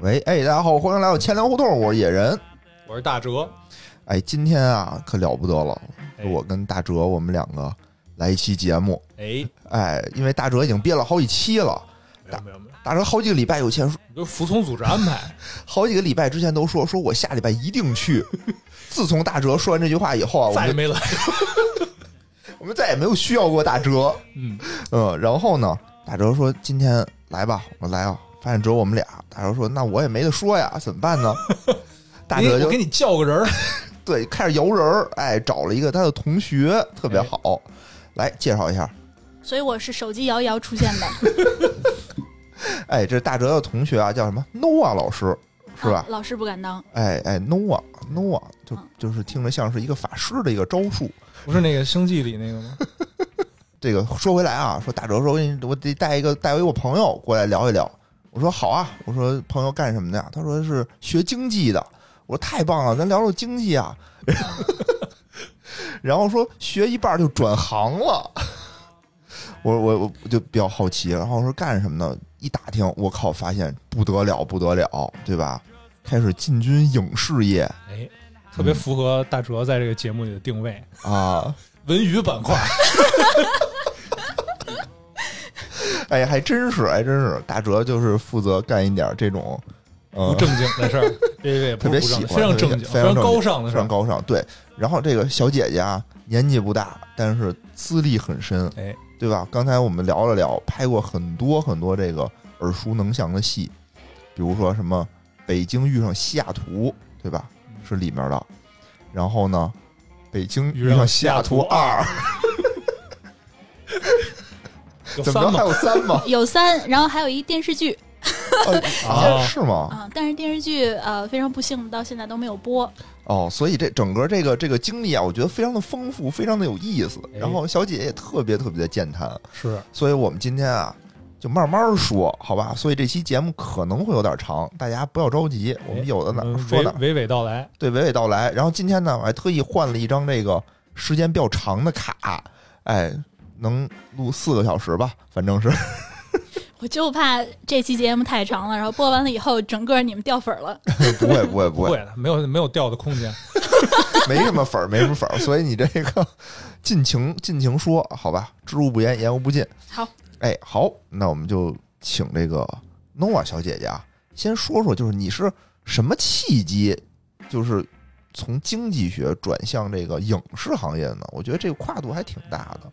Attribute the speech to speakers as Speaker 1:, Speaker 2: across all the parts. Speaker 1: 喂，哎，大家好，欢迎来到千聊胡同，我是野人。
Speaker 2: 我是大哲，
Speaker 1: 哎，今天啊，可了不得了，
Speaker 2: 哎
Speaker 1: 我跟大哲我们两个来一期节目。
Speaker 2: 哎，
Speaker 1: 哎，因为大哲已经憋了好几期了，
Speaker 2: 没有没有没有，啊
Speaker 1: 大哲好几个礼拜有前说，
Speaker 2: 你就服从组织安排。
Speaker 1: 好几个礼拜之前都说说我下礼拜一定去。 自从大哲说完这句话以后啊，我
Speaker 2: 再也
Speaker 1: 们
Speaker 2: 没来。
Speaker 1: 我们再也没有需要过大哲。
Speaker 2: 嗯，
Speaker 1: 嗯，然后呢，大哲说今天来吧，我说来啊，发现只有我们俩。大哲说那我也没得说呀，怎么办呢？ 大哲
Speaker 2: 你
Speaker 1: 就
Speaker 2: 我给你叫个人儿，
Speaker 1: 对开始摇人儿，哎，找了一个他的同学，特别好，来介绍一下。
Speaker 3: 所以我是手机摇一摇出现的，
Speaker 1: 哎，这是大哲的同学啊，叫什么 Noah 老师 是吧
Speaker 3: 啊？老师不敢当，
Speaker 1: 哎哎，Noah Noah 就
Speaker 3: 嗯
Speaker 1: 就是听着像是一个法师的一个招数。
Speaker 2: 不是那个星际里那个吗？
Speaker 1: 这个说回来啊，说大哲说，我给你，我得带一个带一我朋友过来聊一聊。我说好啊，我说朋友干什么的呀？他说是学经济的。我说太棒了，咱聊聊经济啊。 然后说学一半就转行了，我我我我就比较好奇。然后说干什么呢？一打听，我靠，发现不得了，不得了，对吧？开始进军影视业
Speaker 2: 哎，特别符合大哲在这个节目里的定位，
Speaker 1: 啊！
Speaker 2: 文娱板块。
Speaker 1: 哎，还真是，还真是，大哲就是负责干一点这种。
Speaker 2: 不
Speaker 1: 呃。
Speaker 2: 正经的事 儿，这个也不
Speaker 1: 特别
Speaker 2: 是不
Speaker 1: 喜
Speaker 2: 正
Speaker 1: 欢，
Speaker 2: 经，非常正
Speaker 1: 特别
Speaker 2: 经，
Speaker 1: 非常
Speaker 2: 常
Speaker 1: 正经
Speaker 2: 高尚的
Speaker 1: 非
Speaker 2: 事
Speaker 1: 常
Speaker 2: 儿。
Speaker 1: 高尚。对，然后这个小姐姐啊，年纪不大，但是资历很深，
Speaker 2: 哎，
Speaker 1: 对吧？刚才我们聊了聊，拍过很多很多这个耳熟能详的戏，比如说什么《北京遇上西雅图》，对吧？是里面的。然后呢，《北京遇上西雅图二》
Speaker 2: 有
Speaker 1: 怎么着
Speaker 2: 三
Speaker 1: 还
Speaker 2: 嘛？
Speaker 1: 有三吗？
Speaker 3: 有三，然后还有一电视剧
Speaker 1: 呃
Speaker 2: 啊
Speaker 1: 是吗？
Speaker 3: 啊，但是电视剧呃非常不幸，到现在都没有播。
Speaker 1: 哦，所以这整个这个这个经历啊，我觉得非常的丰富，非常的有意思。
Speaker 2: 哎
Speaker 1: 然后小姐姐也特别特别的健谈。
Speaker 2: 是
Speaker 1: 所以我们今天啊，就慢慢说，好吧？所以这期节目可能会有点长，大家不要着急，我们有的哪
Speaker 2: 嗯
Speaker 1: 儿说哪儿，
Speaker 2: 娓娓娓道来。
Speaker 1: 对，娓娓道来。然后今天呢，我还特意换了一张这个时间比较长的卡，哎，能录四个小时吧，反正是。
Speaker 3: 我就怕这期节目太长了，然后播完了以后，整个你们掉粉了。
Speaker 1: 不会，不会，不
Speaker 2: 不
Speaker 1: 会，
Speaker 2: 会的，没有没有掉的空间。
Speaker 1: 没什么粉儿，没什么粉儿，所以你这个尽情尽情说，好吧？知无不言，言无不尽。
Speaker 3: 好，
Speaker 1: 哎，好，那我们就请这个 Nova 小姐姐啊，先说说，就是你是什么契机，就是从经济学转向这个影视行业的呢？我觉得这个跨度还挺大的。
Speaker 3: 嗯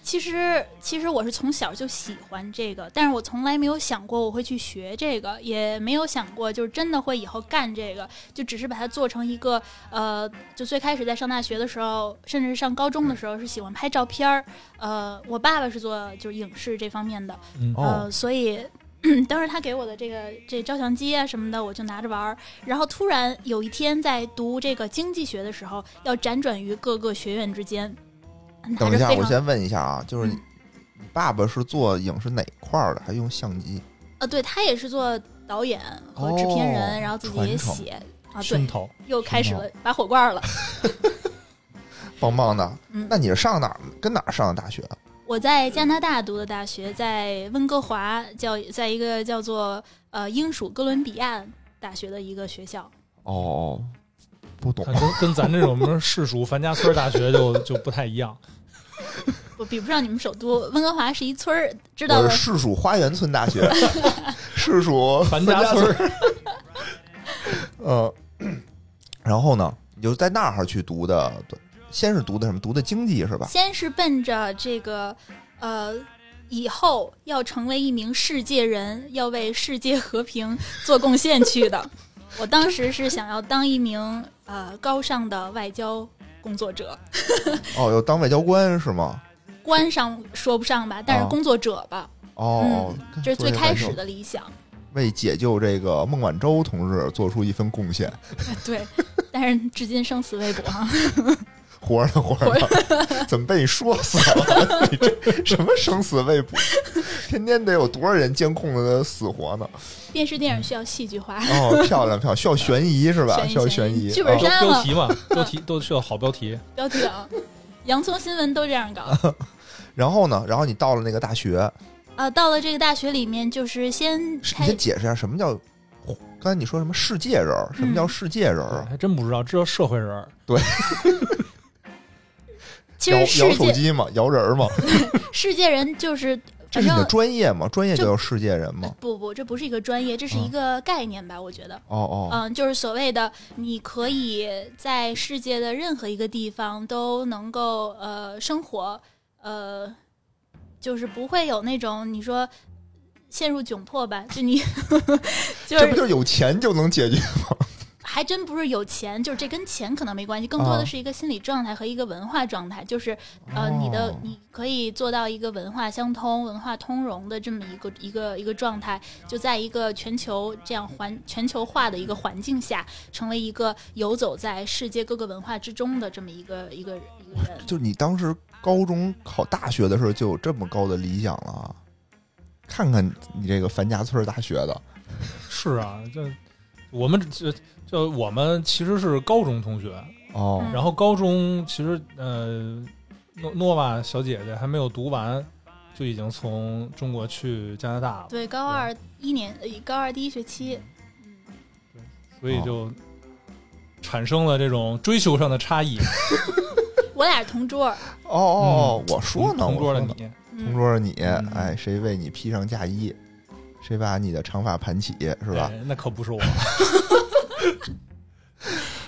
Speaker 3: 其实其实我是从小就喜欢这个，但是我从来没有想过我会去学这个，也没有想过就是真的会以后干这个，就只是把它做成一个呃，就最开始在上大学的时候，甚至是上高中
Speaker 1: 嗯
Speaker 3: 的时候是喜欢拍照片儿。呃，我爸爸是做就是影视这方面的，
Speaker 2: 嗯
Speaker 1: 哦
Speaker 3: 呃，所以 当时他给我的这个这照相机啊什么的，我就拿着玩儿。然后突然有一天在读这个经济学的时候，要辗转于各个学院之间，拿
Speaker 1: 等一
Speaker 3: 着
Speaker 1: 下，
Speaker 3: 非
Speaker 1: 我
Speaker 3: 常
Speaker 1: 先问一下啊，就是你
Speaker 3: 嗯
Speaker 1: 你爸爸是做影视哪块儿的？还用相机？
Speaker 3: 呃，对他也是做导演和制片人，
Speaker 1: 哦
Speaker 3: 然后自己
Speaker 1: 传
Speaker 3: 也
Speaker 1: 承
Speaker 3: 写啊，
Speaker 2: 熏
Speaker 3: 对，
Speaker 2: 陶
Speaker 3: 又开始
Speaker 2: 熏陶
Speaker 3: 了拔火 罐儿了。
Speaker 1: 棒棒的。
Speaker 3: 嗯
Speaker 1: 那你是上哪儿跟哪儿上的大学？
Speaker 3: 我在加拿大读的大学，在温哥华叫在一个叫做呃英属哥伦比亚大学的一个学校。
Speaker 1: 哦，不懂
Speaker 2: 看。啊跟跟咱这种什么世俗樊家村大学就就不太一样。
Speaker 3: 我比不上你们首都温哥华是一村儿，知道
Speaker 1: 我
Speaker 3: 的
Speaker 1: 是市属花园村大 学，市属
Speaker 2: 樊
Speaker 1: 家
Speaker 2: 家村儿，
Speaker 1: 呃，然后呢，你就在那儿去读的，先是读的什么？读的经济是吧？
Speaker 3: 先是奔着这个，呃，以后要成为一名世界人，要为世界和平做贡献去 的。我当时是想要当一名呃高尚的外交工作者，
Speaker 1: 哦，要当外交官是吗？
Speaker 3: 官上说不上吧，但是
Speaker 1: 哦
Speaker 3: 工作者吧，嗯
Speaker 1: 哦，跟
Speaker 3: 这是最
Speaker 1: 做
Speaker 3: 开
Speaker 1: 外交
Speaker 3: 始的理 想。
Speaker 1: 为解救这个孟晚舟同志做出一份贡献，
Speaker 3: 对，但是至今生死未卜啊。
Speaker 1: 活着呢，活着呢，怎么被你说死了？ 你这什么生死未卜？天天得有多少人监控着他死活呢？
Speaker 3: 电视电影需要戏剧化，
Speaker 1: 哦，漂亮漂亮，需要悬疑是吧？
Speaker 3: 悬疑
Speaker 1: 需要
Speaker 3: 悬
Speaker 1: 悬
Speaker 3: 疑
Speaker 1: 疑，
Speaker 3: 剧本
Speaker 1: 啊
Speaker 2: 都
Speaker 3: 删
Speaker 2: 标
Speaker 3: 了
Speaker 2: 题嘛，标题都需要好标题。
Speaker 3: 标题党，洋葱新闻都这样搞。
Speaker 1: 然后呢？然后你到了那个大学，
Speaker 3: 呃啊，到了这个大学里面，就是先
Speaker 1: 是
Speaker 3: 开
Speaker 1: 你先解释一下什么叫刚才你说什么世界人儿？什么叫
Speaker 3: 嗯
Speaker 1: 世界人儿啊？
Speaker 2: 还真不知道，知道社会人儿，
Speaker 3: 其
Speaker 1: 摇
Speaker 3: 实
Speaker 1: 摇
Speaker 3: 世
Speaker 1: 手
Speaker 3: 界
Speaker 1: 机嘛，摇人儿 嘛，
Speaker 3: 世界人就是，
Speaker 1: 这是
Speaker 3: 反
Speaker 1: 你
Speaker 3: 正
Speaker 1: 的专业嘛？专业
Speaker 3: 就
Speaker 1: 就叫世界人嘛？
Speaker 3: 不不，这不是一个专业，这是一
Speaker 1: 嗯
Speaker 3: 个概念吧？我觉得，
Speaker 1: 哦哦，
Speaker 3: 嗯，就是所谓的你可以在世界的任何一个地方都能够呃生活，呃，就是不会有那种你说陷入窘迫吧？就你 就
Speaker 1: 这不
Speaker 3: 是
Speaker 1: 就是有钱就能解决？
Speaker 3: 还真不是有钱，就是这跟钱可能没关系，更多
Speaker 1: 啊
Speaker 3: 的是一个心理状态和一个文化状态，就是呃，你的
Speaker 1: 哦
Speaker 3: 你可以做到一个文化相通、文化通融的这么一个一个一个状态，就在一个全球这样环全球化的一个环境下，成为一个游走在世界各个文化之中的这么一个一个一个人。
Speaker 1: 就你当时高中考大学的时候就有这么高的理想了啊？看看你这个樊家村大学的，
Speaker 2: 是啊，这我们这这我们其实是高中同学，
Speaker 1: 哦
Speaker 3: 嗯
Speaker 2: 然后高中其实呃，诺诺瓦小姐姐还没有读完，就已经从中国去加拿大了，
Speaker 3: 对，高二一年，呃高二第一学期，嗯，
Speaker 2: 所
Speaker 1: 哦
Speaker 2: 以就产生了这种追求上的差异。
Speaker 3: 我俩是同桌，
Speaker 1: 哦哦，我说呢，
Speaker 2: 嗯同
Speaker 1: 我
Speaker 2: 桌的
Speaker 1: 说呢
Speaker 2: 你，
Speaker 1: 同
Speaker 3: 嗯，
Speaker 1: 桌的你，
Speaker 2: 嗯
Speaker 1: 哎，谁为你披上嫁衣，谁把你的长发盘起，是
Speaker 2: 是
Speaker 1: 吧？
Speaker 2: 哎那可不是我，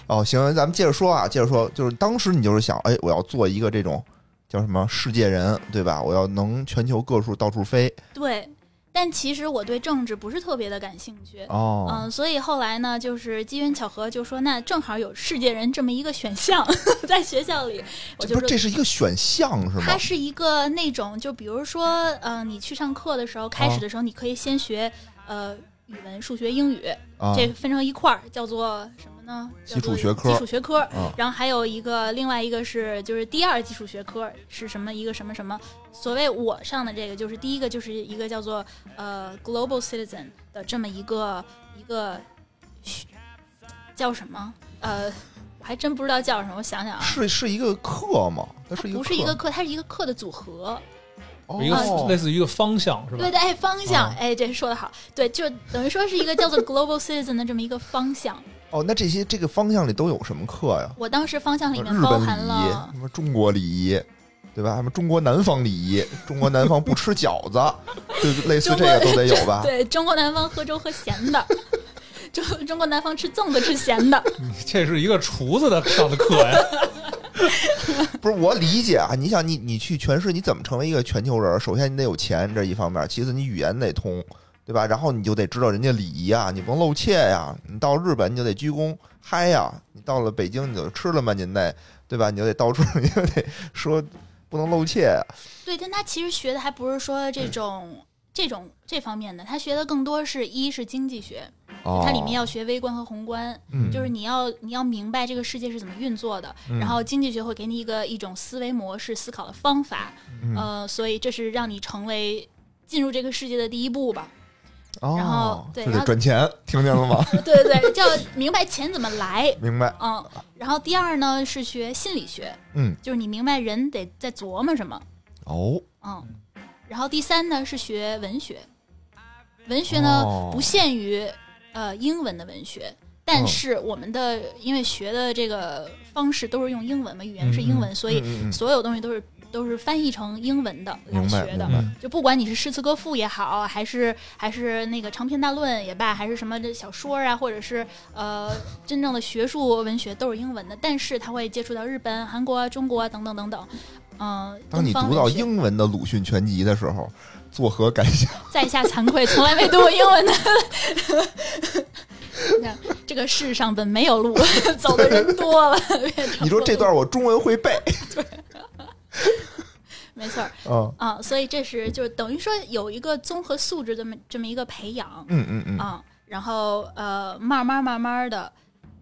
Speaker 1: 哦，行，咱们接着说啊，接着说，就是当时你就是想，哎，我要做一个这种叫什么世界人，对吧？我要能全球各处到处飞。
Speaker 3: 对。但其实我对政治不是特别的感兴趣，
Speaker 1: 哦，
Speaker 3: 嗯，所以后来呢，就是机缘巧合，就说那正好有世界人这么一个选项， 在学校里，我
Speaker 1: 这
Speaker 3: 就
Speaker 1: 不是
Speaker 3: 说
Speaker 1: 这是一个选项是吗
Speaker 3: 它？是一个呃那种，就比如说，呃，你去上课的时候，开
Speaker 1: 啊
Speaker 3: 始的时候，你可以先学，呃，语文、数学、英语，
Speaker 1: 啊，
Speaker 3: 这分成一块儿，叫做什么呢？叫
Speaker 1: 基础
Speaker 3: 做
Speaker 1: 学科
Speaker 3: 基础学科。
Speaker 1: 啊
Speaker 3: 然后还有一个，另外一个是就是第二基础学科是什么？一个什么什么？所谓我上的这个，就是第一个就是一个叫做呃 global citizen 的这么一个一个学叫什么？呃，我还真不知道叫什么，我想想啊，
Speaker 1: 是是一个课吗？它是一个
Speaker 3: 不是一
Speaker 1: 课
Speaker 3: 个呃课，它是一个课的组合。
Speaker 1: 哦
Speaker 2: 一个类似于一个方向是吧
Speaker 3: 对？对，哎，方向
Speaker 1: 啊，
Speaker 3: 哎，这说的好，对，就等于说是一个叫做 global citizen 的这么一个方向。
Speaker 1: 哦，那这些这个方向里都有什么课呀？
Speaker 3: 我当时方向里面
Speaker 1: 日
Speaker 3: 包
Speaker 1: 本礼
Speaker 3: 含
Speaker 1: 仪，
Speaker 3: 了
Speaker 1: 什么中国礼仪，对吧？什么中国南方礼仪，中国南方不吃饺子， 就类似这个都得有吧？
Speaker 3: 对中国南方喝粥喝咸的， 中中国南方吃粽子吃咸的，
Speaker 2: 这是一个厨子的上的 课呀。
Speaker 1: 不是我理解啊，你想你你去全市，你怎么成为一个全球人儿？首先你得有钱，这一方面；其次你语言得通，对吧？然后你就得知道人家礼仪啊，你不能露怯呀、你到日本你就得鞠躬嗨呀、你到了北京你就吃了嘛，您得对吧？你就得到处你就得说不能露怯呀、
Speaker 3: 对，但他其实学的还不是说
Speaker 1: 嗯
Speaker 3: 这种、这种这方面的，他学的更多是一是经济学，
Speaker 1: 哦
Speaker 3: 它里面要学微观和宏观，
Speaker 1: 嗯
Speaker 3: 就是你要你要明白这个世界是怎么运作的，然后经济学会给你一个一种思维模式、思考的方法，
Speaker 1: 嗯
Speaker 3: 呃，所以这是让你成为进入这个世界的第一步吧。
Speaker 1: 哦
Speaker 3: 然后对
Speaker 1: 这
Speaker 3: 然
Speaker 1: 得
Speaker 3: 后
Speaker 1: 赚钱，听见了 吗？
Speaker 3: 对对对，叫明白钱怎么来，
Speaker 1: 明白？
Speaker 3: 嗯。然后第二呢是学心理学，
Speaker 1: 嗯，
Speaker 3: 就是你明白人得在琢磨什么，
Speaker 1: 哦，
Speaker 3: 嗯。然后第三呢是学文学，文学呢、
Speaker 1: 哦
Speaker 3: 不限于呃英文的文学，
Speaker 1: 嗯
Speaker 3: 但是我们的、因为学的这个方式都是用英文嘛，语言是英文，所以
Speaker 1: 嗯嗯嗯
Speaker 3: 所有东西都是都是翻译成英文的来
Speaker 1: 明白
Speaker 3: 学的
Speaker 1: 明。白
Speaker 2: 嗯
Speaker 3: 就不管你是诗词歌赋也好，还是还是那个长篇大论也罢，还是什么的小说啊，或者是呃真正的学术文学都是英文的，但是他会接触到日本、韩国、中国等等等等。嗯、
Speaker 1: 当你
Speaker 3: 东方
Speaker 1: 读到
Speaker 3: 文学，
Speaker 1: 英文的鲁迅全集的时候，作何感想？
Speaker 3: 在下惭愧，从来没读过英文的。 那这个世上本没有路，走的人多了。变成
Speaker 1: 你说这
Speaker 3: 了
Speaker 1: 段我中文会背，
Speaker 3: 没错儿
Speaker 1: 嗯
Speaker 3: 啊、所以这是就是等于说有一个综合素质这么这么一个培养。
Speaker 1: 嗯嗯嗯，
Speaker 3: 啊，然后呃，慢慢慢慢的，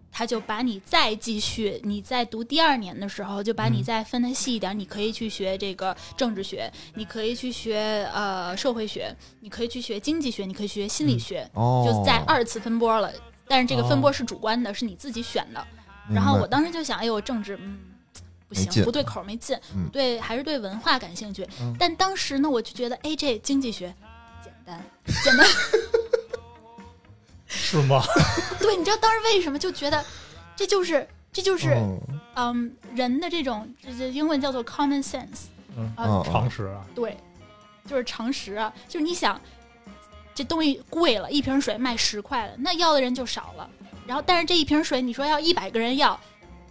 Speaker 3: 他就把你再继续，你在读第二年的时候，就把
Speaker 1: 嗯
Speaker 3: 你再分的细一点，你可以去学这个政治学，你可以去学呃社会学，你可以去学经济学，你可以学心理学，
Speaker 1: 哦，
Speaker 3: 就在二次分拨了。但是这个分拨是主观的，是你自己选的。
Speaker 1: 明白，
Speaker 3: 然后我当时就想，哎呦，政治，嗯。不
Speaker 1: 没劲
Speaker 3: 行，不对口儿没劲，
Speaker 1: 嗯
Speaker 3: 对还是对文化感兴趣。
Speaker 1: 嗯
Speaker 3: 但当时 呢，我就觉得，哎，这经济学简单，简单
Speaker 2: 是吗？
Speaker 3: 对，你知道当时为什么就觉得这就是这就是
Speaker 1: 嗯
Speaker 3: 嗯人的这种这这英文叫做 common sense
Speaker 2: 嗯
Speaker 3: 啊、
Speaker 1: 嗯
Speaker 2: 常识啊，
Speaker 3: 对，就是常识啊，就是你想这东西贵了，一瓶水卖十块了，那要的人就少了，然后但是这一瓶水你说要一百个人要，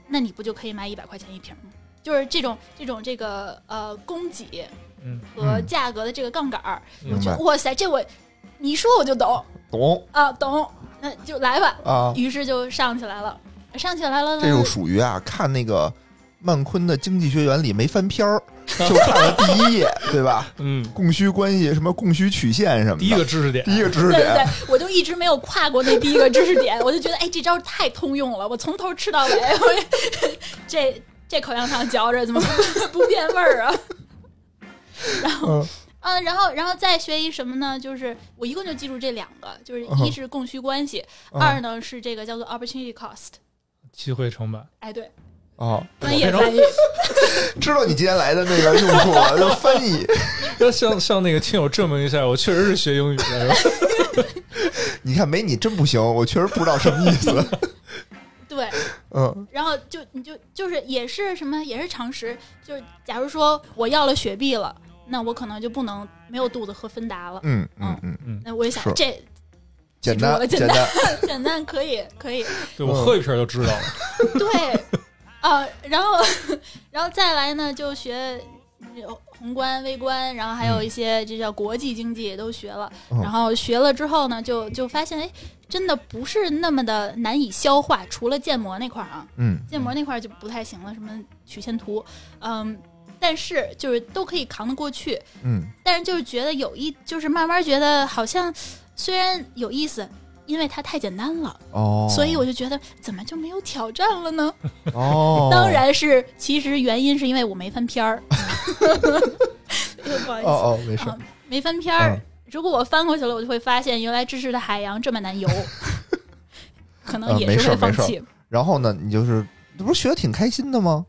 Speaker 3: 那你不就可以卖一百块钱一瓶吗？就是这种这种这个呃供给
Speaker 2: 嗯，
Speaker 3: 和
Speaker 1: 嗯
Speaker 3: 价格的这个杠杆儿，
Speaker 1: 明
Speaker 3: 就
Speaker 1: 白，
Speaker 3: 哇塞，这我你说我就呃懂
Speaker 1: 懂
Speaker 3: 啊，懂，那就来吧，
Speaker 1: 啊。
Speaker 3: 于是就上起来了，上起来了呢，
Speaker 1: 这就属于啊，看那个曼昆的《经济学原理》没翻篇 儿，就看了第一页，对吧？
Speaker 2: 嗯，
Speaker 1: 供需关系、什么供需曲线什么的，
Speaker 2: 第一个知识点
Speaker 1: 第一个知识
Speaker 3: 对对
Speaker 1: 点
Speaker 3: 对，我就一直没有跨过那第一个知识点，我就觉得哎，这招太通用了，我从头吃到尾， 我这这口香糖嚼着怎么不 不变味儿啊？然后，嗯，然后，然后再学一什么呢？就是我一共就记住这两个，就是
Speaker 1: 嗯
Speaker 3: 一是供需关系，二
Speaker 1: 啊
Speaker 3: 呢是这个叫做 opportunity cost。
Speaker 2: 机会成本，
Speaker 3: 哎，对，
Speaker 1: 啊，
Speaker 3: 专业
Speaker 2: 变成
Speaker 3: 翻译，
Speaker 1: 知道你今天来的那个用处了，就翻译。
Speaker 2: 要向向那个亲友证明一下，我确实是学英语的， 是吧？
Speaker 1: 你看没你真不行，我确实不知道什么意思。
Speaker 3: 对，
Speaker 1: 嗯
Speaker 3: 然后就你就就是也是什么也是常识，就是假如说我要了雪碧了，那我可能就不能没有肚子喝芬达了。
Speaker 1: 嗯嗯嗯，
Speaker 2: 嗯，
Speaker 3: 那我也想
Speaker 1: 是
Speaker 3: 这
Speaker 1: 简
Speaker 3: 记住
Speaker 1: 单
Speaker 3: 了
Speaker 1: 简
Speaker 3: 简
Speaker 1: 单，
Speaker 3: 简单可以可以，
Speaker 2: 对我喝一瓶就知道了，
Speaker 3: 对，呃，然后然后再来呢，就学宏观、微观，然后还有一些这叫国际经济也都学了，
Speaker 1: 嗯
Speaker 3: 然后学了之后呢，就就发现哎，真的不是那么的难以消化，除了建模那块儿啊，
Speaker 1: 嗯
Speaker 3: 建模那块儿就不太行了，什么曲线图，嗯，但是就是都可以扛得过去，
Speaker 1: 嗯
Speaker 3: 但是就是觉得有一，就是慢慢觉得好像虽然有意思，因为它太简单了，
Speaker 1: 哦，
Speaker 3: 所以我就觉得怎么就没有挑战了呢？
Speaker 1: 哦，
Speaker 3: 当然是，其实原因是因为我没翻 篇儿，哎呦不好意思，
Speaker 1: 哦哦没事
Speaker 3: 啊，没翻篇儿。
Speaker 1: 嗯
Speaker 3: 如果我翻过去了，我就会发现原来知识的海洋这么难游， 可能
Speaker 1: 呃
Speaker 3: 也
Speaker 1: 没事
Speaker 3: 是
Speaker 1: 儿
Speaker 3: 会放
Speaker 1: 没事儿
Speaker 3: 弃。
Speaker 1: 然后呢，你就是这不是学的挺开心的吗？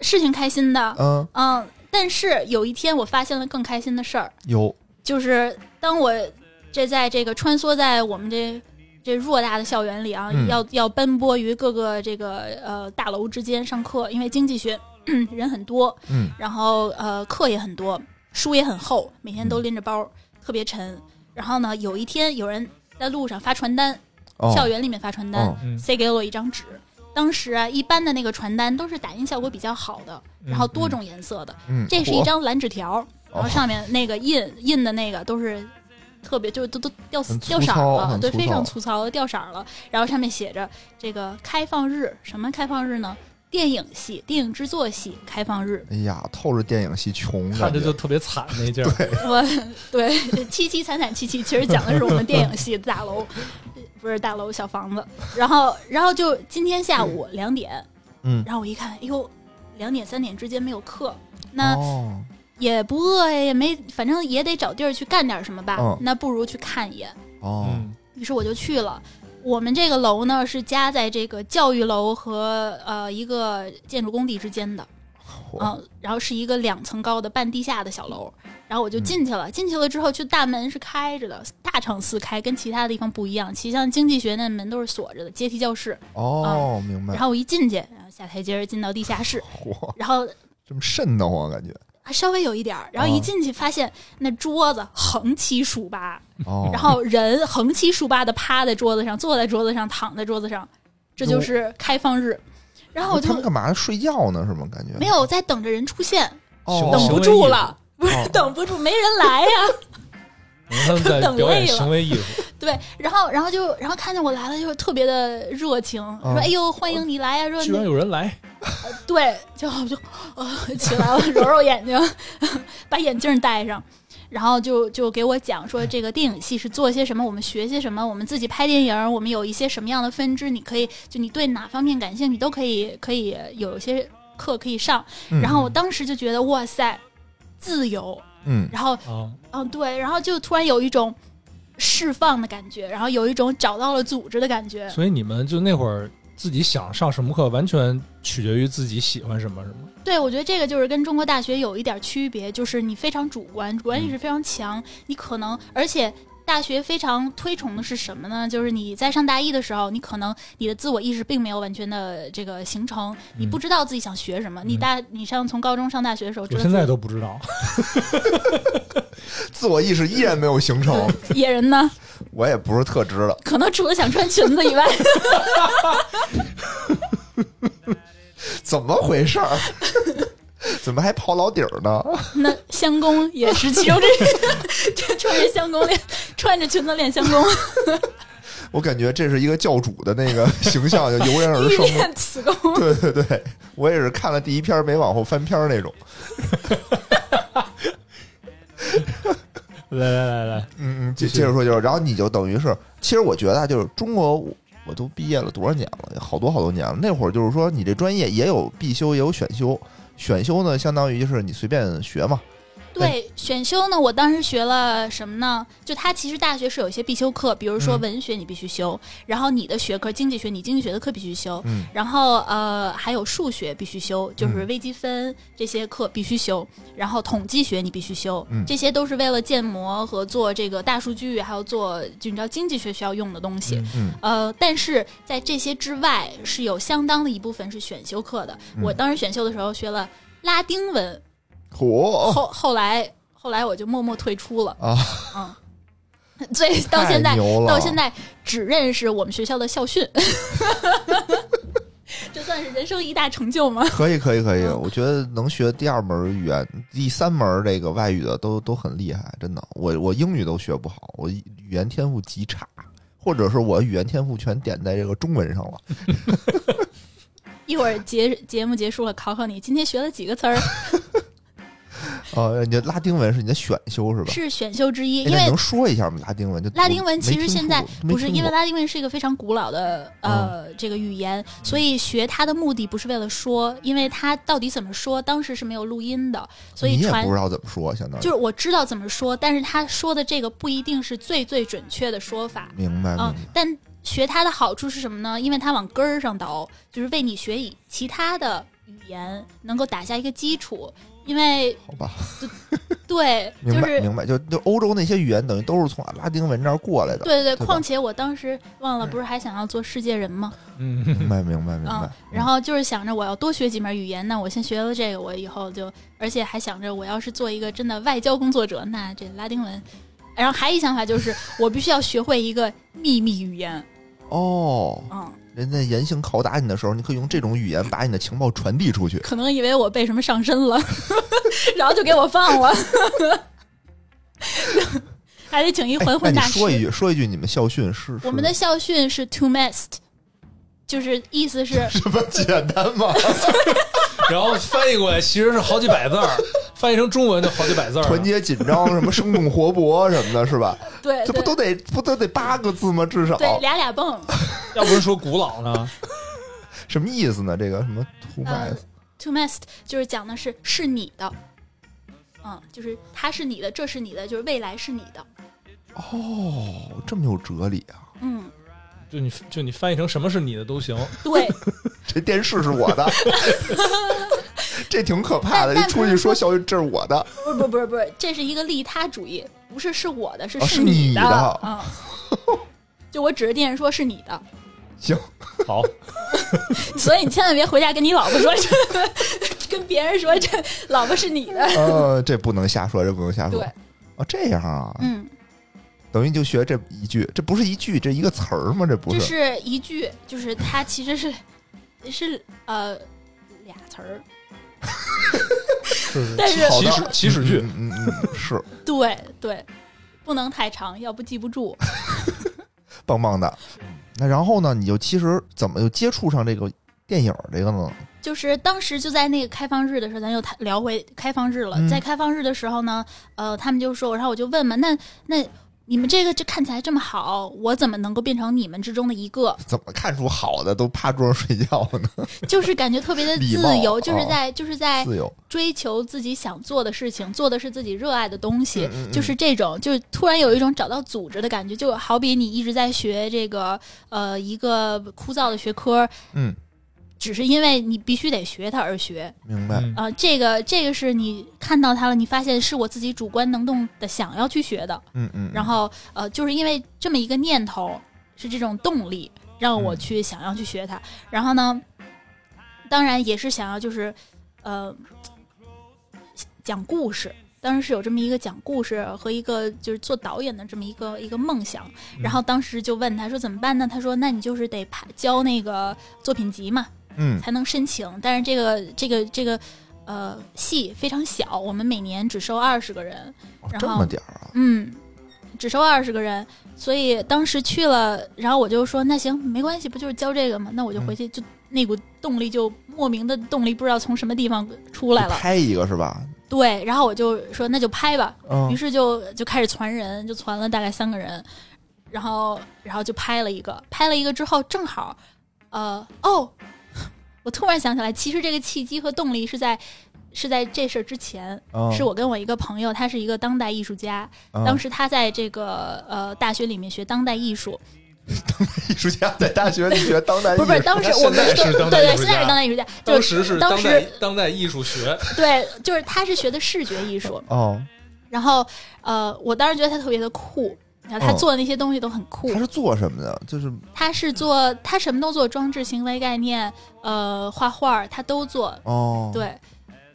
Speaker 3: 事情开心的，
Speaker 1: 嗯，
Speaker 3: 嗯，但是有一天我发现了更开心的事儿，
Speaker 1: 有
Speaker 3: 就是当我这在这个穿梭在我们这这偌大的校园里啊，
Speaker 1: 嗯
Speaker 3: 要要奔波于各个这个呃大楼之间上课，因为经济学 人很多，
Speaker 1: 嗯
Speaker 3: 然后呃课也很多，书也很厚，每天
Speaker 1: 嗯
Speaker 3: 都拎着包，特别沉。然后呢，有一天有人在路上发传单，
Speaker 1: 哦
Speaker 3: 校园里面发传单，
Speaker 1: 哦
Speaker 2: 嗯，
Speaker 3: 塞给了我一张纸。当时啊，一般的那个传单都是打印效果比较好的，
Speaker 2: 嗯
Speaker 3: 然后多种颜色的。
Speaker 1: 嗯，
Speaker 3: 这是一张蓝纸条，
Speaker 1: 哦
Speaker 3: 然后上面那个印印的那个都是特别就都都掉
Speaker 1: 很粗糙
Speaker 3: 掉色儿了，
Speaker 1: 很
Speaker 3: 对，
Speaker 1: 粗糙，
Speaker 3: 非常粗糙的掉色儿了。然后上面写着这个开放日，什么开放日呢？电影系、电影制作系开放日
Speaker 1: 哎呀，透着电影系穷，
Speaker 2: 看着
Speaker 1: 感觉
Speaker 2: 就特别惨那劲儿，
Speaker 3: 我对凄凄惨惨戚戚，其实讲的是我们电影系大楼，呃不是大楼小房子。然后，然后就今天下午两点，
Speaker 1: 嗯，
Speaker 3: 然后我一看，哎呦，两点三点之间没有课，那
Speaker 1: 哦
Speaker 3: 也不饿呀，也没，反正也得找地儿去干点什么吧。
Speaker 1: 嗯
Speaker 3: 那不如去看一眼。
Speaker 1: 哦
Speaker 2: 嗯，
Speaker 3: 于是我就去了。我们这个楼呢是夹在这个教育楼和呃一个建筑工地之间的，
Speaker 1: 嚯
Speaker 3: 嗯、然后是一个两层高的半地下的小楼。然后我就进去了，进去了之后，就大门是开着的，大敞四开，跟其他地方不一样。其实像经济学那门都是锁着的，阶梯教室。
Speaker 1: 哦，明白
Speaker 3: 然，后我一进去，然后下台阶儿进到地下室，
Speaker 1: 嚯，
Speaker 3: 然后
Speaker 1: 这么瘆得慌， 感觉
Speaker 3: 啊，稍微有一点儿。然后
Speaker 1: 啊
Speaker 3: 一进去发现那桌子横七竖八，
Speaker 1: 哦，
Speaker 3: 然后人横七竖八的趴在桌子上，坐在桌子上，躺在桌子上，这就是开放日。然后我就
Speaker 1: 哦他们干嘛睡觉呢？是吗？感觉
Speaker 3: 没有在等着人出现，
Speaker 1: 哦
Speaker 3: 等不住了，不
Speaker 1: 哦
Speaker 3: 是等不住，没人来呀、
Speaker 2: 然后他们在
Speaker 3: 等
Speaker 2: 表演
Speaker 3: 累了
Speaker 2: 行为艺术，
Speaker 3: 对，然后然后就然后看见我来了，就特别的热情，
Speaker 1: 哦
Speaker 3: 说：“哎呦，欢迎你来呀、说
Speaker 2: 居然
Speaker 3: 你
Speaker 2: 有人来，
Speaker 3: 对，就就呃起来了，揉揉眼睛，把眼镜戴上。然后就就给我讲说，这个电影系是做些什么，我们学些什么，我们自己拍电影，我们有一些什么样的分支，你可以就你对哪方面感兴趣都可以，可以有一些课可以上。
Speaker 1: 嗯
Speaker 3: 然后我当时就觉得哇塞，自由，
Speaker 1: 嗯
Speaker 3: 然后
Speaker 2: 啊，
Speaker 3: 嗯对，然后就突然有一种释放的感觉，然后有一种找到了组织的感觉。
Speaker 2: 所以你们就那会儿自己想上什么课，完全取决于自己喜欢什么，是吗？
Speaker 3: 对，我觉得这个就是跟中
Speaker 2: 嗯
Speaker 3: 国大学有一点区别，就是你非常主观，主观意识非常强，你可能而且大学非常推崇的是什么呢？就是你在上大一的时候，你可能你的自我意识并没有完全的这个形成，你不知道自己想学什么。你大你上从高中上大学的时候，
Speaker 2: 嗯
Speaker 3: 知
Speaker 2: 我
Speaker 3: 道
Speaker 2: 现
Speaker 3: 自
Speaker 2: 在
Speaker 3: 己
Speaker 2: 都不知道，
Speaker 1: 自我意识依然没有形成，
Speaker 3: 野人呢，
Speaker 1: 我也不是特知道。
Speaker 3: 可能除了想穿裙子以外，
Speaker 1: 怎么回事儿？ 怎么还刨老底儿呢？
Speaker 3: 那相公也是其中之这 穿着相公练，穿着裙子练相公，
Speaker 1: 我感觉这是一个教主的那个形象就油然而
Speaker 3: 欲
Speaker 1: 生。
Speaker 3: 练此功。
Speaker 1: 对对对，我也是看了第一篇没往后翻篇儿那种。
Speaker 2: 来来来来，
Speaker 1: 嗯嗯，
Speaker 2: 继
Speaker 1: 接
Speaker 2: 续
Speaker 1: 接着说就是，然后你就等于是，其实我觉得啊，就是中国我我都毕业了多少年了，好多好多年了。那会儿就是说，你这专业也有必修，也有选修。选修呢，相当于就是你随便学嘛。
Speaker 3: 对，选修呢，我当时学了什么呢？就它其实大学是有一些必修课，比如说
Speaker 1: 嗯
Speaker 3: 文学你必须修，然后你的学科经济学你经济学的课必须修，
Speaker 1: 嗯
Speaker 3: 然后呃还有数学必须修，就是微积分这些课必须修，然后统计学你必须修，
Speaker 1: 嗯
Speaker 3: 这些都是为了建模和做这个大数据，还有做就你知道经济学需要用的东西。
Speaker 2: 嗯
Speaker 1: 嗯
Speaker 3: 呃，但是在这些之外，是有相当的一部分是选修课的。
Speaker 1: 嗯
Speaker 3: 我当时选修的时候学了拉丁文，
Speaker 1: 嚯、
Speaker 3: 后后来后来我就默默退出了。
Speaker 1: 哦啊，
Speaker 3: 嗯，所以到现
Speaker 1: 太
Speaker 3: 在
Speaker 1: 牛了
Speaker 3: 到现在只认识我们学校的校训， 这算是人生一大成就吗？
Speaker 1: 可以可以可以，
Speaker 3: 嗯
Speaker 1: 我觉得能学第二门语言、第三门这个外语的都都很厉害，真的。我我英语都学不好，我语言天赋极差，或者是我语言天赋全点在这个中文 上了。
Speaker 3: 一会儿节节目结束了，考考你今天学了几个词儿？
Speaker 1: 呃，你的拉丁文是你的选修是吧？
Speaker 3: 是选修之一，
Speaker 1: 哎
Speaker 3: 因
Speaker 1: 那你
Speaker 3: 为
Speaker 1: 能说一下吗？拉丁文就
Speaker 3: 拉丁文
Speaker 1: 我没
Speaker 3: 其实
Speaker 1: 听
Speaker 3: 现在
Speaker 1: 过
Speaker 3: 不是
Speaker 1: 没听
Speaker 3: 因为
Speaker 1: 过嗯
Speaker 3: 拉丁文是一个非常古老的呃、这个语言，所以学它的目的不是为了说，因为它到底怎么说，当时是没有录音的，所以
Speaker 1: 你也
Speaker 3: 传
Speaker 1: 不知道怎么说，相当于
Speaker 3: 就是我知道怎么说，但是他说的这个不一定是最最准确的说法，
Speaker 1: 明白明
Speaker 3: 嗯
Speaker 1: 白。，
Speaker 3: 但学它的好处是什么呢？因为它往根儿上倒，就是为你学以其他的语言能够打下一个基础，因为
Speaker 1: 好吧，
Speaker 3: 对，
Speaker 1: 明
Speaker 3: 嗯就
Speaker 1: 白
Speaker 3: 是
Speaker 1: 明白，就就欧洲那些语言等于都是从拉丁文那儿过来的，
Speaker 3: 对对
Speaker 1: 对吧
Speaker 3: 对，况且我当时忘了，不是还想要做世界人吗？
Speaker 1: 明
Speaker 2: 嗯，
Speaker 1: 白明白明白
Speaker 3: 嗯。，然后就是想着我要多学几门语言，那我先学了这个，我以后就，而且还想着我要是做一个真的外交工作者，那这拉丁文，然后还一想法就是我必须要学会一个秘密语言，
Speaker 1: 哦，
Speaker 3: 嗯，
Speaker 1: 人家严刑拷打你的时候，你可以用这种语言把你的情报传递出去。
Speaker 3: 可能以为我被什么上身了， 然后就给我放了， 还得请一
Speaker 1: 哎
Speaker 3: 还
Speaker 1: 那
Speaker 3: 魂
Speaker 1: 你
Speaker 3: 大师。
Speaker 1: 说一句，说一句你们校训是
Speaker 3: 我 们的校训是 “to mest”，就是意思是
Speaker 1: 什么简单吗？
Speaker 2: 然后翻译过来其实是好几百字儿， 翻译成中文就好几百 字儿了。
Speaker 1: 团结紧张，什么生动活泼什么的，是吧？
Speaker 3: 对
Speaker 1: 这不都哦
Speaker 3: 对
Speaker 1: 得不都得八个字吗？至少
Speaker 3: 对俩俩蹦，
Speaker 2: 要不是说古老呢？
Speaker 1: 什么意思呢？这个什么 too
Speaker 3: 呃
Speaker 1: much
Speaker 3: ，to mest 就是讲的是是你的，嗯，就是它是你的，这是你的，就是未来是你的，
Speaker 1: 哦，这么有哲理啊！
Speaker 3: 嗯，
Speaker 2: 就你就你翻译成什么是你的都行。
Speaker 3: 对，
Speaker 1: 这电视是我 的，这挺可怕的。
Speaker 3: 但
Speaker 1: 一
Speaker 3: 但
Speaker 1: 出去说校训，这是我 的，
Speaker 3: 不是不是不是不是，这是一个利他主义，不是是我的，是
Speaker 1: 哦是
Speaker 3: 你
Speaker 1: 你的
Speaker 3: 的，嗯，就我指着电视说是你的，
Speaker 1: 行，
Speaker 2: 好，
Speaker 3: 所以你千万别回家跟你老婆说这， 跟别人说这老婆是你的，
Speaker 1: 呃，这不能瞎说，这不能瞎说。
Speaker 3: 对，
Speaker 1: 哦，这样啊，
Speaker 3: 嗯，
Speaker 1: 等于就学这一句，这不是一句，这一个词儿吗？这不
Speaker 3: 这
Speaker 1: 是？
Speaker 3: 是一句，就是它其实是是呃俩词儿，
Speaker 2: 是是
Speaker 3: 但是
Speaker 1: 好
Speaker 2: 起
Speaker 1: 的
Speaker 2: 始起始句，
Speaker 1: 嗯嗯嗯嗯是
Speaker 3: 对对，不能太长，要不记不住。
Speaker 1: 棒棒的。那然后呢，你就其实怎么就接触上这个电影这个呢？
Speaker 3: 就是当时就在那个开放日的时候，咱又谈聊回开放日了。
Speaker 1: 嗯
Speaker 3: 在开放日的时候呢，呃，他们就说，然后我就问嘛，那那你们这个这看起来这么好，我怎么能够变成你们之中的 一个？
Speaker 1: 怎么看出好的都趴桌上睡觉呢？
Speaker 3: 就是感觉特别的
Speaker 1: 礼貌
Speaker 3: 自由，
Speaker 1: 啊
Speaker 3: 就是在就是 在
Speaker 1: 自由，
Speaker 3: 追求自己想做的事情，做的是自己热爱的东西，
Speaker 1: 嗯嗯嗯
Speaker 3: 就是这种，就是突然有一种找到组织的感觉，就好比你一直在学这个呃一个枯燥的学科，
Speaker 1: 嗯，
Speaker 3: 只是因为你必须得学它而学。
Speaker 1: 明白。
Speaker 2: 嗯
Speaker 3: 呃，这个这个是你看到它了，你发现是我自己主观能动的想要去学的，
Speaker 1: 嗯嗯。
Speaker 3: 然后呃，就是因为这么一个念头，是这种动力让我
Speaker 1: 嗯
Speaker 3: 去想要去学它。然后呢，当然也是想要就是呃讲故事。当时是有这么一个讲故事和一个就是做导演的这么一个一个梦想，
Speaker 1: 嗯
Speaker 3: 然后当时就问他说怎么办呢？他说那你就是得排交那个作品集嘛，
Speaker 1: 嗯
Speaker 3: 才能申请。但是这个这个这个呃系非常小，我们每年只收二十个人，
Speaker 1: 哦
Speaker 3: 然
Speaker 1: 这
Speaker 3: 后
Speaker 1: 么点儿啊，
Speaker 3: 嗯，只收二十个人，所以当时去了，然后我就说那行没关系，不就是教这个吗？那我就
Speaker 1: 嗯
Speaker 3: 回去，就那股动力就莫名的动力，不知道从什么地方出来
Speaker 1: 就
Speaker 3: 了。
Speaker 1: 拍一个是吧？
Speaker 3: 对，然后我就说那就拍吧，于
Speaker 1: 嗯
Speaker 3: 是就就开始传人，就传了大概三个人，然后然后就拍了一个，拍了一个之后正好，呃哦， 我突然想起来，其实这个契机和动力是在是在这事儿之前，
Speaker 1: 嗯，
Speaker 3: 是我跟我一个朋友，他是一个当代艺术家，当
Speaker 1: 时
Speaker 3: 时他在这个呃大学里面学当代艺术，
Speaker 1: 艺术家在大学里学当代艺
Speaker 3: 不
Speaker 1: 术，
Speaker 3: 是不是，当时我们
Speaker 2: 哎现在是
Speaker 3: 对
Speaker 2: 当代艺
Speaker 3: 对，
Speaker 2: 术
Speaker 3: 现在是
Speaker 2: 家
Speaker 3: 当代艺术家，就
Speaker 2: 当
Speaker 3: 是
Speaker 2: 时是
Speaker 3: 当
Speaker 2: 当代
Speaker 3: 时
Speaker 2: 当代艺术学，
Speaker 3: 对，就是他是学的视觉艺术，
Speaker 1: 哦，
Speaker 3: 然后呃，我当时觉得他特别的酷。然后他
Speaker 1: 嗯
Speaker 3: 做的那些东西都很酷，
Speaker 1: 他是做什么的？就是
Speaker 3: 他是做他什么都做，装置行为概念，呃，画画儿他都做。
Speaker 1: 哦，，
Speaker 3: 对，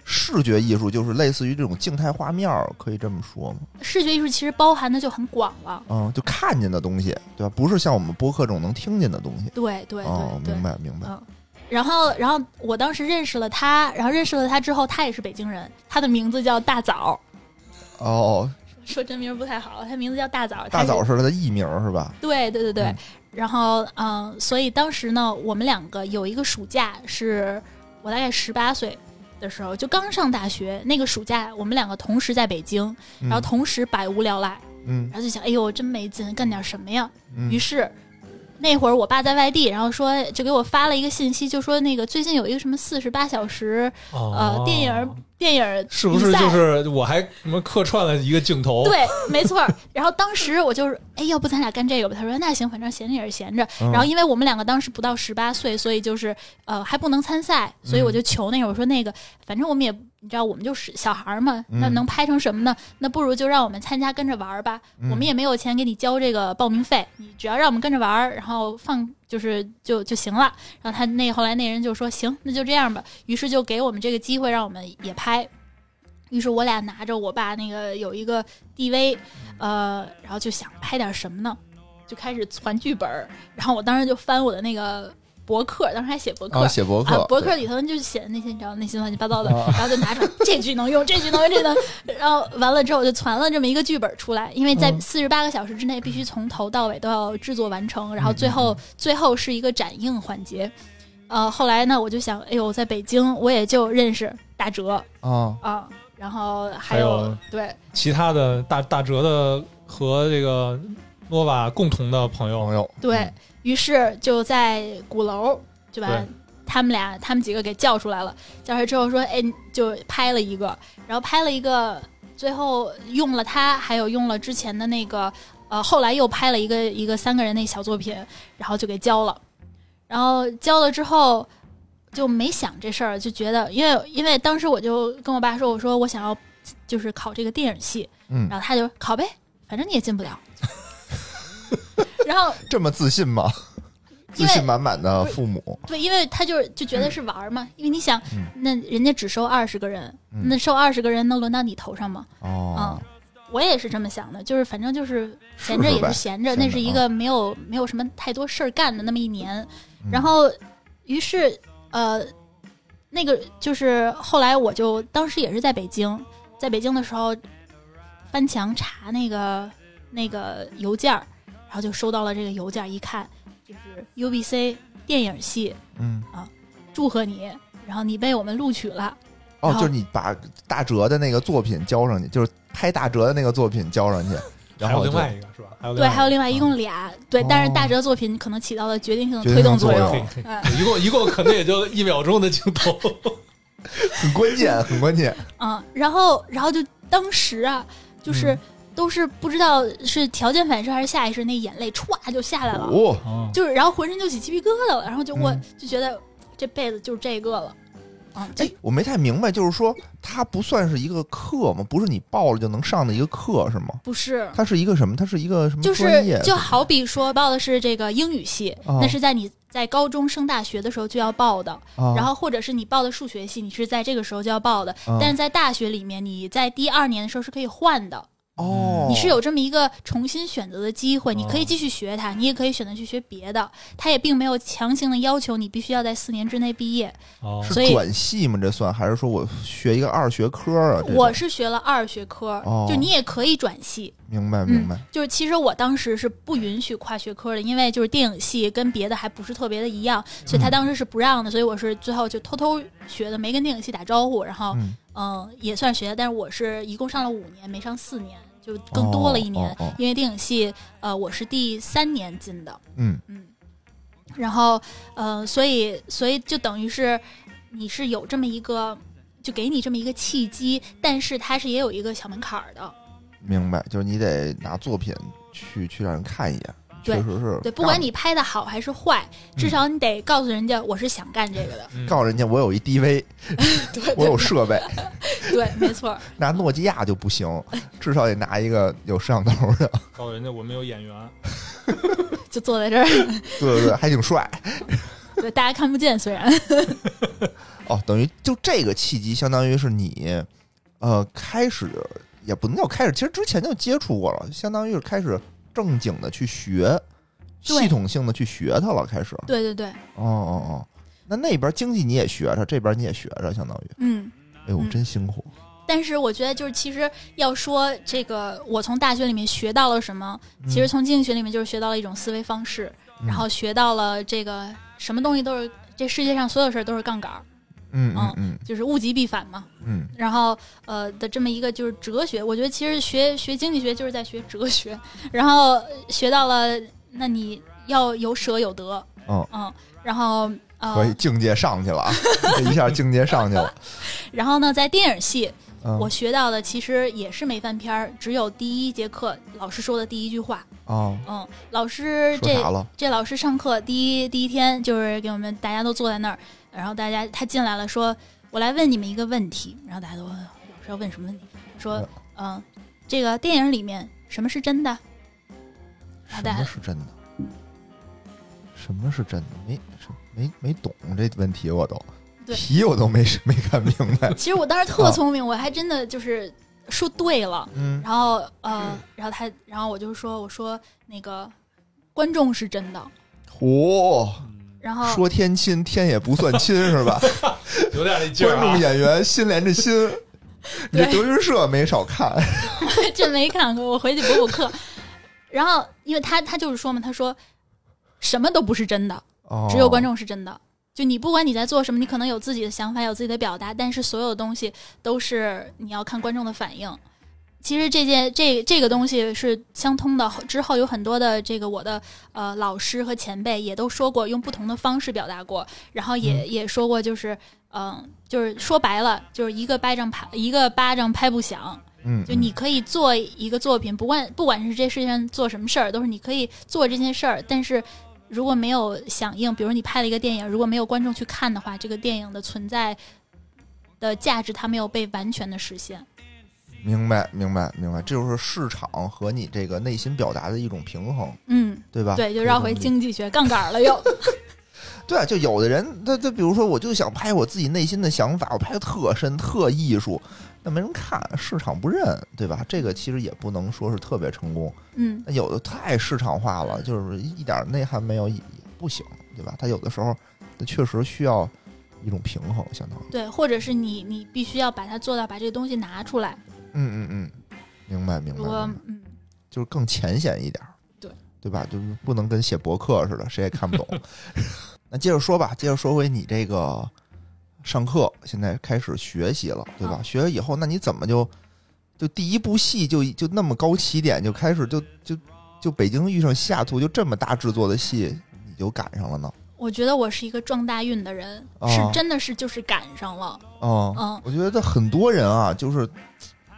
Speaker 1: 视觉艺术就是类似于这种静态画面儿，可以这么说吗？
Speaker 3: 视觉艺术其实包含的就很广了。
Speaker 1: 嗯，就看见的东西，对吧？不是像我们播客这种能听见的东西。
Speaker 3: 对对
Speaker 1: 哦，
Speaker 3: 对对
Speaker 1: 明，白明白。
Speaker 3: 嗯。然后，然后我当时认识了他，然后认识了他之后，他也是北京人，他的名字叫大枣，
Speaker 1: 哦，
Speaker 3: 说真名不太好，他名字叫大枣。他
Speaker 1: 大
Speaker 3: 是
Speaker 1: 枣是他的艺名是吧？
Speaker 3: 对对对对，
Speaker 1: 嗯
Speaker 3: 然后嗯、所以当时呢，我们两个有一个暑假是我大概十八岁的时候，就刚上大学那个暑假，我们两个同时在北京，
Speaker 1: 然
Speaker 3: 然
Speaker 2: 嗯
Speaker 3: 后同时百无聊赖，
Speaker 1: 嗯
Speaker 3: 然后就想，哎呦，真没劲，干点什么呀？
Speaker 1: 嗯，
Speaker 3: 于是。那会儿我爸在外地，然后说就给我发了一个信息，就说那个最近有一个什么四十八小时呃
Speaker 2: 哦
Speaker 3: 电影儿电影儿
Speaker 2: 是不是
Speaker 3: 比赛
Speaker 2: 就是我还什么客串了一个镜头？，
Speaker 3: 对，没错儿。然后当时我就是，哎，要不咱俩干这个吧？他说那行，反正闲着也是闲着。
Speaker 1: 嗯
Speaker 3: 然后因为我们两个当时不到十八岁，所以就是呃还不能参赛，所
Speaker 2: 嗯
Speaker 3: 以我就求那个，我说那个，反正我们也你知道，我们就是小孩儿嘛，那
Speaker 1: 嗯
Speaker 3: 能拍成什么呢？那不如就让我们参加跟着玩儿吧。我
Speaker 1: 嗯
Speaker 3: 们也没有钱给你交这个报名费，你只要让我们跟着玩儿，然后放就是就就行了。然后他那后来那人就说行，那就这样吧。于是就给我们这个机会，让我们也拍。于是我俩拿着我爸那个有一个 DV，呃，然后就想拍点什么呢？就开始传剧本儿。然后我当时就翻我的那个博客，当时还写博客。
Speaker 1: 啊，写博客
Speaker 3: 啊，，博客里头就写的那些你知道那些乱七八糟的，
Speaker 1: 啊
Speaker 3: 然后就拿出来 这句能用，这句能用，这句能用，然后完了之后我就传了这么一个剧本出来，因为在
Speaker 1: 嗯
Speaker 3: 四十八个小时之内必须从头到尾都要制作完成，然后最后最后是一个展映环节。呃，后来呢，我就想，哎呦，在北京我也就认识大哲
Speaker 1: 啊，
Speaker 3: 啊，然后还
Speaker 2: 还有
Speaker 3: 对
Speaker 2: 其他的大大哲的和这个诺瓦共同的朋友
Speaker 1: 朋友，
Speaker 3: 对，于是就在鼓楼就把
Speaker 2: 对
Speaker 3: 他们俩他们几个给叫出来了，叫出来之后说，哎，就拍了一个，然后拍了一个，最后用了他，还有用了之前的那个，呃，后来又拍了一个一个三个人那小作品，然后就给交了，然后交了之后。就没想这事儿，就觉得，因为因为当时我就跟我爸说，我说我想要就是考这个电影系，
Speaker 1: 嗯，
Speaker 3: 然后他就考呗，反正你也进不了。然后
Speaker 1: 这么自信吗？
Speaker 3: 因
Speaker 1: 自
Speaker 3: 为
Speaker 1: 信满满的父母，
Speaker 3: 对，因为他就是就觉得是玩儿嘛，因为你想
Speaker 1: 嗯，
Speaker 3: 那人家只收二十个人，
Speaker 1: 嗯
Speaker 3: 那嗯收二十个人能轮到你头上吗？
Speaker 1: 哦，
Speaker 3: 我也是这么想的，就是反正就是闲着
Speaker 1: 试试
Speaker 3: 也
Speaker 1: 呗
Speaker 3: 是闲着，
Speaker 1: 闲着
Speaker 3: 那是一
Speaker 1: 啊
Speaker 3: 个没有没有什么太多事儿干的那么一年。
Speaker 1: 嗯
Speaker 3: 然后，于是呃，那个就是后来我就当时也是在北京，在北京的时候翻墙查那个那个邮件儿，然后就收到了这个邮件儿，一看就是 UBC 电影系
Speaker 1: 嗯，
Speaker 3: 祝贺你，然后你被我们录取了。
Speaker 1: 哦，
Speaker 3: 然
Speaker 1: 就
Speaker 3: 后
Speaker 1: 是你把大哲的那个作品交上去，就是拍大哲的那个作品交上去，然
Speaker 2: 还有
Speaker 1: 后
Speaker 2: 另
Speaker 1: 就
Speaker 2: 外一个啊是吧？还有
Speaker 3: 对，还有
Speaker 2: 另
Speaker 3: 另外一共俩，对，但是大哲作品可能起到了决定性的推动
Speaker 1: 嗯
Speaker 3: 作
Speaker 1: 哦决定
Speaker 2: 外
Speaker 1: 性
Speaker 2: 一
Speaker 1: 作
Speaker 3: 用
Speaker 2: 个。嘿嘿
Speaker 3: 嗯
Speaker 2: 一共一共可能也就一秒钟的镜 头，
Speaker 1: 很关键，很关键，
Speaker 3: 嗯，然后然后就当时啊，就是
Speaker 1: 嗯
Speaker 3: 都是不知道是条件反射还是下意识，那眼泪歘就下来了，
Speaker 1: 哦，
Speaker 2: 哦，
Speaker 3: 就是然后浑身就起鸡皮疙瘩了，然后就我
Speaker 1: 嗯
Speaker 3: 就觉得这辈子就这个了。啊，这
Speaker 1: 哎，我没太明白，就是说它不算是一个课吗？不是你报了就能上的一个课是吗？
Speaker 3: 不是，
Speaker 1: 它是一个什么？它是一个什么
Speaker 3: 就
Speaker 1: 专业
Speaker 3: 是？就好比说报的是这个英语系，
Speaker 1: 啊
Speaker 3: 那是在你在高中升大学的时候就要报的，
Speaker 1: 啊
Speaker 3: 然后或者是你报的数学系，你是在这个时候就要报的，
Speaker 1: 啊
Speaker 3: 但是在大学里面，你在第二年的时候是可以换的，
Speaker 1: 哦，
Speaker 3: 你是有这么一个重新选择的机会，你可以
Speaker 2: 哦
Speaker 3: 继续学它，你也可以选择去学别的，它也并没有强行的要求你必须要在四年之内毕
Speaker 1: 啊
Speaker 3: 业。
Speaker 2: 哦，
Speaker 3: 所以
Speaker 1: 是转系吗？这算还是说我学一个二学科啊？这种
Speaker 3: 我是学了二学科，
Speaker 1: 哦
Speaker 3: 就你也可以转系。
Speaker 1: 明白
Speaker 3: 嗯
Speaker 1: 明白，
Speaker 3: 就是其实我当时是不允许跨学科的，因为就是电影系跟别的还不是特别的一样，
Speaker 1: 嗯
Speaker 3: 所以他当时是不让的，所以我是最后就偷偷学的，没跟电影系打招呼，然后
Speaker 1: 嗯，
Speaker 3: 嗯，也算学，但是我是一共上了五年，没上四年，就更多了一年，
Speaker 1: 哦哦哦
Speaker 3: 因为电影系，呃，我是第三年进的，
Speaker 1: 嗯
Speaker 3: 嗯，然后，呃，所以，所以就等于是你是有这么一个，就给你这么一个契机，但是它是也有一个小门槛儿的，
Speaker 1: 明白，就是你得拿作品去去让人看一眼，
Speaker 3: 对
Speaker 1: 确实是
Speaker 3: 对，不
Speaker 1: 干
Speaker 3: 管你拍的好还是坏，至少你得告诉人家我是想干这个的，
Speaker 2: 嗯
Speaker 1: 告诉人家我有一 DV，
Speaker 3: 对
Speaker 1: 我有设备，
Speaker 3: 对，没错儿，
Speaker 1: 拿诺基亚就不行，至少得拿一个有摄像头的，
Speaker 2: 告诉人家我们有演员，
Speaker 3: 就坐在这儿，
Speaker 1: 对对对，还挺帅
Speaker 3: 对，大家看不见，虽然，
Speaker 1: 哦。等于就这个契机，相当于是你呃开始也不能叫开始，其实之前就接触过了，相当于是开始正经的去学，
Speaker 3: 对
Speaker 1: 系统性的去学它了，开始。
Speaker 3: 对对对，
Speaker 1: 哦哦哦，那那边经济你也学着，这边你也学着，相当于，
Speaker 3: 嗯。
Speaker 1: 哎呦，
Speaker 3: 嗯
Speaker 1: 真辛苦。
Speaker 3: 但是我觉得，就是其实要说这个，我从大学里面学到了什么？其实从经济学里面就是学到了一种思维方式，
Speaker 1: 嗯，
Speaker 3: 然后学到了这个什么东西都是这世界上所有事儿都是杠杆儿，
Speaker 1: 嗯嗯嗯
Speaker 3: 就是物极必反嘛。
Speaker 1: 嗯
Speaker 3: 然后呃的这么一个就是哲学，我觉得其实学学经济学就是在学哲学，然后呃学到了，那你要有舍有得，
Speaker 1: 嗯
Speaker 3: 然后
Speaker 1: 嗯，可以
Speaker 3: 呃，
Speaker 1: 境界上去了啊，这一下境界上去了。
Speaker 3: 然后呢，在电影系
Speaker 1: 嗯
Speaker 3: 我学到的其实也是没翻篇儿，只有第一节课老师说的第一句话。
Speaker 1: 哦，
Speaker 3: 嗯，老师
Speaker 1: 说啥
Speaker 3: 这
Speaker 1: 了？
Speaker 3: 这老师上课第一第一天就是给我们大家都坐在那儿，然后大家他进来了说，我来问你们一个问题，然后大家都哎呦老师要问什么问题？他说
Speaker 1: 嗯，
Speaker 3: 嗯、这个电影里面什么是真的？然后
Speaker 1: 什
Speaker 3: 大
Speaker 1: 么
Speaker 3: 家
Speaker 1: 是真的？什么是真的？没是没没懂这问题，我都
Speaker 3: 对
Speaker 1: 题我都没没看明白。
Speaker 3: 其实我当时
Speaker 1: 啊
Speaker 3: 特聪明，我还真的就是呃嗯说对了。
Speaker 1: 嗯，
Speaker 3: 然后呃，然后他，然后我就说，我说那个观众是真的，
Speaker 1: 嚯、
Speaker 2: 嗯
Speaker 3: 然后
Speaker 1: 哦 说天亲，天也不算亲是吧？
Speaker 2: 有点那劲儿
Speaker 1: 观众
Speaker 2: 啊。
Speaker 1: 演员心连着 心，你这德云社没少看。
Speaker 3: 真没看过，我回去补补课。然后，因为他他就是说嘛，他说什么都不是真的，
Speaker 1: 哦，
Speaker 3: 只有观众是真的。就你不管你在做什么，你可能有自己的想法，有自己的表达，但是所有东西都是你要看观众的反应。其实这件这这个东西是相通的，之后有很多的这个我的呃老师和前辈也都说过，用不同的方式表达过，然后也、也说过，就是嗯、就是说白了，就是一个巴掌拍一个巴掌拍不响，
Speaker 1: 嗯，嗯，
Speaker 3: 就你可以做一个作品，不管不管是这世界上做什么事儿，都是你可以做这件事儿，但是如果没有响应，比如你拍了一个电影，如果没有观众去看的话，这个电影的存在的价值它没有被完全的实现。
Speaker 1: 嗯明白，明白，明白，这就是市场和你这个内心表达的一种平衡，
Speaker 3: 嗯，
Speaker 1: 对吧？
Speaker 3: 对，就绕回
Speaker 1: 精。
Speaker 3: 经济学杠杆儿了又。
Speaker 1: 对，啊就有的人，他他比如说，我就想拍我自己内心的想法，我拍的特深、特艺术，那没人看，市场不认，对吧？这个其实也不能说是特别成功。
Speaker 3: 嗯，
Speaker 1: 那有的太市场化了，就是一点内涵没有也不行，对吧？他有的时候，他确实需要一种平衡，相当于。
Speaker 3: 对，或者是你你必须要把它做到把这个东西拿出来。
Speaker 1: 嗯嗯嗯，明白明白。明白
Speaker 3: 如果嗯，
Speaker 1: 就是更浅显一点儿，
Speaker 3: 对
Speaker 1: 对吧？就是不能跟写博客似的，谁也看不懂。 那接着说吧，接着说回你这个上课，现在开始学习了，对吧？
Speaker 3: 好
Speaker 1: 学了以后，那你怎么就就第一部戏就就那么高起点就开始就就就北京遇上西雅图就这么大制作的戏，你就赶上了呢？
Speaker 3: 我觉得我是一个撞大运的人，
Speaker 1: 哦
Speaker 3: 是真的是就是赶上了。
Speaker 1: 嗯，
Speaker 3: 嗯
Speaker 1: 我觉得很多人啊，就是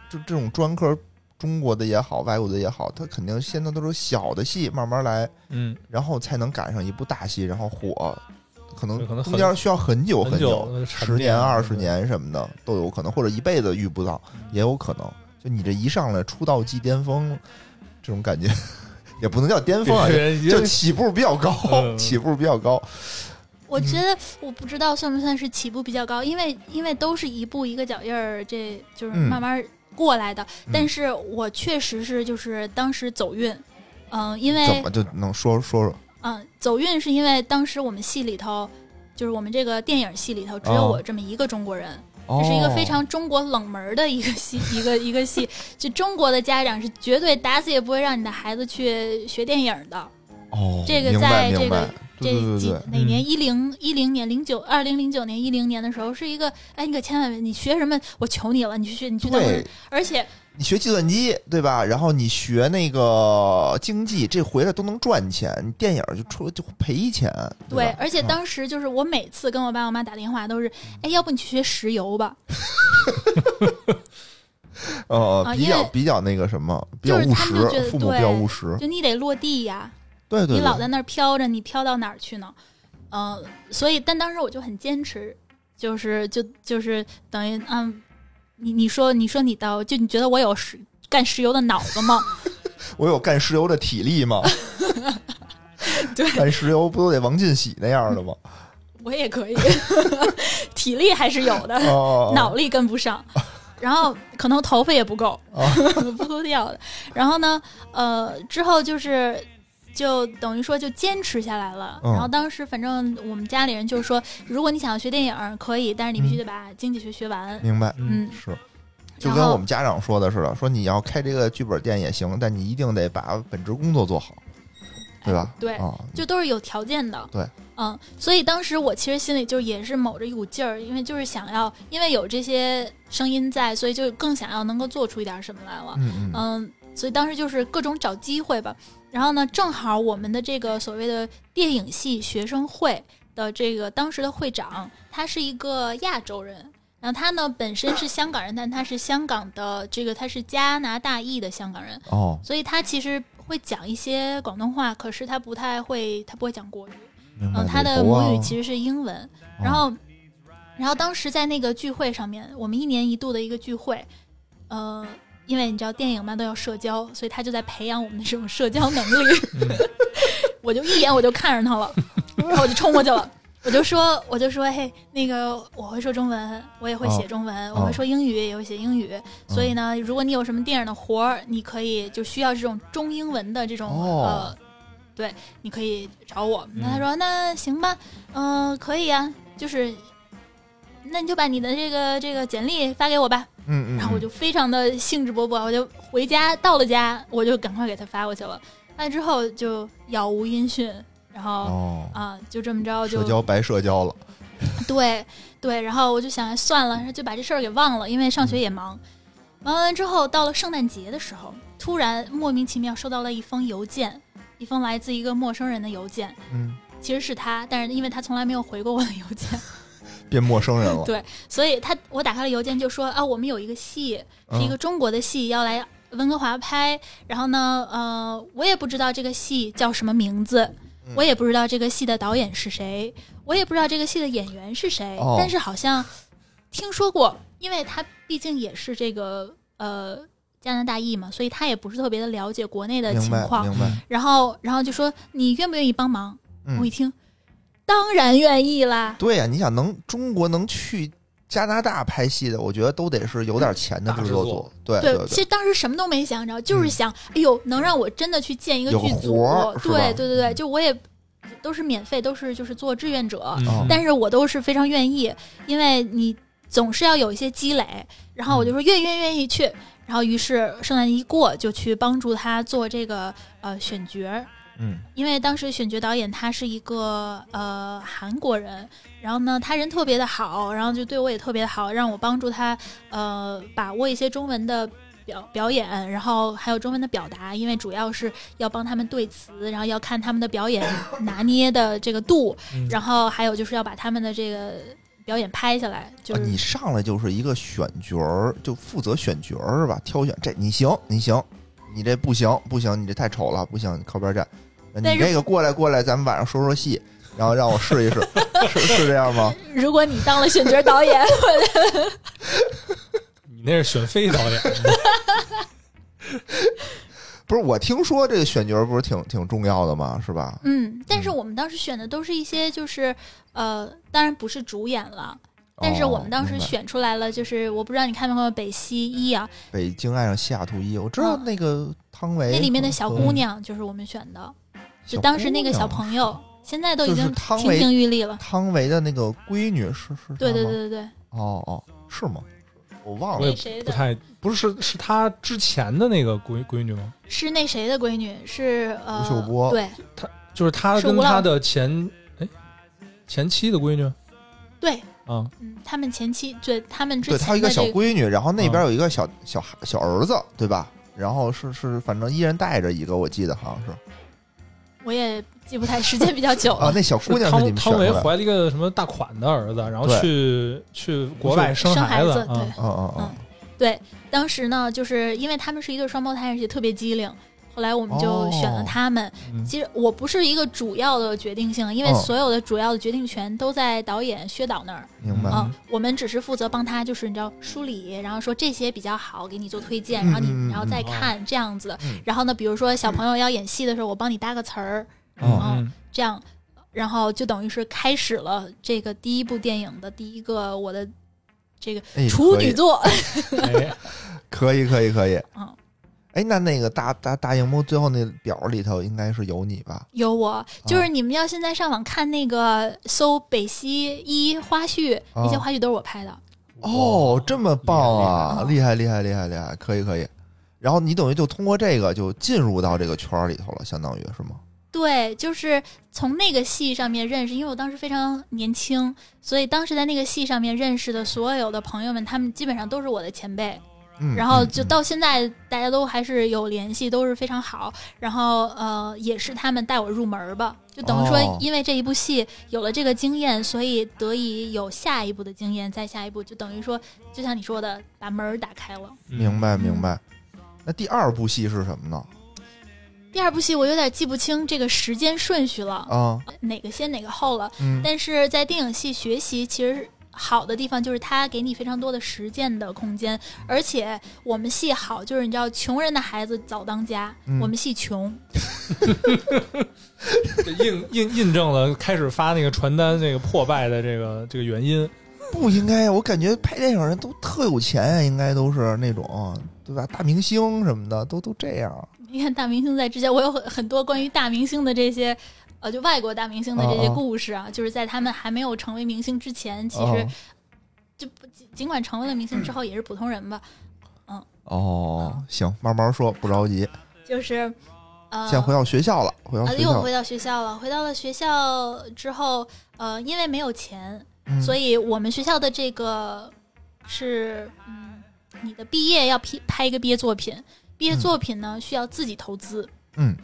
Speaker 1: 就这种专科。中国的也好，外国的也好，他肯定现在都是小的戏，慢慢来，
Speaker 2: 嗯，
Speaker 1: 然后才能赶上一部大戏，然后火，可能
Speaker 2: 对可能很
Speaker 1: 中间需要很久久，
Speaker 2: 很久沉
Speaker 1: 十
Speaker 2: 淀
Speaker 1: 年、
Speaker 2: 了
Speaker 1: 二十年什么的都有可能，或者一辈子遇不到也有可能。就你这一上来出道即巅峰，这种感觉 也不能叫巅峰啊，
Speaker 2: 对
Speaker 1: 就
Speaker 2: 人已经
Speaker 1: 就起步比较高，
Speaker 2: 嗯
Speaker 1: 起步比较高。
Speaker 3: 我觉
Speaker 1: 嗯
Speaker 3: 得我不知道算不算是起步比较高，因为因为都是一步一个脚印儿，这就是
Speaker 1: 嗯
Speaker 3: 慢慢过来的。
Speaker 1: 嗯
Speaker 3: 但是我确实是就是当时走运，嗯、因为
Speaker 1: 怎么就能说说说？
Speaker 3: 嗯，走运是因为当时我们系里头，就是我们这个电影系里头，只有
Speaker 1: 哦
Speaker 3: 我这么一个中国人，
Speaker 1: 这
Speaker 3: 这是一个非常中国冷门的一个系，一个一个系。就中国的家长是绝对打死也不会让你的孩子去学电影的。
Speaker 1: 哦，
Speaker 3: 这个
Speaker 1: 明白
Speaker 3: 在这
Speaker 1: 明白
Speaker 3: 个，
Speaker 1: 对对
Speaker 3: 这
Speaker 1: 对
Speaker 3: 几
Speaker 1: 对，
Speaker 3: 哪
Speaker 2: 嗯
Speaker 3: 年一零一零年零九二零零九年一零年的时候，是一个哎，你可千万别，你学什么？我求你了，你去学，你去当老师。
Speaker 1: 对
Speaker 3: 而且
Speaker 1: 你学计算机对吧？然后你学那个经济，这回来都能赚钱。你电影就出就赔钱，
Speaker 3: 对
Speaker 1: 吧，
Speaker 3: 而且
Speaker 1: 嗯
Speaker 3: 当时就是我每次跟我爸我妈打电话都是，哎，要不你去学石油吧？
Speaker 1: 呃
Speaker 3: 啊
Speaker 1: 比
Speaker 3: 因
Speaker 1: 较
Speaker 3: 为
Speaker 1: 比较那个什么，比较
Speaker 3: 就是
Speaker 1: 务
Speaker 3: 他
Speaker 1: 实
Speaker 3: 们就觉，得
Speaker 1: 父母比
Speaker 3: 对
Speaker 1: 较务实，
Speaker 3: 就你得落地呀。
Speaker 1: 对对
Speaker 3: 你老
Speaker 1: 对，
Speaker 3: 在那儿飘着，你飘到哪儿去呢？嗯、所以但当时我就很坚持，就是就就是等于嗯，你你说你说你到就你觉得我有石干石油的脑子吗？
Speaker 1: 我有干石油的体力吗？
Speaker 3: 对
Speaker 1: 干石油不都得王进喜那样的吗？
Speaker 3: 我也可以， 体力还是有的，
Speaker 1: 哦，
Speaker 3: 脑力跟不 上，然后可能头发也 不够，
Speaker 1: 哦
Speaker 3: 秃掉的。然后呢，呃，之后就是就等于说就坚持下来了。
Speaker 1: 嗯
Speaker 3: 然后当时反正我们家里人就说，如果你想要学电影可以，但是你必须
Speaker 1: 嗯
Speaker 3: 得把经济学学完。
Speaker 1: 明
Speaker 2: 哦
Speaker 1: 白，
Speaker 3: 嗯，
Speaker 1: 是，就
Speaker 3: 然
Speaker 1: 跟我
Speaker 3: 后
Speaker 1: 们家长说的似的，说你要开这个剧本店也行，但你一定得把本职工作做好，对吧？
Speaker 3: 哎对
Speaker 1: 啊，
Speaker 3: 就都是有条件的。
Speaker 1: 对，
Speaker 3: 嗯，所以当时我其实心里就也是卯着一股劲儿，因为就是想要，因为有这些声音在，所以就更想要能够做出一点什么来了。
Speaker 1: 嗯嗯
Speaker 3: 嗯，所以当时就是各种找机会吧。然后呢，正好我们的这个所谓的电影系学生会的这个当时的会长，他是一个亚洲人。然后他呢本身是香港人，但他是香港的这个他是加拿大裔的香港人，
Speaker 1: 哦，
Speaker 3: 所以他其实会讲一些广东话，可是他不太会，他不会讲国语。
Speaker 1: 明白
Speaker 3: 嗯，他的
Speaker 1: 理由啊哦
Speaker 3: 母语其实是英文。
Speaker 1: 嗯
Speaker 3: 然后，然后当时在那个聚会上面，我们一年一度的一个聚会，呃，因为你知道电影嘛都要社交，所以他就在培养我们的这种社交能力。 我就一眼我就看着他了，然后我就冲过去了。我就说，我就说，嘿，那个我会说中文，我也会写中文，我会说英语，也会写英语。所以呢，如果你有什么电影的活儿，你可以就需要这种中英文的这种、
Speaker 1: 哦
Speaker 3: 呃，对，你可以找我。那
Speaker 2: 嗯
Speaker 3: 他说那行吧，嗯、可以啊，就是那你就把你的这个这个简历发给我吧。
Speaker 1: 嗯嗯，
Speaker 3: 然后我
Speaker 1: 嗯
Speaker 3: 就非常的兴致勃勃，我就回家，到了家我就赶快给他发过去了。那之后就杳无音讯，然后
Speaker 1: 哦，
Speaker 3: 啊、就这么着
Speaker 1: 社
Speaker 3: 就
Speaker 1: 交白社交了，
Speaker 3: 对对，然后我就想算了，就把这事儿给忘了，因为
Speaker 1: 嗯
Speaker 3: 上学也忙。忙完之后，到了圣诞节的时候，突然莫名其妙收到了一封邮件，一封来自一个陌生人的邮件，
Speaker 1: 嗯，
Speaker 3: 其实是他，但是因为他从来没有回过我的邮件，
Speaker 1: 变陌生人了，
Speaker 3: 对所以他我打开了邮件就说啊，我们有一个戏是一个
Speaker 1: 嗯
Speaker 3: 中国的戏要来温哥华拍，然后呢，呃，我也不知道这个戏叫什么名字
Speaker 1: 嗯，
Speaker 3: 我也不知道这个戏的导演是谁，我也不知道这个戏的演员是谁，
Speaker 1: 哦
Speaker 3: 但是好像听说过，因为他毕竟也是这个呃加拿大裔嘛，所以他也不是特别的了解国内的
Speaker 1: 明
Speaker 3: 情
Speaker 1: 白
Speaker 3: 况，
Speaker 1: 明白，
Speaker 3: 然后然后就说你愿不愿意帮忙？我
Speaker 1: 嗯，
Speaker 3: 一听，当然愿意啦。
Speaker 1: 对啊呀，你想能中国能去加拿大拍戏的，我觉得都得是有点钱的
Speaker 2: 嗯大
Speaker 1: 制
Speaker 2: 制
Speaker 1: 作
Speaker 2: 作
Speaker 1: 组，对
Speaker 3: 对
Speaker 1: 对嗯
Speaker 3: 其实当时什么都没想着，就是想，哎呦，能让我真的去见一个
Speaker 1: 有个
Speaker 3: 剧组
Speaker 1: 活儿，是吧嗯
Speaker 3: 对对对对，就我也都是免费，都是就是做志愿者，
Speaker 1: 哦
Speaker 3: 但是我都是非常愿意，因为你总是要有一些积累，然后我就
Speaker 1: 嗯
Speaker 3: 说愿愿愿意去，然后于是圣诞一过就去帮助他做这个呃选角儿，
Speaker 1: 嗯，
Speaker 3: 因为当时选角导演他是一个呃韩国人，然后呢他人特别的好，然后就对我也特别好，让我帮助他呃把握一些中文的表表演，然后还有中文的表达，因为主要是要帮他们对词，然后要看他们的 表演拿捏的这个度，
Speaker 2: 嗯
Speaker 3: 然后还有就是要把他们的这个表演拍下来，就
Speaker 1: 啊，
Speaker 3: 是、
Speaker 1: 你上来就是一个选角儿，就负责选角儿是吧？挑选这你行，你行，你这不行，不行，你这太丑了，不行，你靠边站。呃
Speaker 3: 但
Speaker 1: 你
Speaker 3: 是
Speaker 1: 这个过来过来，咱们晚上说说戏，然后让我试一 试，是是这样吗？
Speaker 3: 如果你当了选角 导演，
Speaker 2: 你那是选妃导演，
Speaker 1: 不是，我听说这个选角不是挺挺重要的吗？是吧？
Speaker 3: 嗯，但是我们当时选的都是一些就是呃，当然不是主演了，但是我们当
Speaker 1: 哦
Speaker 3: 时
Speaker 1: 明白
Speaker 3: 选出来了，就是我不知道你看没看过《北西一》啊，
Speaker 1: 北京爱上西雅图一，我知道
Speaker 3: 嗯
Speaker 1: 那个汤唯
Speaker 3: 那里面的小姑
Speaker 1: 和
Speaker 3: 娘就是我们选的，
Speaker 1: 哎嗯小
Speaker 3: 就当时那个小
Speaker 1: 姑娘
Speaker 3: 朋友，现在都已
Speaker 1: 就是
Speaker 3: 经
Speaker 1: 汤
Speaker 3: 亭
Speaker 1: 唯
Speaker 3: 亭玉立了。
Speaker 1: 汤唯的那个闺女是是她吗
Speaker 3: 对对对对对，
Speaker 1: 哦哦是吗？我忘
Speaker 2: 我
Speaker 1: 了
Speaker 2: 也
Speaker 3: 那谁
Speaker 2: 不
Speaker 3: 的？
Speaker 2: 太不是是是他之前的那个闺闺女吗？
Speaker 3: 是那谁的闺女？是呃，
Speaker 1: 吴秀波
Speaker 3: 对
Speaker 2: 就是他
Speaker 3: 是
Speaker 2: 跟
Speaker 3: 吴浪
Speaker 2: 他的前哎前妻的闺女
Speaker 3: 对，
Speaker 2: 啊，
Speaker 3: 嗯，他们前期对他们之
Speaker 1: 对，
Speaker 3: 前
Speaker 1: 她有一个
Speaker 3: 的
Speaker 1: 小
Speaker 3: 这个
Speaker 1: 闺女，然后那
Speaker 2: 嗯
Speaker 1: 边有一个小小孩小儿子，对吧？然后是是，反正一人带着一个，我记得好像是
Speaker 3: 我也记不太，时间比较久
Speaker 1: 啊
Speaker 3: 了。，
Speaker 1: 那小姑娘是你们
Speaker 2: 哦汤
Speaker 1: 选
Speaker 2: 汤
Speaker 1: 的
Speaker 2: 唯
Speaker 1: 呀，
Speaker 2: 怀了一个什么大款的儿子，然后
Speaker 1: 对
Speaker 2: 去去国外生
Speaker 3: 生
Speaker 2: 孩
Speaker 3: 子，
Speaker 2: 啊
Speaker 3: 对，
Speaker 1: 嗯嗯嗯，
Speaker 3: 对，当时呢，就是因为他们是一对双胞胎，而且特别机灵。后来我们
Speaker 1: 哦
Speaker 3: 就选了他们。
Speaker 2: 嗯
Speaker 3: 其实我不是一个主要的决定性，因为
Speaker 1: 嗯
Speaker 3: 所有的主要的决定权都在导演薛导那儿。
Speaker 1: 明白
Speaker 2: 嗯
Speaker 3: 嗯，我们只是负责帮他，就是你知道梳理，然后说这些比较好，给你做推荐，
Speaker 1: 嗯
Speaker 3: 然后
Speaker 1: 嗯嗯
Speaker 3: 你然后再
Speaker 2: 嗯
Speaker 3: 看这样子的
Speaker 1: 嗯。
Speaker 3: 然后呢，比如说小朋友要演戏的时候，我帮你搭个词儿，
Speaker 1: 嗯
Speaker 2: 嗯
Speaker 3: 这样，然后就等于是开始了这个第一部电影的第一个我的这个
Speaker 1: 哎
Speaker 3: 处
Speaker 1: 可以
Speaker 3: 女作。
Speaker 2: 哎
Speaker 1: 可以可以可以，
Speaker 3: 嗯，
Speaker 1: 哎，那那个大大大荧幕最后那表里头应该是有你吧？
Speaker 3: 有
Speaker 1: 啊
Speaker 3: 我，就是你们要现在上网看那个搜北西一花絮，那些
Speaker 1: 啊
Speaker 3: 花絮都是我拍的。
Speaker 1: 哦，这么棒啊！
Speaker 3: 厉
Speaker 1: 厉害厉害厉害厉害，可以可以。然后你等于就通过这个就进入到这个圈儿里头了，相当于是吗？
Speaker 3: 对，就是从那个戏上面认识，因为我当时非常年轻，所以当时在那个戏上面认识的所有的朋友们，他们基本上都是我的前辈。
Speaker 1: 嗯，
Speaker 3: 然后
Speaker 1: 嗯
Speaker 3: 就
Speaker 1: 嗯
Speaker 3: 到现在，大家都还是有联系，都是非常好。然后呃，也是他们带我入门儿吧，就等于
Speaker 1: 哦
Speaker 3: 说，因为这一部戏有了这个经验，所以得以有下一步的经验，再下一步，就等于说，就像你说的，把门儿打开了。
Speaker 1: 明白明白。那第二部戏是什么呢？
Speaker 3: 第二部戏我有点记不清这个时间顺序了，
Speaker 1: 啊，
Speaker 3: 哪个先哪个后了。
Speaker 1: 嗯，
Speaker 3: 但是在电影系学习，其实好的地方就是它给你非常多的实践的空间，而且我们系好，就是你知道，穷人的孩子早当家，
Speaker 1: 嗯
Speaker 3: 我们系穷，
Speaker 2: 嗯这印印印证了开始发那个传单这个破败的这个这个原因。
Speaker 1: 不应该，我感觉拍电影人都特有钱啊，应该都是那种对吧？大明星什么的都都这样。
Speaker 3: 你看大明星在之前，我有很很多关于大明星的这些，呃，就外国大明星的这些
Speaker 1: 哦哦
Speaker 3: 故事啊，就是在他们还没有成为明星之前，其实
Speaker 1: 哦
Speaker 3: 就不尽尽管成为了明星之后也是普通人吧，
Speaker 1: 哦，行，慢慢说，不着急。
Speaker 3: 就是呃，
Speaker 1: 现在回到学校了，回到
Speaker 3: 啊，
Speaker 1: 学
Speaker 3: 又
Speaker 1: 校
Speaker 3: 回，到学校了。回到了学校之后，呃，因为没有钱，
Speaker 1: 嗯
Speaker 3: 所以我们学校的这个是，嗯，你的毕业要批拍一个毕业作品，毕业
Speaker 1: 嗯
Speaker 3: 作品呢、需要自己投资。
Speaker 1: 嗯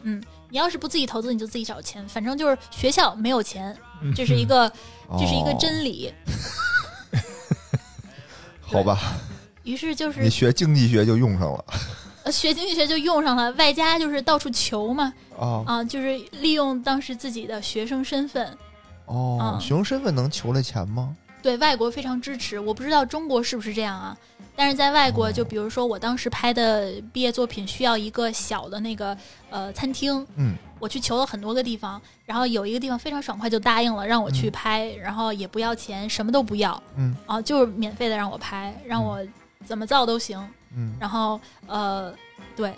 Speaker 3: 你要是不自己投资，你就自己找钱，反正就是学校没有钱，
Speaker 2: 嗯
Speaker 3: 这是一个、这是一个
Speaker 1: 哦
Speaker 3: 真理。
Speaker 1: 好吧？
Speaker 3: 于是就
Speaker 1: 你
Speaker 3: 是
Speaker 1: 学经济学就用上了
Speaker 3: 呃学经济学就用上了，外加就是到处求嘛，
Speaker 1: 啊。
Speaker 3: 啊、就是利用当时自己的学生身份，
Speaker 1: 哦，
Speaker 3: 嗯
Speaker 1: 学生身份能求来钱吗？
Speaker 3: 对外国非常支持。我不知道中国是不是这样啊，但是在外国，
Speaker 1: 哦
Speaker 3: 就比如说我当时拍的毕业作品需要一个小的那个呃餐厅，
Speaker 1: 嗯，
Speaker 3: 我去求了很多个地方，然后有一个地方非常爽快就答应了让我去拍，然后也不要钱，什么都不要，
Speaker 1: 嗯
Speaker 3: 啊，就是免费的让我拍，让我怎么造都行。
Speaker 1: 嗯，
Speaker 3: 然后呃，对，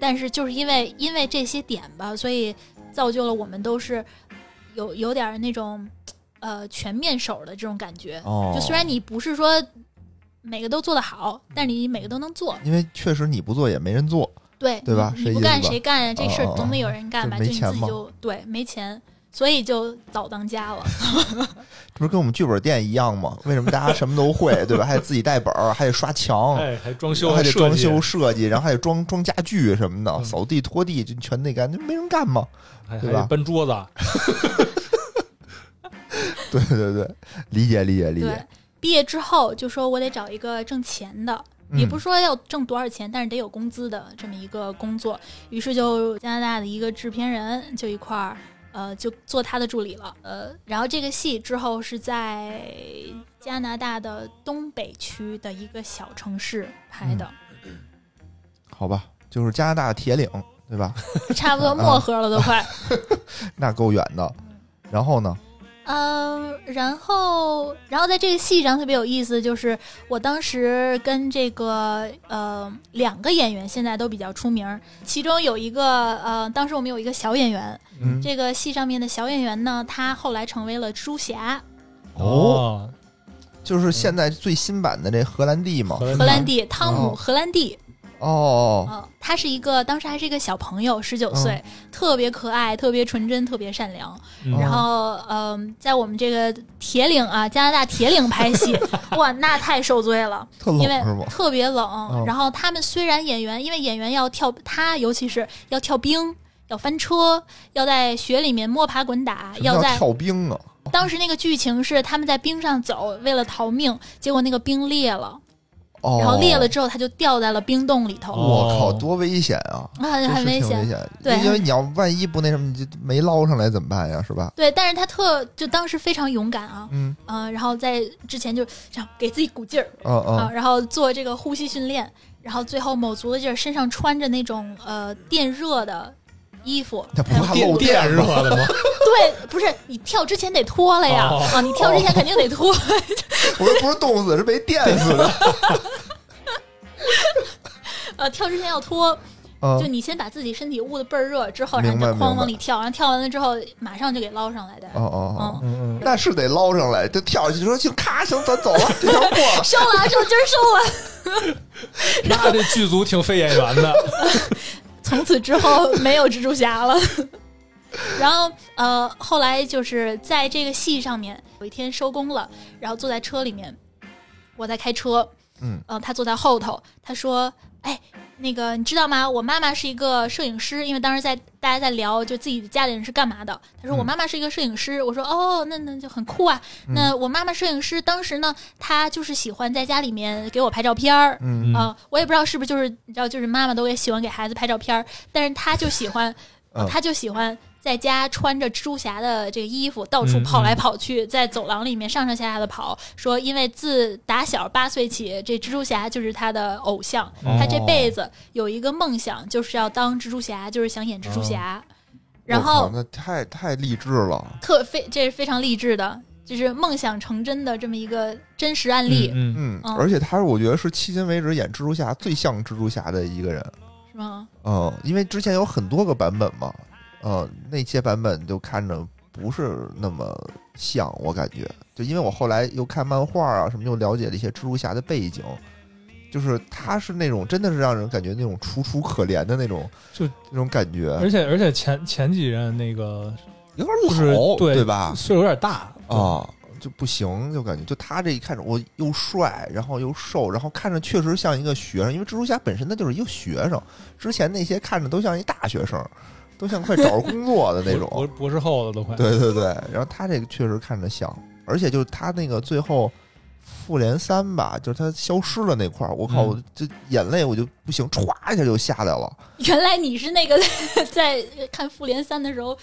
Speaker 3: 但是就是因为因为这些点吧，所以造就了我们都是有有点儿那种呃全面手的这种感觉。
Speaker 1: 哦，
Speaker 3: 就虽然你不是说每个都做得好，
Speaker 1: 嗯
Speaker 3: 但是你每个都能做，
Speaker 1: 因为确实你不做也没人做，
Speaker 3: 对
Speaker 1: 对吧
Speaker 3: 你
Speaker 1: 谁
Speaker 3: 你不
Speaker 1: 意思
Speaker 3: 干
Speaker 1: 吧
Speaker 3: 谁干呀？这事
Speaker 1: 哦哦哦
Speaker 3: 儿总得有人干吧？
Speaker 1: 就
Speaker 3: 就
Speaker 1: 没
Speaker 3: 你
Speaker 1: 钱
Speaker 3: 自己
Speaker 1: 嘛
Speaker 3: 就对没钱，所以就早当家了。
Speaker 1: 这不是跟我们剧本店一样吗？为什么大家什么都会，对吧？还得自己带本儿，还得刷墙，
Speaker 2: 哎，还装
Speaker 1: 然
Speaker 2: 修
Speaker 1: 后还得装
Speaker 2: 设
Speaker 1: 修
Speaker 2: 计，
Speaker 1: 设计，然后还得装装家具什么的，
Speaker 2: 嗯
Speaker 1: 扫地拖地就全得干，就没人干嘛。
Speaker 2: 还
Speaker 1: 对
Speaker 2: 还
Speaker 1: 吧
Speaker 2: 得搬桌子，
Speaker 1: 对对对，理解 理解理
Speaker 3: 对
Speaker 1: 解。，
Speaker 3: 毕业之后就说我得找一个挣钱的，也不
Speaker 1: 是
Speaker 3: 是说要挣多少钱，但是得有工资的这么一个工作。于是就加拿大的一个制片人就一块儿呃，就做他的助理了。呃，然后这个戏之后是在加拿大的东北区的一个小城市拍的，
Speaker 1: 好吧，就是加拿大铁岭，对吧？
Speaker 3: 差不
Speaker 1: 啊
Speaker 3: 多漠河了都快。
Speaker 1: 那够远的。然后呢？
Speaker 3: 嗯，然后，然后在这个戏上特别有意思，就是我当时跟这个呃两个演员现在都比较出名儿，其中有一个呃，当时我们有一个小演员，
Speaker 1: 嗯
Speaker 3: 这个戏上面的小演员呢，他后来成为了蜘蛛侠，
Speaker 1: 哦，，
Speaker 2: 啊
Speaker 1: 就是现在最新版的这荷兰弟嘛，
Speaker 2: 荷兰
Speaker 3: 荷兰
Speaker 2: 弟
Speaker 3: 弟汤姆·
Speaker 1: 哦
Speaker 3: 荷兰弟，
Speaker 1: 哦，
Speaker 3: 嗯，他是一个当时还是一个小朋友，十九
Speaker 1: 嗯
Speaker 3: 岁，特别可爱，特别纯真，特别善良。
Speaker 2: 嗯
Speaker 3: 然后，嗯，在我们这个铁岭啊，加拿大铁岭 拍戏，哇，那太受罪了。
Speaker 1: 特 冷
Speaker 3: 因为
Speaker 1: 是吗？嗯
Speaker 3: 特别冷。然后他们虽然演员，因为演员要跳，他尤其是要跳冰。要翻车，要在雪里面摸爬滚打，
Speaker 1: 什
Speaker 3: 要
Speaker 1: 么叫
Speaker 3: 在
Speaker 1: 跳冰啊？
Speaker 3: 当时那个剧情是他们在冰上走，为了逃命，结果那个冰裂了，
Speaker 1: 哦，
Speaker 3: 然后裂了之后他就掉在了冰洞里头，
Speaker 2: 哦
Speaker 1: 我靠，多危险啊！
Speaker 3: 很
Speaker 1: 这
Speaker 3: 嗯很
Speaker 1: 是
Speaker 3: 危
Speaker 1: 挺
Speaker 3: 险
Speaker 1: 危。险，
Speaker 3: 对
Speaker 1: 因为你要万一不那什么，你就没捞上来怎么办呀？是吧？
Speaker 3: 对，但是他特就当时非常勇敢啊，
Speaker 1: 嗯，
Speaker 3: 嗯、然后在之前就这样给自己鼓劲儿，
Speaker 1: 嗯
Speaker 3: 啊，
Speaker 1: 嗯，
Speaker 3: 然后做这个呼吸训练，然后最后卯足了劲儿，身上穿着那种呃电热的衣服，
Speaker 1: 那不
Speaker 3: 还有
Speaker 1: 怕
Speaker 2: 电
Speaker 1: 漏电
Speaker 2: 电
Speaker 1: 吗
Speaker 2: 热的 吗？
Speaker 3: 对，不是你跳之前得脱了呀，
Speaker 2: 哦
Speaker 3: 啊，你跳之前肯定得脱，
Speaker 1: 我又不是冻死，是被电死 的。
Speaker 3: 呃，跳之前要脱，就
Speaker 1: 嗯，
Speaker 3: 你先把自己身体捂得倍儿热，之后然后
Speaker 1: 明
Speaker 3: 你
Speaker 1: 白
Speaker 3: 再哐
Speaker 1: 明
Speaker 3: 往
Speaker 1: 白
Speaker 3: 里跳，然后跳完了之后马上就给捞上来的，
Speaker 1: 哦哦哦，
Speaker 2: 嗯嗯，
Speaker 1: 那是得捞上来，就跳下去说行，咔，行，咱走了，这条过 了。
Speaker 3: 瘦了啊，瘦今儿瘦了。
Speaker 2: 那这剧组挺费演员的，
Speaker 3: 从此之后没有蜘蛛侠了。然后呃，后来就是在这个戏上面，有一天收工了，然后坐在车里面，我在开车，
Speaker 1: 嗯，
Speaker 3: 呃，他坐在后头，他说：“哎，那个你知道吗？我妈妈是一个摄影师，因为当时在大家在聊就自己的家里人是干嘛的。”他说：“
Speaker 1: 嗯
Speaker 3: 我妈妈是一个摄影师。”我说：“哦，那那就很酷啊。
Speaker 1: 嗯
Speaker 3: 那我妈妈摄影师当时呢，她就是喜欢在家里面给我拍照片儿，
Speaker 1: 嗯
Speaker 2: 嗯
Speaker 3: 啊，我也不知道是不是就是你知道，就是妈妈都也喜欢给孩子拍照片儿，但是她就喜欢，呃
Speaker 1: 嗯
Speaker 3: 她就喜欢在家穿着蜘蛛侠的这个衣服到处
Speaker 2: 嗯
Speaker 3: 跑
Speaker 2: 嗯
Speaker 3: 来跑去，在走廊里面上上下下的跑。说因为自打小八岁起，这蜘蛛侠就是她的偶像，
Speaker 1: 哦
Speaker 2: 嗯
Speaker 3: 她这辈子有一个梦想就是要当蜘蛛侠，就是想演蜘蛛
Speaker 2: 哦
Speaker 3: 侠。然
Speaker 1: 嗯我靠
Speaker 3: 后
Speaker 1: 那太太励志了。
Speaker 3: 特非这是非常励志的，就是梦想成真的这么一个真实案例，
Speaker 2: 嗯，
Speaker 1: 嗯，
Speaker 3: 嗯
Speaker 1: 而且他是我觉得是迄今为止演蜘蛛侠最像蜘蛛侠的一个人。
Speaker 3: 是吗？
Speaker 1: 嗯，因为之前有很多个版本嘛，嗯，那些版本就看着不是那么像，我感觉，就因为我后来又看漫画啊什么，又了解了一些蜘蛛侠的背景，就是他是那种真的是让人感觉那种楚楚可怜的那种，
Speaker 2: 就
Speaker 1: 那种感觉，
Speaker 2: 而且而且前前几任那个
Speaker 1: 有
Speaker 2: 就
Speaker 1: 点
Speaker 2: 是
Speaker 1: 老，
Speaker 2: 对
Speaker 1: 吧？
Speaker 2: 岁数有点大，
Speaker 1: 啊。就不行，就感觉就他这一看着我又帅，然后又瘦，然后看着确实像一个学生，因为蜘蛛侠本身他就是一个学生，之前那些看着都像一大学生，都像快找着工作的 那种。
Speaker 2: 博博士后了都快，
Speaker 1: 对对对，然后他这个确实看着像，而且就是他那个最后复联三吧，就是他消失了那块儿，我靠，
Speaker 2: 嗯
Speaker 1: 我这眼泪我就不行，歘一下就下来了。
Speaker 3: 原来你是那个 在看《复联三》的时候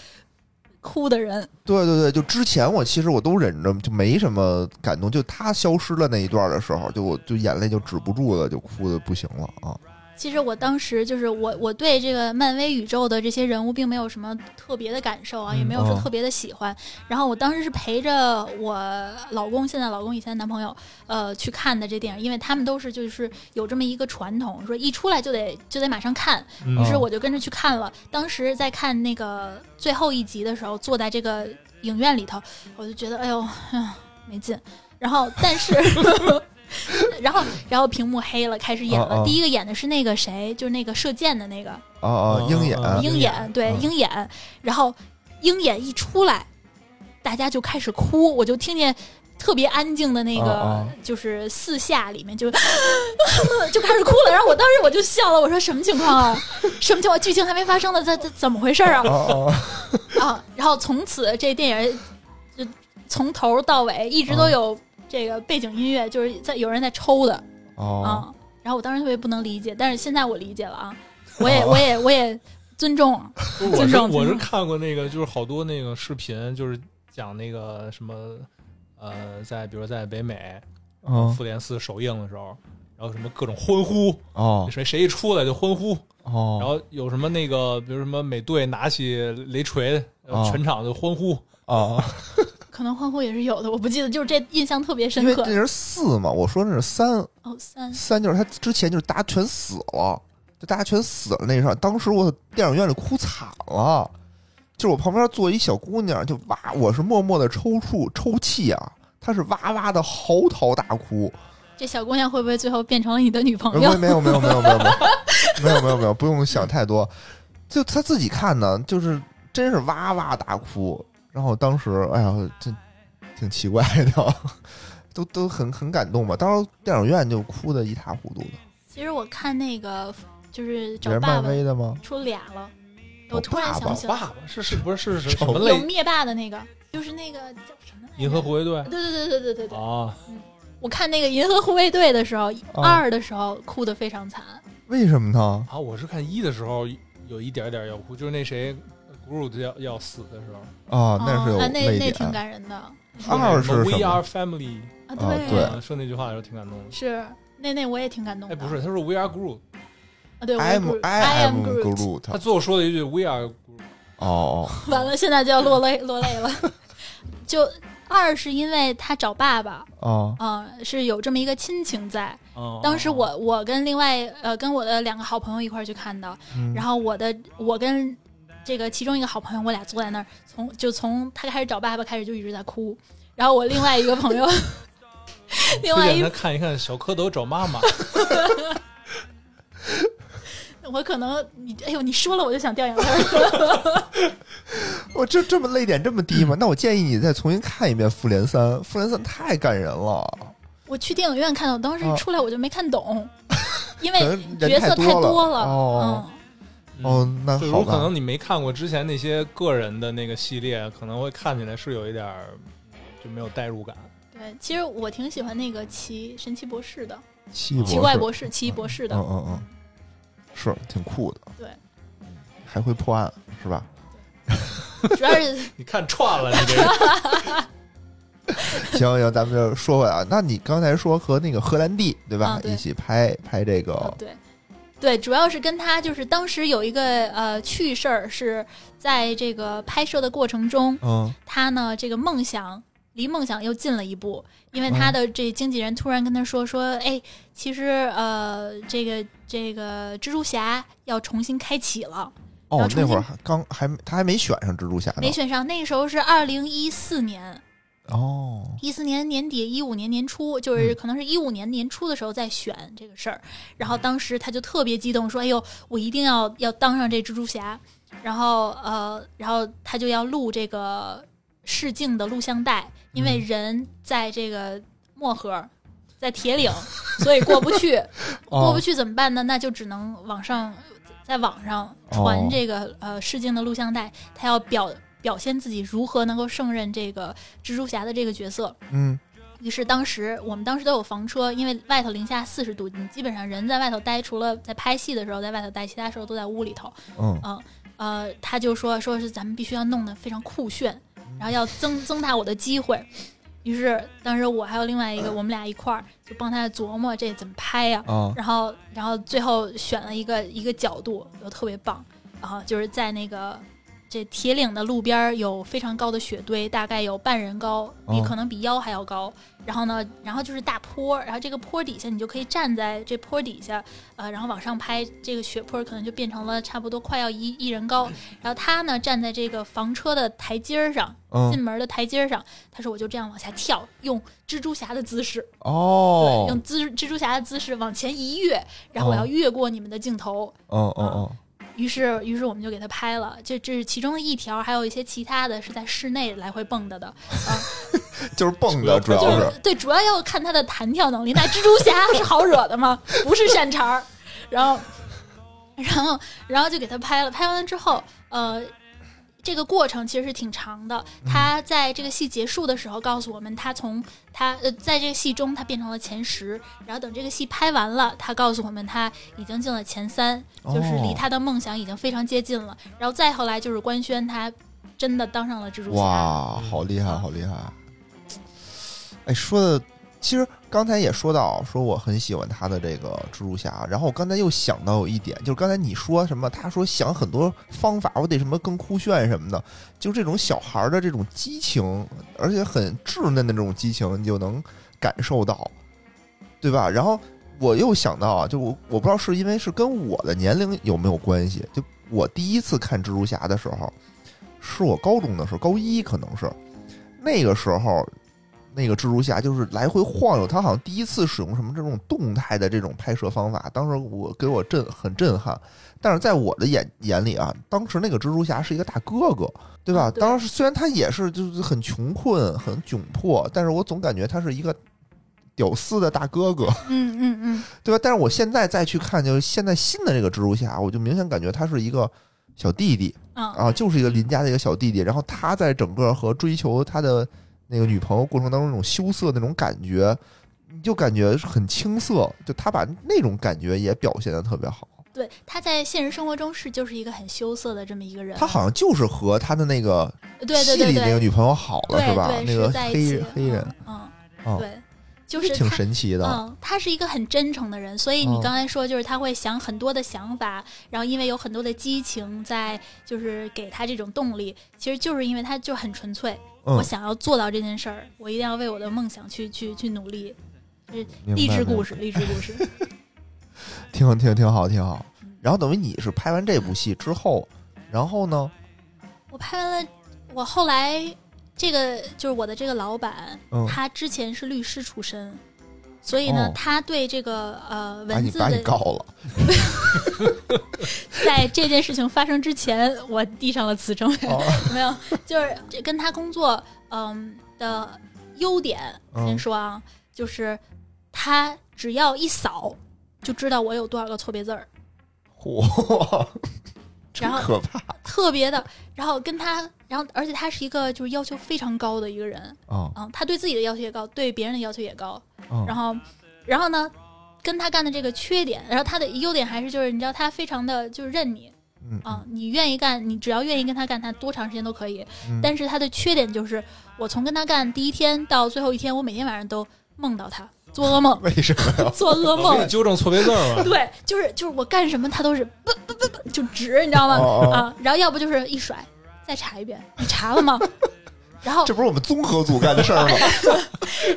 Speaker 3: 哭的人，
Speaker 1: 对对对，就之前我其实我都忍着，就没什么感动，就他消失了那一段的时候，就我就眼泪就止不住了，就哭的不行了啊。
Speaker 3: 其实我当时就是我，我对这个漫威宇宙的这些人物并没有什么特别的感受啊，
Speaker 2: 嗯
Speaker 3: 也没有说
Speaker 1: 哦
Speaker 3: 特别的喜欢。然后我当时是陪着我老公，现在老公以前男朋友，呃，去看的这电影，因为他们都是就是有这么一个传统，说一出来就得就得马上看。
Speaker 2: 嗯
Speaker 3: 于是我就跟着去看了。当时在看那个最后一集的时候，坐在这个影院里头，我就觉得哎呦，哎呦没劲。然后，但是，然后，然后屏幕黑了，开始演了。
Speaker 1: 啊啊
Speaker 3: 第一个演的是那个谁，就是那个射箭的那个
Speaker 1: 啊啊
Speaker 2: 嗯，
Speaker 1: 鹰眼，
Speaker 2: 嗯
Speaker 3: 鹰
Speaker 2: 鹰眼
Speaker 3: 眼，对
Speaker 1: 嗯
Speaker 3: 鹰眼。然后鹰眼一出来，大家就开始哭，我就听见。特别安静的那个，
Speaker 1: 啊啊
Speaker 3: 就是四下里面就 就开始哭了，然后我当时我就笑了，我说什么情况啊？什么情况？剧情还没发生呢，这这怎么回事啊
Speaker 1: 啊？啊，
Speaker 3: 啊！然后从此这电影就从头到尾一直都有这个背景音乐，就是在有人在抽的
Speaker 1: 哦，哦
Speaker 3: 啊啊。然后我当时特别不能理解，但是现在我理解了啊，我也我也我也尊重，
Speaker 2: 我
Speaker 3: 尊
Speaker 2: 是
Speaker 3: 重
Speaker 2: 嗯我是
Speaker 3: 尊重
Speaker 2: 看过那个，就是好多那个视频，就是讲那个什么，呃，在比如在北美，
Speaker 1: 嗯
Speaker 2: 复联四首映的时候，然后什么各种欢呼，
Speaker 1: 哦
Speaker 2: 谁谁一出来就欢呼，
Speaker 1: 哦，
Speaker 2: 然后有什么那个，比如什么美队拿起雷锤，呃
Speaker 1: 啊
Speaker 2: 全场就欢呼。
Speaker 1: 啊，
Speaker 3: 可能欢呼也是有的，我不记得，就是这印象特别
Speaker 1: 因
Speaker 3: 深
Speaker 1: 为
Speaker 3: 刻
Speaker 1: 这。是四嘛，我说那是三，
Speaker 3: 哦，三
Speaker 1: 三就是他之前就是大家全死了，就大家全死了那一上，当时我电影院里哭惨了，就是我旁边坐一小姑娘，就哇，我是默默的抽搐抽泣啊，她是哇哇的嚎啕大哭，
Speaker 3: 这小姑娘会不会最后变成了你的女朋
Speaker 1: 没
Speaker 3: 友？
Speaker 1: 呃有没有没有没有没有没有没有没有没有，不用想太多，就她自己看呢，就是真是哇哇大哭，然后当时哎呀，这挺奇怪的，都都很很感动吧，当时电影院就哭的一塌糊涂的，
Speaker 3: 其实我看那个就是
Speaker 1: 也
Speaker 3: 找
Speaker 1: 是
Speaker 3: 爸
Speaker 1: 漫
Speaker 3: 爸
Speaker 1: 威的吗？
Speaker 3: 出俩了，
Speaker 1: 找
Speaker 3: 我突然
Speaker 1: 爸
Speaker 3: 想
Speaker 1: 爸
Speaker 3: 起
Speaker 2: 找
Speaker 3: 来
Speaker 2: 爸爸是是不是是是什么
Speaker 3: 有
Speaker 2: 类？
Speaker 3: 灭霸的那个，就是那个叫什么来着
Speaker 2: 银河护卫队
Speaker 3: 对对对对对对对，
Speaker 2: 啊，
Speaker 3: 我看那个银河护卫队的时候，
Speaker 1: 哦
Speaker 3: 二的时候哭得非常惨。
Speaker 1: 为什么呢？
Speaker 2: 啊，我是看一的时候有一点点要哭，就是那谁 Groot 要要死的时候，
Speaker 1: 啊，
Speaker 3: 哦
Speaker 1: 是有
Speaker 3: 啊那
Speaker 1: 泪
Speaker 3: 那
Speaker 1: 点。
Speaker 3: 挺感人的啊，
Speaker 2: 说那
Speaker 1: 二
Speaker 2: 什么
Speaker 1: 是什
Speaker 2: We
Speaker 1: 么
Speaker 2: are family，
Speaker 1: 啊对
Speaker 2: 嗯说那句话的时候挺感动的。
Speaker 3: 是那那我也挺感动
Speaker 2: 哎，
Speaker 3: 的。
Speaker 2: 不是，他说 We are Groot，
Speaker 3: 啊，对我
Speaker 1: I
Speaker 3: 也
Speaker 1: am
Speaker 3: Groot-
Speaker 1: I
Speaker 3: am Groot。
Speaker 1: Groot。
Speaker 2: 他
Speaker 1: 哦
Speaker 2: 最后说了一句 We are Groot，
Speaker 1: 哦，
Speaker 3: 完了，现在就要落泪落泪了。就二是因为他找爸爸，
Speaker 1: 哦
Speaker 3: 嗯、是有这么一个亲情在。
Speaker 2: 嗯
Speaker 3: 当时我我跟另外呃跟我的两个好朋友一块儿去看的，
Speaker 1: 嗯
Speaker 3: 然后我的我跟这个其中一个好朋友，我俩坐在那儿，从就从他开始找爸爸开始就一直在哭，然后我另外一个 朋友，另外
Speaker 2: 推
Speaker 3: 一
Speaker 2: 荐他看一看小蝌蚪找妈妈，
Speaker 3: 我可能你哎呦你说了我就想掉眼泪儿，
Speaker 1: 我这这么泪点这么低吗？那我建议你再重新看一遍《复联三》，《复联三》太感人了，
Speaker 3: 我去电影院看的，我当时
Speaker 1: 啊
Speaker 3: 出来我就没看 懂，因为
Speaker 1: 可能人
Speaker 3: 角色太
Speaker 1: 多
Speaker 3: 多了，
Speaker 1: 哦
Speaker 3: 嗯。
Speaker 1: 哦，那
Speaker 2: 就
Speaker 1: 好
Speaker 2: 如可
Speaker 1: 吧
Speaker 2: 能，你没看过之前那些个人的那个系列，可能会看起来是有一点儿嗯就没有代入感。
Speaker 3: 对，其实我挺喜欢那个奇神奇博士的，
Speaker 1: 奇异
Speaker 3: 奇怪
Speaker 1: 博
Speaker 3: 博士、奇异博士
Speaker 1: 士，
Speaker 3: 的，
Speaker 1: 嗯嗯嗯，是挺酷的，
Speaker 3: 对，
Speaker 1: 还会破案是吧？
Speaker 3: 主要是
Speaker 2: 你看串了，你这 个
Speaker 1: 行行，咱们就说回来啊，那你刚才说和那个荷兰弟对吧
Speaker 3: 啊，对
Speaker 1: 一起拍拍这个
Speaker 3: 哦，对，对，主要是跟他就是当时有一个呃趣事儿，是在这个拍摄的过程中，
Speaker 1: 嗯
Speaker 3: 他呢这个梦想离梦想又近了一步，因为他的这经纪人突然跟他说说，哎，其实呃这个这个蜘蛛侠要重新开启了，然
Speaker 1: 哦
Speaker 3: 后，重
Speaker 1: 那会儿
Speaker 3: 新
Speaker 1: 还刚还没他还没选上蜘蛛侠呢
Speaker 3: 没选上，那个时候是二零一四年，
Speaker 1: 哦，
Speaker 3: 一四年年底，一五年年初，就是可能是一五年年初的时候在选这个事儿，然后当时他就特别激动，说：“哎呦，我一定要要当上这蜘蛛侠。”然后呃，然后他就要录这个试镜的录像带，因为人在这个漠河，在铁岭，所以过不去，过不去怎么办呢？那就只能往上，在网上传这个、呃试镜的录像带，他要表表现自己如何能够胜任这个蜘蛛侠的这个角色。
Speaker 1: 嗯
Speaker 3: 于是当时我们当时都有房车，因为外头零下四十度，你基本上人在外头待，除了在拍戏的时候在外头待，其他时候都在屋里头。
Speaker 1: 嗯
Speaker 3: 呃，他就说说是咱们必须要弄得非常酷炫，然后要增增大我的机会。于是当时我还有另外一个，我们俩一块儿就帮他琢磨这怎么拍呀、
Speaker 1: 啊
Speaker 3: 然后然后最后选了一个一个角度，又特别棒，然后就是在那个这铁岭的路边儿有非常高的雪堆，大概有半人高，比
Speaker 1: 哦
Speaker 3: 可能比腰还要高。然后呢，然后就是大坡，然后这个坡底下你就可以站在这坡底下，呃，然后往上拍，这个雪坡可能就变成了差不多快要一一人高。然后他呢站在这个房车的台阶儿上，
Speaker 1: 嗯
Speaker 3: 进门的台阶儿上，他说我就这样往下跳，用蜘蛛侠的姿势。对，
Speaker 1: 哦
Speaker 3: 用蜘蜘蛛侠的姿势往前一跃，然后我要
Speaker 1: 哦
Speaker 3: 越过你们的镜头。
Speaker 1: 哦哦
Speaker 3: 于是，于是我们就给他拍了。这这是其中的一条，还有一些其他的是在室内来回蹦跶的，
Speaker 1: 哦，就是蹦的主
Speaker 2: 主
Speaker 1: 要
Speaker 2: 要
Speaker 1: 是
Speaker 2: 是
Speaker 3: 对，主要要看他的弹跳能力。那蜘蛛侠是好惹的吗？不是善茬儿。然后，然后，然后就给他拍了。拍完了之后，呃，这个过程其实是挺长的。他在这个戏结束的时候告诉我们，他从他呃，在这个戏中他变成了前十，然后等这个戏拍完了，他告诉我们他已经进了前三，就是
Speaker 1: 哦
Speaker 3: 离他的梦想已经非常接近了。然后再后来就是官宣他真的当上了蜘蛛侠。
Speaker 1: 哇，好厉害，好厉害！哎，说的其实刚才也说到，说我很喜欢他的这个蜘蛛侠，然后我刚才又想到有一点，就是刚才你说什么，他说想很多方法，我得什么更酷炫什么的，就这种小孩儿的这种激情，而且很稚嫩的这种激情，你就能感受到，对吧？然后我又想到啊，就我我不知道是因为是跟我的年龄有没有关系，就我第一次看蜘蛛侠的时候，是我高中的时候，高一可能是那个时候，那个蜘蛛侠就是来回晃悠，他好像第一次使用什么这种动态的这种拍摄方法，当时我给我震很震撼。但是在我的眼眼里啊，当时那个蜘蛛侠是一个大哥哥，对吧？
Speaker 3: 啊对
Speaker 1: 当时虽然他也是就是很穷困、很窘迫，但是我总感觉他是一个屌丝的大哥哥。
Speaker 3: 嗯嗯嗯，
Speaker 1: 对吧？但是我现在再去看，就是现在新的这个蜘蛛侠，我就明显感觉他是一个小弟弟
Speaker 3: 啊
Speaker 1: 啊，就是一个邻家的一个小弟弟。然后他在整个和追求他的那个女朋友过程当中，那种羞涩那种感觉，你就感觉是很青涩，就他把那种感觉也表现的特别好。
Speaker 3: 对，他在现实生活中是就是一个很羞涩的这么一个人。
Speaker 1: 他好像就是和他的那个
Speaker 3: 对
Speaker 1: 戏
Speaker 3: 对对
Speaker 1: 里那个
Speaker 3: 对，
Speaker 1: 女朋友好了，
Speaker 3: 对
Speaker 1: 是吧？
Speaker 3: 对
Speaker 1: 那个
Speaker 3: 是在一
Speaker 1: 黑
Speaker 3: 起
Speaker 1: 人黑人，
Speaker 3: 嗯，
Speaker 1: 哦
Speaker 3: 嗯对，就是
Speaker 1: 挺
Speaker 3: 他
Speaker 1: 神奇的。啊哦
Speaker 3: 嗯，他是一个很真诚的人，所以你刚才说就是他会想很多的想法，然后因为有很多的激情在，就是给他这种动力，其实就是因为他就很纯粹，
Speaker 1: 嗯
Speaker 3: 我想要做到这件事儿，我一定要为我的梦想去去去努力，
Speaker 1: 明白
Speaker 3: 励志
Speaker 1: 明白
Speaker 3: 故事，励志故事，
Speaker 1: 挺挺挺好，挺好
Speaker 3: 嗯。
Speaker 1: 然后等于你是拍完这部戏之后，然后呢？
Speaker 3: 我拍完了，我后来这个就是我的这个老板，
Speaker 1: 嗯，
Speaker 3: 他之前是律师出身。所以呢，
Speaker 1: 哦
Speaker 3: 他对这个呃
Speaker 1: 把
Speaker 3: 文
Speaker 1: 你
Speaker 3: 字
Speaker 1: 把你
Speaker 3: 的，
Speaker 1: 告了，
Speaker 3: 在这件事情发生之前，我递上了辞呈。
Speaker 1: 哦、
Speaker 3: 没有，就是这跟他工作，嗯的优点
Speaker 1: 嗯
Speaker 3: 先说啊，就是他只要一扫就知道我有多少个错别字儿，
Speaker 1: 嚯，真
Speaker 3: 然后
Speaker 1: 可怕
Speaker 3: 特别的。然后跟他，然后而且他是一个就是要求非常高的一个人，
Speaker 1: 啊！
Speaker 3: 嗯，他对自己的要求也高，对别人的要求也高。
Speaker 1: 嗯
Speaker 3: 然后，然后呢，跟他干的这个缺点，然后他的优点还是就是你知道他非常的就是认你，
Speaker 1: 嗯
Speaker 3: 啊，你愿意干，你只要愿意跟他干，他多长时间都可以。
Speaker 1: 嗯，
Speaker 3: 但是他的缺点就是，我从跟他干第一天到最后一天，我每天晚上都梦到他，做噩梦
Speaker 1: 为什 么呀？
Speaker 3: 做噩
Speaker 2: 我给你
Speaker 1: 哦
Speaker 3: 梦。
Speaker 2: 纠正错别字儿吧。
Speaker 3: 对，就是就是我干什么他都是不不不不就直，你知道吗？
Speaker 1: 哦哦
Speaker 3: 啊，然后要不就是一甩，再查一遍，你查了吗？ 然后
Speaker 1: 这不是我们综合组干的事 儿吗？
Speaker 3: 哎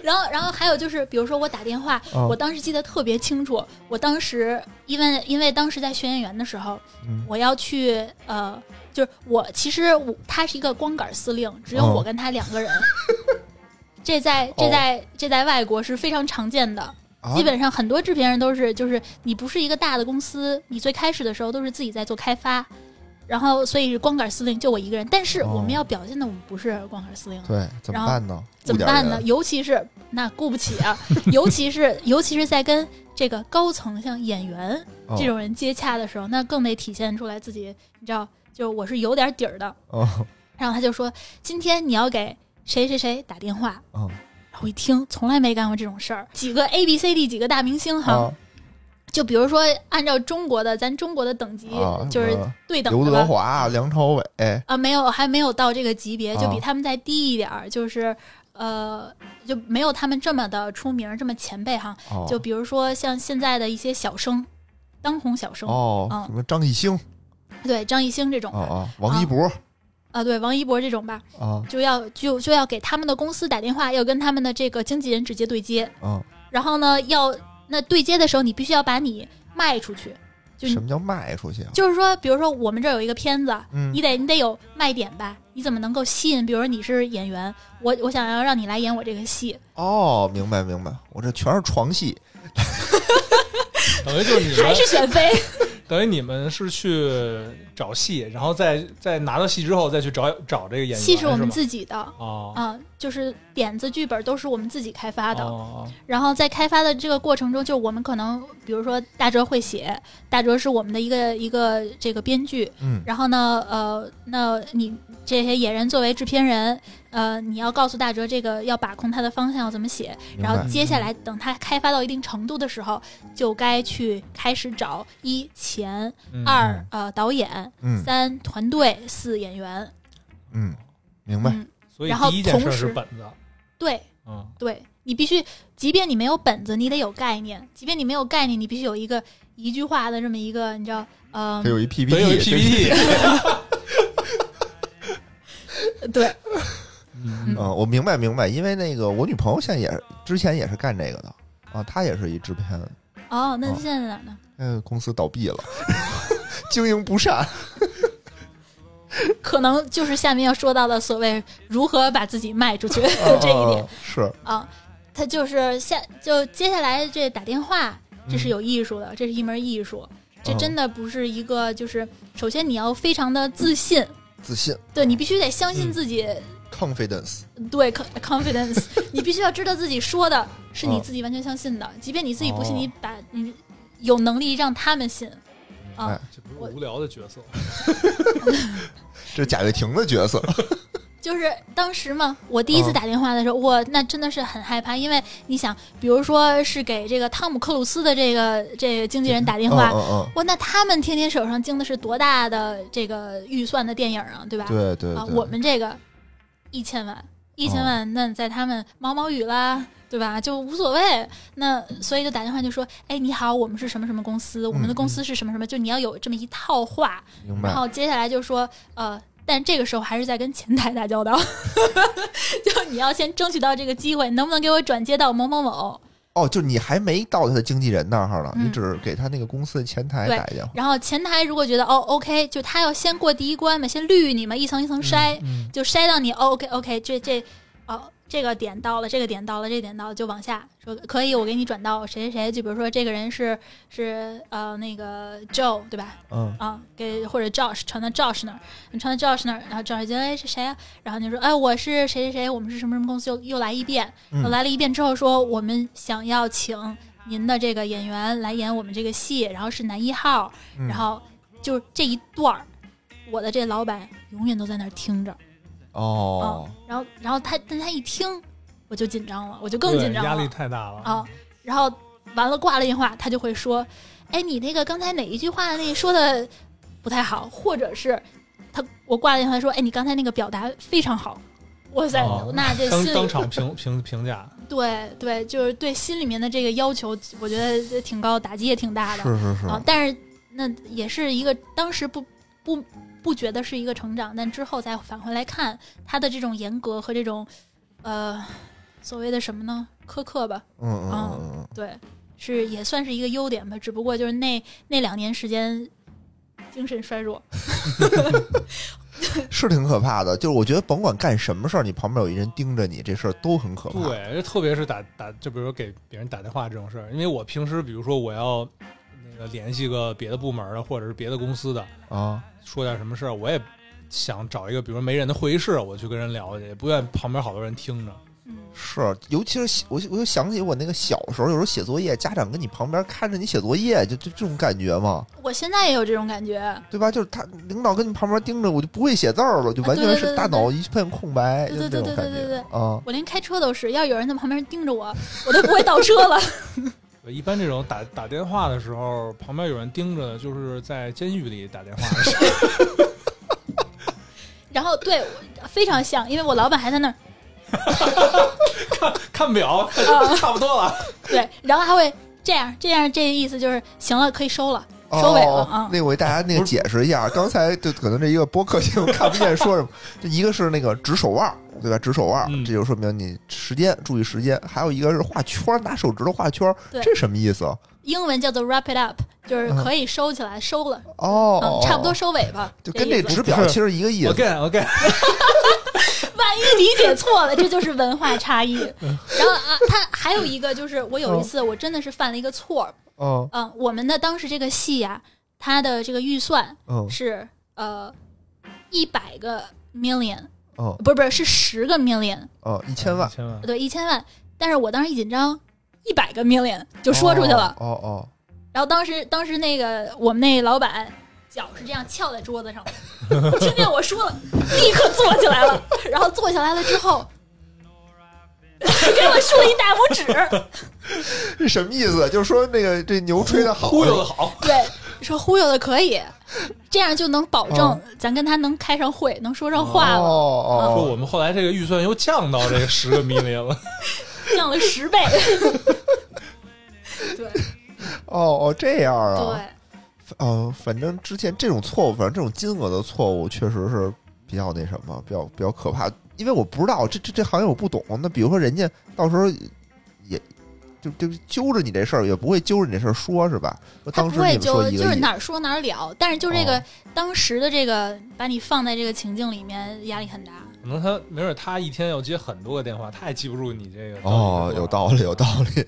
Speaker 3: 然后然后还有就是，比如说我打电话，
Speaker 1: 嗯
Speaker 3: 我当时记得特别清楚，我当时因为因为当时在学演员的时候，
Speaker 1: 嗯
Speaker 3: 我要去呃，就是我其实我他是一个光杆司令，只有
Speaker 1: 哦
Speaker 3: 我跟他两个人。 这在这在、这在外国是非常常见的，
Speaker 1: 啊
Speaker 3: 基本上很多制片人都是，就是你不是一个大的公司，你最开始的时候都是自己在做开发，然后所以是光杆司令就我一个人，但是
Speaker 1: 哦
Speaker 3: 我们要表现的我们不是光杆司令啊，
Speaker 1: 对，怎么办呢？
Speaker 3: 怎么办呢？
Speaker 1: 雇点人？
Speaker 3: 尤其是那顾不起啊， 尤其是尤其是在跟这个高层像演员
Speaker 1: 哦
Speaker 3: 这种人接洽的时候，那更得体现出来自己，你知道，就是我是有点底儿的。
Speaker 1: 哦
Speaker 3: 然后他就说，今天你要给谁谁谁打电话。
Speaker 1: 哦
Speaker 3: 然后我一听，从来没干过这种事儿。几个 A B C D 几个大明 星哈，
Speaker 1: 啊
Speaker 3: 就比如说按照中国的咱中国的等级，
Speaker 1: 啊！
Speaker 3: 就是
Speaker 1: 什么
Speaker 3: 对等
Speaker 1: 刘
Speaker 3: 的
Speaker 1: 德
Speaker 3: 吧。
Speaker 1: 华、梁朝伟，哎
Speaker 3: 啊，没有，还没有到这个级别，就
Speaker 1: 啊
Speaker 3: 比他们再低一点儿，就是呃，就没有他们这么的出名儿，这么前辈哈。
Speaker 1: 哦
Speaker 3: 就比如说像现在的一些小生，当红小生，
Speaker 1: 哦
Speaker 3: 嗯，
Speaker 1: 什么张艺兴，
Speaker 3: 对张艺兴这种的
Speaker 1: 哦哦，王一博
Speaker 3: 啊，对王一博这种吧，
Speaker 1: 啊
Speaker 3: 就要就就要给他们的公司打电话，要跟他们的这个经纪人直接对接，
Speaker 1: 啊！
Speaker 3: 然后呢，要那对接的时候，你必须要把你卖出去，就你
Speaker 1: 什么叫卖出去啊？
Speaker 3: 就是说，比如说我们这儿有一个片子，
Speaker 1: 嗯
Speaker 3: 你得你得有卖点吧？你怎么能够吸引？比如说你是演员，我我想要让你来演我这个戏，
Speaker 1: 哦，明白明白，我这全是床戏，
Speaker 2: 等于就是你
Speaker 3: 还
Speaker 2: 们，
Speaker 3: 是选妃？
Speaker 2: 等于你们是去找戏，然后再再拿到戏之后再去找找这个演员，
Speaker 3: 戏是我们
Speaker 2: 吗
Speaker 3: 自己的，
Speaker 2: 哦
Speaker 3: 嗯，就是点子、剧本都是我们自己开发的。
Speaker 2: 哦，
Speaker 3: 然后在开发的这个过程中，就我们可能比如说大哲会写，大哲是我们的一个一个这个编剧，
Speaker 1: 嗯，
Speaker 3: 然后呢，呃，那你这些野人作为制片人，呃，你要告诉大哲这个要把控他的方向要怎么写，
Speaker 1: 明
Speaker 3: 然后
Speaker 1: 白。
Speaker 3: 接下来等他开发到一定程度的时候，就该去开始找一钱，
Speaker 2: 嗯
Speaker 3: 二呃导演，
Speaker 1: 嗯
Speaker 3: 三团队，四演员，
Speaker 1: 嗯，明白。
Speaker 3: 嗯，
Speaker 2: 所以
Speaker 3: 然后
Speaker 2: 第一件事
Speaker 3: 同
Speaker 2: 儿
Speaker 3: 时
Speaker 2: 是本子，
Speaker 3: 对
Speaker 2: 嗯，
Speaker 3: 对，你必须，即便你没有本子，你得有概念，即便你没有概念，你必须有一个一句话的这么一个，你知道，嗯、
Speaker 1: 得有一
Speaker 2: 得有一
Speaker 1: PPT，
Speaker 2: PPT，
Speaker 3: 对，
Speaker 2: 嗯
Speaker 1: 嗯，我明白明白，因为那个我女朋友现在也之前也是干这个的啊，她也是一制片，
Speaker 3: 哦，那
Speaker 1: 哦
Speaker 3: 现在哪呢？
Speaker 1: 呃，公司倒闭了， 经营不 善，
Speaker 3: 可能就是下面要说到的所谓如何把自己卖出去 这一点
Speaker 1: 啊是，
Speaker 3: 啊，他就是下就接下来这打电话，这是
Speaker 1: 嗯
Speaker 3: 有艺术的，这是一门艺术，这
Speaker 1: 嗯
Speaker 3: 真的不是一个就是首先你要非常的自信，
Speaker 1: 自信
Speaker 3: 对你必须得相信
Speaker 2: 嗯
Speaker 3: 自己，
Speaker 1: confidence，
Speaker 3: 对 con- confidence，你 必须要知道自己说的是你
Speaker 1: 嗯
Speaker 3: 自己完全相信的，即便你自己不信，
Speaker 1: 哦
Speaker 3: 你把你有能力让他们信，啊
Speaker 1: 哎，
Speaker 2: 这不是无聊的角色，
Speaker 1: 这是贾跃亭的角色，
Speaker 3: 就是当时嘛，我第一
Speaker 1: 嗯
Speaker 3: 次打电话的时候，我那真的是很害怕，因为你想，比如说是给这个汤姆克鲁斯的这个这个经纪人打电
Speaker 1: 嗯
Speaker 3: 话，
Speaker 1: 嗯
Speaker 3: 哇，那他们天天手上经的是多大的这个预算的电影啊，对吧？
Speaker 1: 嗯，对对对，
Speaker 3: 啊，
Speaker 1: 哦
Speaker 3: 我们这个一千万，一千万，那在他们毛毛雨啦，对吧？就无所谓。那所以就打电话就说，哎，你好，我们是什么什么公司，我们的
Speaker 1: 嗯
Speaker 3: 公司是什么什么，就你要有这么一套话，
Speaker 1: 明
Speaker 3: 然
Speaker 1: 白，
Speaker 3: 后接下来就说，呃，但这个时候还是在跟前台打交道， 就你要先争取到这个机会，能不能给我转接到某某某？
Speaker 1: 哦，就你还没到他的经纪人那儿呢，
Speaker 3: 嗯
Speaker 1: 你只是给他那个公司的前台
Speaker 3: 对
Speaker 1: 打一电话，
Speaker 3: 然后前台如果觉得哦，OK，就他要先过第一关嘛，先绿你嘛，一层一层筛，
Speaker 2: 嗯，
Speaker 3: 就筛到你、哦、OK OK，这这哦。这个点到了，这个点到了，这个点到了，就往下说可以，我给你转到哦谁谁谁，就比如说这个人是是呃那个 Joe 对吧？
Speaker 1: 嗯，
Speaker 3: 啊，给或者 Josh 传到 Josh 那儿，你传到 Josh 那儿，然后 Josh 就哎是谁啊？然后你说哎我是谁谁谁，我们是什么什么公司，又又来一遍，
Speaker 1: 嗯
Speaker 3: 又来了一遍之后说我们想要请您的这个演员来演我们这个戏，然后是男一号，
Speaker 1: 嗯
Speaker 3: 然后就是这一段儿，我的这老板永远都在那儿听着，
Speaker 1: 哦，
Speaker 3: 然后然后他但他一听我就紧张了，我就
Speaker 2: 对
Speaker 3: 更紧张了，
Speaker 2: 压力太大了
Speaker 3: 啊，然后完了挂了电话，他就会说：“哎，你那个刚才哪一句话那说的不太好，或者是他我挂了电话说：‘哎，你刚才那个表达非常好。’哇塞，
Speaker 2: 哦
Speaker 3: 那这
Speaker 2: 当
Speaker 3: 心
Speaker 2: 当
Speaker 3: 里
Speaker 2: 场评评评价，
Speaker 3: 对对，就是对心里面的这个要求，我觉得挺高，打击也挺大的
Speaker 1: 是是是，
Speaker 3: 啊。但是那也是一个当时不不不觉得是一个成长，但之后再返回来看他的这种严格和这种呃所谓的什么呢苛刻吧，
Speaker 1: 嗯嗯
Speaker 3: 啊
Speaker 1: 嗯嗯
Speaker 3: 对，是也算是一个优点吧，只不过就是那那两年时间精神衰弱。
Speaker 1: 嗯，是挺可怕的，就是我觉得甭管干什么事儿，你旁边有一人盯着你，这事儿都很可怕，
Speaker 2: 对，特别是打打，就比如说给别人打电话这种事儿，因为我平时比如说我要那个联系个别的部门的，或者是别的公司的，
Speaker 1: 啊，
Speaker 2: 说点什么事儿，我也想找一个比如说没人的会议室，我去跟人聊去，也不愿旁边好多人听着。
Speaker 3: 嗯，
Speaker 1: 是，尤其是写我就我就想起我那个小时候，有时候写作业，家长跟你旁边看着你写作业，就就这种感觉嘛，
Speaker 3: 我现在也有这种感觉。
Speaker 1: 对吧？就是他领导跟你旁边盯着，我就不会写字儿了，就完全是大脑一片空白，就
Speaker 3: 对对
Speaker 1: 那
Speaker 3: 对
Speaker 1: 种
Speaker 3: 对
Speaker 1: 感
Speaker 3: 对对
Speaker 1: 觉
Speaker 3: 对
Speaker 1: 啊。
Speaker 3: 我连开车都是，要有人在旁边盯着我，我都不会倒车了。
Speaker 2: 对一般这种打打电话的时候，旁边有人盯着，就是在监狱里打电话的时 候。
Speaker 3: 然后对，我非常像，因为我老板还在那儿，
Speaker 2: 看表，看
Speaker 3: 啊
Speaker 2: 差不 多了。
Speaker 3: 对，然后还会这样这样，这意思就是行了，可以收了。
Speaker 1: 哦
Speaker 3: 收尾了啊
Speaker 1: 那我给大家那个解释一下，刚才就可能这一个播客节目看不见说什么， 就一个是那个指手腕儿，对吧？指手腕儿，
Speaker 2: 嗯
Speaker 1: 这就说明你时间注意时间，还有一个是画圈儿，拿手指头画圈儿，
Speaker 3: 对
Speaker 1: 这什么意思？哦
Speaker 3: 英文叫做 wrap it up，就是可以收起来，收了，
Speaker 1: 嗯哦
Speaker 3: 嗯，，差不多收尾吧。
Speaker 1: 就跟这
Speaker 3: 意思
Speaker 1: 指表其实一个意思。
Speaker 2: OK OK，
Speaker 3: 万一理解错了，这就是文化 差异。
Speaker 1: 嗯
Speaker 3: 然后啊，他还有一个就是，我有一
Speaker 1: 哦
Speaker 3: 次我真的是犯了一个错儿。
Speaker 1: 嗯
Speaker 3: 嗯，我们的当时这个戏呀、它的这个预算
Speaker 1: 嗯
Speaker 3: 是呃一百个 million，
Speaker 1: 嗯
Speaker 3: 不是不是是十个 million，
Speaker 1: 啊，一千万
Speaker 2: 千万，
Speaker 3: 对一千万。但是我当时一紧张，一百个 million 就说出去了。
Speaker 1: 哦哦
Speaker 3: 然后当时当时那个我们那老板脚是这样翘在桌子上的，听见我说了，立刻坐起来了。然后坐下来了之后，给我竖了一大拇指，
Speaker 1: 哦，这什么意思？就是说那个这牛吹的好，
Speaker 2: 忽悠的好，
Speaker 3: 对，说忽悠的可以，这样就能保证咱跟他能开上会，能说上话了，
Speaker 1: 哦
Speaker 2: 说
Speaker 1: 哦，
Speaker 2: 我们后来这个预算又降到这个十个 million 了，
Speaker 3: 降了十倍。 对
Speaker 1: 哦哦，这样啊，
Speaker 3: 嗯对。
Speaker 1: 哦，反正之前这种错误，反正这种金额的错误，确实是比较那什么，比较比较可怕。因为我不知道这这这行业我不懂，那比如说人家到时候也就就揪着你这事儿，也不会揪着你这事儿说，是吧？说
Speaker 3: 他
Speaker 1: 当时
Speaker 3: 不
Speaker 1: 你
Speaker 3: 会
Speaker 1: 们说
Speaker 3: 就
Speaker 1: 一
Speaker 3: 就
Speaker 1: 个
Speaker 3: 是
Speaker 1: 亿，
Speaker 3: 哪儿说哪儿了，但是就这个、
Speaker 1: 哦
Speaker 3: 当时的这个把你放在这个情境里面，压力很大。
Speaker 2: 可能他没准他一天要接很多个电话，他也记不住你这个
Speaker 1: 哦，有道理，有道理。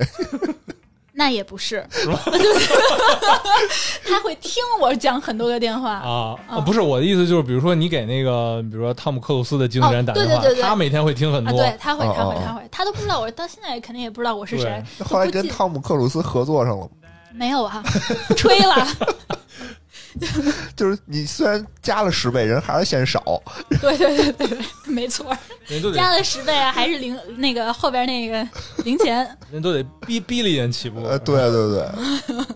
Speaker 3: 那也不是， 他会听我讲很多个电话。
Speaker 2: 啊啊
Speaker 3: 啊
Speaker 2: 不是我的意思，就是比如说你给那个，比如说汤姆克鲁斯的经纪人打
Speaker 3: 哦对
Speaker 2: 电话，
Speaker 3: 对对对
Speaker 2: 他每天会听很
Speaker 3: 啊，
Speaker 2: 多，
Speaker 3: 对，他会，他会
Speaker 1: 哦哦，
Speaker 3: 他会，他都不知道我到现在肯定也不知道我是谁，
Speaker 1: 那 后来跟汤姆克鲁斯合作上了吗。
Speaker 3: 没有啊，吹了，
Speaker 1: 就是你虽然加了十倍，人还是嫌少。
Speaker 3: 对对对对对，没错，
Speaker 2: 人都得
Speaker 3: 加了十倍啊，还是零那个后边那个零钱，
Speaker 2: 人都得逼逼了一眼起步，
Speaker 1: 呃，对对对，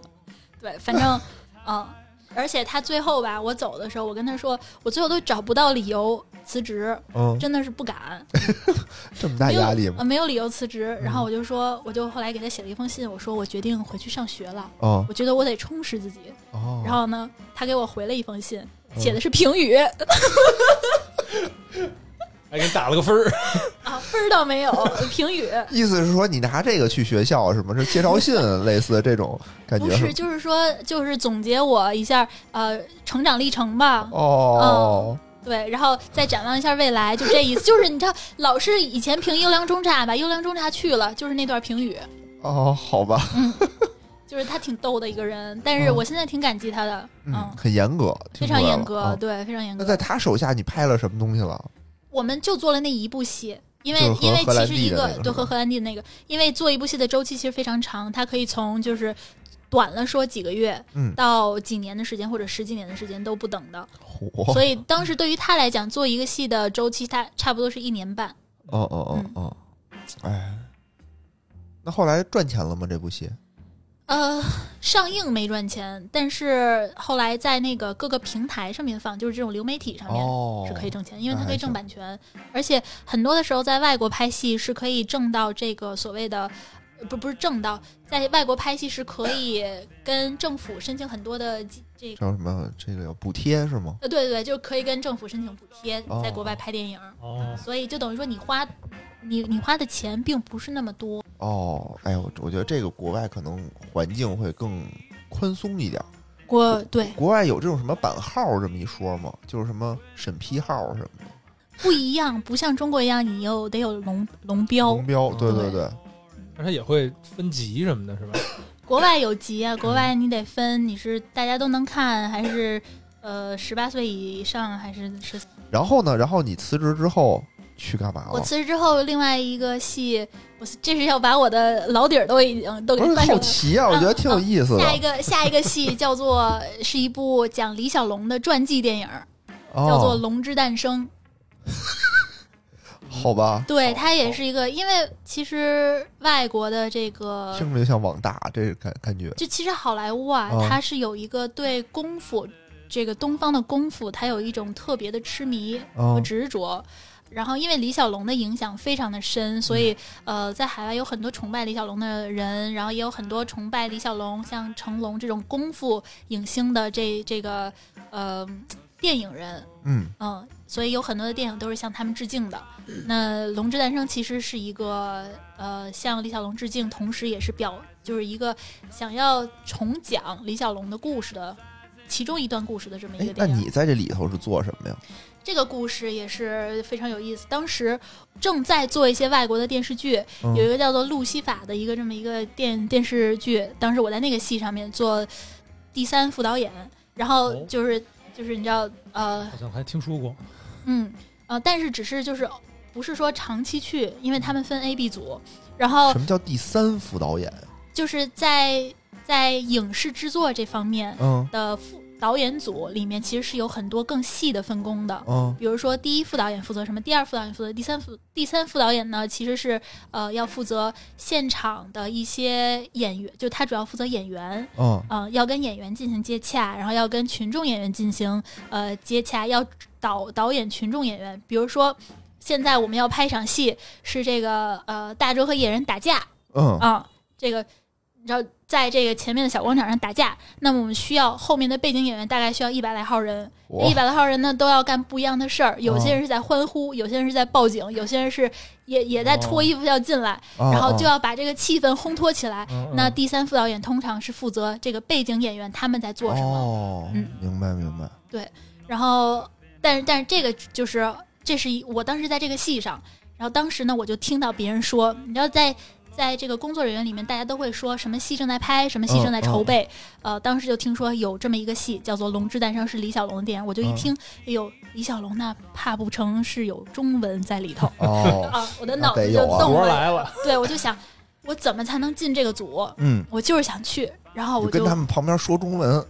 Speaker 3: 对，反正嗯，而且他最后吧，我走的时候，我跟他说，我最后都找不到理由辞职，
Speaker 1: 嗯，
Speaker 3: 真的是不敢，
Speaker 1: 这么大
Speaker 3: 没有
Speaker 1: 压力吗？嗯
Speaker 3: 呃没有理由辞职。然后我就说，我就后来给他写了一封信，我说我决定回去上学了，
Speaker 1: 哦
Speaker 3: 我觉得我得充实自己。
Speaker 1: 哦，
Speaker 3: 嗯然后呢，他给我回了一封信，写的是评语、
Speaker 2: 还给你打了个分儿，
Speaker 3: 啊，分儿倒没有，评语。
Speaker 1: 意思是说你拿这个去学校是吗？是介绍信类似的这种 感
Speaker 3: 不
Speaker 1: 觉
Speaker 3: 是，
Speaker 1: 吗？
Speaker 3: 就是说，就是总结我一下，呃，成长历程吧。
Speaker 1: 哦，
Speaker 3: 对，然后再展望一下未来，就这 意思。就是你知道，老师以前评优良中差吧，优良中差去了，就是那段评语，
Speaker 1: 哦，好吧，
Speaker 3: 就是他挺逗的一个人，但是
Speaker 1: 嗯
Speaker 3: 我现在挺感激他的，嗯，
Speaker 1: 嗯，很严格，
Speaker 3: 非
Speaker 1: 听出
Speaker 3: 常
Speaker 1: 来
Speaker 3: 严
Speaker 1: 了
Speaker 3: 格，
Speaker 1: 哦
Speaker 3: 对，非常严
Speaker 1: 那
Speaker 3: 格。
Speaker 1: 在他手下你拍了什么东西了？
Speaker 3: 我们就做了那一部戏，因为
Speaker 1: 就是和
Speaker 3: 因为
Speaker 1: 荷兰
Speaker 3: 其实
Speaker 1: 弟
Speaker 3: 一
Speaker 1: 的
Speaker 3: 个
Speaker 1: 那个
Speaker 3: 对
Speaker 1: 是吧
Speaker 3: 和荷兰弟那个，因为做一部戏的周期其实非常长，它可以从就是短了说几个月
Speaker 1: 嗯，
Speaker 3: 到几年的时间或者十几年的时间都不等的，
Speaker 1: 火，
Speaker 3: 所以当时对于他来讲，做一个戏的周期他差不多是一年半，
Speaker 1: 哦哦哦哦，
Speaker 3: 嗯
Speaker 1: 哎，那后来赚钱了吗？这部戏？
Speaker 3: 呃，上映没赚钱，但是后来在那个各个平台上面放，就是这种流媒体上面。
Speaker 1: 哦，
Speaker 3: 是可以挣钱，因为它
Speaker 1: 那
Speaker 3: 可
Speaker 1: 还
Speaker 3: 以
Speaker 1: 行
Speaker 3: 挣版权，而且很多的时候在外国拍戏是可以挣到这个所谓的，呃不不是挣到，在外国拍戏是可以跟政府申请很多的这这个，
Speaker 1: 叫什么？这个有补贴是吗？
Speaker 3: 呃对对对，就可以跟政府申请补贴，
Speaker 1: 哦
Speaker 3: 在国外拍电影，
Speaker 2: 哦，
Speaker 3: 所以就等于说你花你你花的钱并不是那么多，
Speaker 1: 哦，哎呦，我觉得这个国外可能环境会更宽松一点儿。
Speaker 3: 我对
Speaker 1: 国外有这种什么版号这么一说吗？就是什么审批号什么的，
Speaker 3: 不一样，不像中国一样，你有得有龙龙标，
Speaker 1: 龙标，对
Speaker 3: 嗯对
Speaker 1: 对，
Speaker 2: 但他也会分级什么的，是吧？
Speaker 3: 国外有集
Speaker 1: 嗯
Speaker 3: 啊，国外你得分你是大家都能看还是。呃，十八岁以上还是十
Speaker 1: 然后呢，然后你辞职之后去干嘛
Speaker 3: 我
Speaker 1: 了？
Speaker 3: 辞职之后，另外一个戏，我是这是要把我的老底儿都已经都给
Speaker 1: 不是
Speaker 3: 翻出
Speaker 1: 好
Speaker 3: 来。
Speaker 1: 奇啊，我觉得挺有意思的
Speaker 3: 嗯下一。个下一个戏叫做 是一部讲李小龙的传记电影，叫做《
Speaker 1: 哦，
Speaker 3: 龙之诞生》。
Speaker 1: 好吧，
Speaker 3: 对，它也是一个，因为其实外国的这个
Speaker 1: 听着就像网大，这感感觉
Speaker 3: 就其实好莱坞啊，
Speaker 1: 哦
Speaker 3: 它是有一个对功夫这个东方的功夫，它有一种特别的痴迷和
Speaker 1: 嗯
Speaker 3: 执着。然后，因为李小龙的影响非常的深，所以、
Speaker 1: 嗯
Speaker 3: 呃，在海外有很多崇拜李小龙的人，然后也有很多崇拜李小龙，像成龙这种功夫影星的这这个呃电影人，
Speaker 1: 嗯，
Speaker 3: 嗯，所以有很多的电影都是向他们致敬的。那《龙之诞生》其实是一个呃向李小龙致敬，同时也是表就是一个想要重讲李小龙的故事的其中一段故事的这么一
Speaker 1: 哎
Speaker 3: 个，
Speaker 1: 那
Speaker 3: 电影。
Speaker 1: 你在这里头是做什么呀？
Speaker 3: 这个故事也是非常有意思。当时正在做一些外国的电视剧，
Speaker 1: 嗯
Speaker 3: 有一个叫做《路西法》的一个这么一个电电视剧，当时我在那个戏上面做第三副导演，然后
Speaker 2: 哦
Speaker 3: 就是、就是你知道呃
Speaker 2: 好像还听说过，
Speaker 3: 嗯，呃，但是只是就是不是说长期去，因为他们分 A、B 组，然后
Speaker 1: 什么叫第三副导演？
Speaker 3: 就是在在影视制作这方面
Speaker 1: 嗯
Speaker 3: 的副导演组里面，其实是有很多更细的分工的。
Speaker 1: 嗯
Speaker 3: 比如说，第一副导演负责什么，第二副导演负责第三副第三副导演呢，其实是呃要负责现场的一些演员，就他主要负责演员，
Speaker 1: 嗯，
Speaker 3: 呃，要跟演员进行接洽，然后要跟群众演员进行呃接洽，要导导演群众演员。比如说，现在我们要拍一场戏，是这个呃大周和野人打架
Speaker 1: 嗯
Speaker 3: 啊、这个你知道，在这个前面的小广场上打架，那么我们需要后面的背景演员大概需要一百来号人，
Speaker 1: 我
Speaker 3: 一百来号人呢都要干不一样的事儿，有些人是在欢呼，有些人是在报警，有些人是也也在脱衣服要进来，
Speaker 1: 哦啊
Speaker 3: 然后就要把这个气氛烘托起来。
Speaker 2: 嗯
Speaker 3: 哎那第三副导演通常是负责这个背景演员他们在做什么，
Speaker 1: 哦
Speaker 3: 嗯，
Speaker 1: 明白明白。
Speaker 3: 然后但是但是这个就是这是一我当时在这个戏上，然后当时呢我就听到别人说，你知道在。在这个工作人员里面，大家都会说什么戏正在拍，什么戏
Speaker 1: 嗯
Speaker 3: 正在筹备。呃，当时就听说有这么一个戏叫做《龙之诞生》，是李小龙的电影。我就一
Speaker 1: 嗯
Speaker 3: 听，哎呦，李小龙那怕不成是有中文在里头
Speaker 1: 哦，
Speaker 3: 啊！我的脑
Speaker 1: 得
Speaker 3: 子就
Speaker 1: 有啊
Speaker 3: 动
Speaker 2: 活儿
Speaker 3: 了，
Speaker 2: 来 了，
Speaker 3: 对我就想，我怎么才能进这个组？
Speaker 1: 嗯，
Speaker 3: 我就是想去，然后
Speaker 1: 就
Speaker 3: 哦我
Speaker 1: 跟
Speaker 3: 就
Speaker 1: 他们旁边说中文。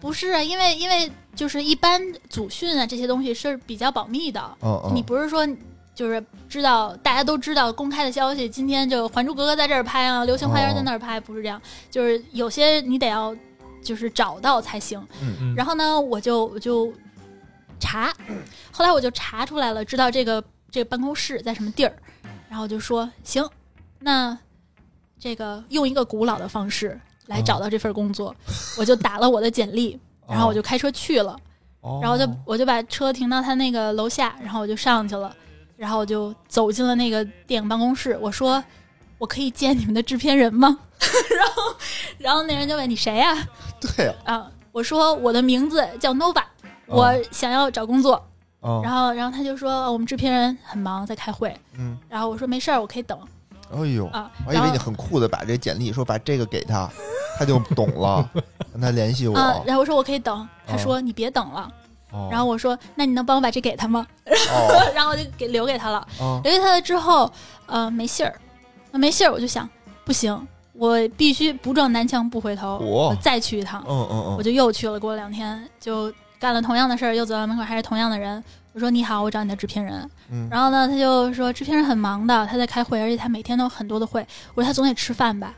Speaker 3: 不是啊，因为因为就是一般组训啊这些东西是比较保密的，
Speaker 1: 嗯嗯，
Speaker 3: 你不是说就是知道大家都知道公开的消息，今天就《还珠格格》在这儿拍啊，《流星花园》在那儿拍，不是这样，就是有些你得要就是找到才行。
Speaker 2: 嗯
Speaker 3: 然后呢，我就我就查，后来我就查出来了，知道这个这个办公室在什么地儿，然后我就说行，那这个用一个古老的方式来找到这份工作，我就打了我的简历，然后我就开车去了，
Speaker 1: 哦，
Speaker 3: 然后就我就把车停到他那个楼下，然后我就上去了，然后我就走进了那个电影办公室，我说。我可以见你们的制片人吗？ 然后，然后那人就问你谁呀、
Speaker 1: 对啊，
Speaker 3: 啊，我说我的名字叫 Nova，我
Speaker 1: 哦
Speaker 3: 想要找工作。
Speaker 1: 嗯
Speaker 3: 然后，然后他就说、哦我们制片人很忙，在开会。
Speaker 1: 嗯，
Speaker 3: 然后我说没事儿，我可以等
Speaker 1: 哎呦，
Speaker 3: 啊。
Speaker 1: 我还以
Speaker 3: 然
Speaker 1: 为你
Speaker 3: 后
Speaker 1: 很酷的把这简历说把这个给他，他就懂 了，让他联系我。
Speaker 3: 啊，然后我说我可以等，他说你别等了。
Speaker 1: 哦
Speaker 3: 然后我说那你能帮我把这给他吗？
Speaker 1: 哦
Speaker 3: 然后我就给留给他了。
Speaker 1: 哦
Speaker 3: 留给他了之后，呃，没信儿，那没信儿，我就想不行，我必须不撞南墙不回头，
Speaker 1: 我
Speaker 3: 我再去一趟。
Speaker 1: 嗯嗯
Speaker 3: 我
Speaker 1: 嗯，
Speaker 3: 就又去了，过了两天就干了同样的事儿，又走到门口还是同样的人。我说你好，我找你的制片人。
Speaker 1: 嗯
Speaker 3: 然后呢，他就说制片人很忙的，他在开会，而且他每天都有很多的会。我说他总得吃饭吧。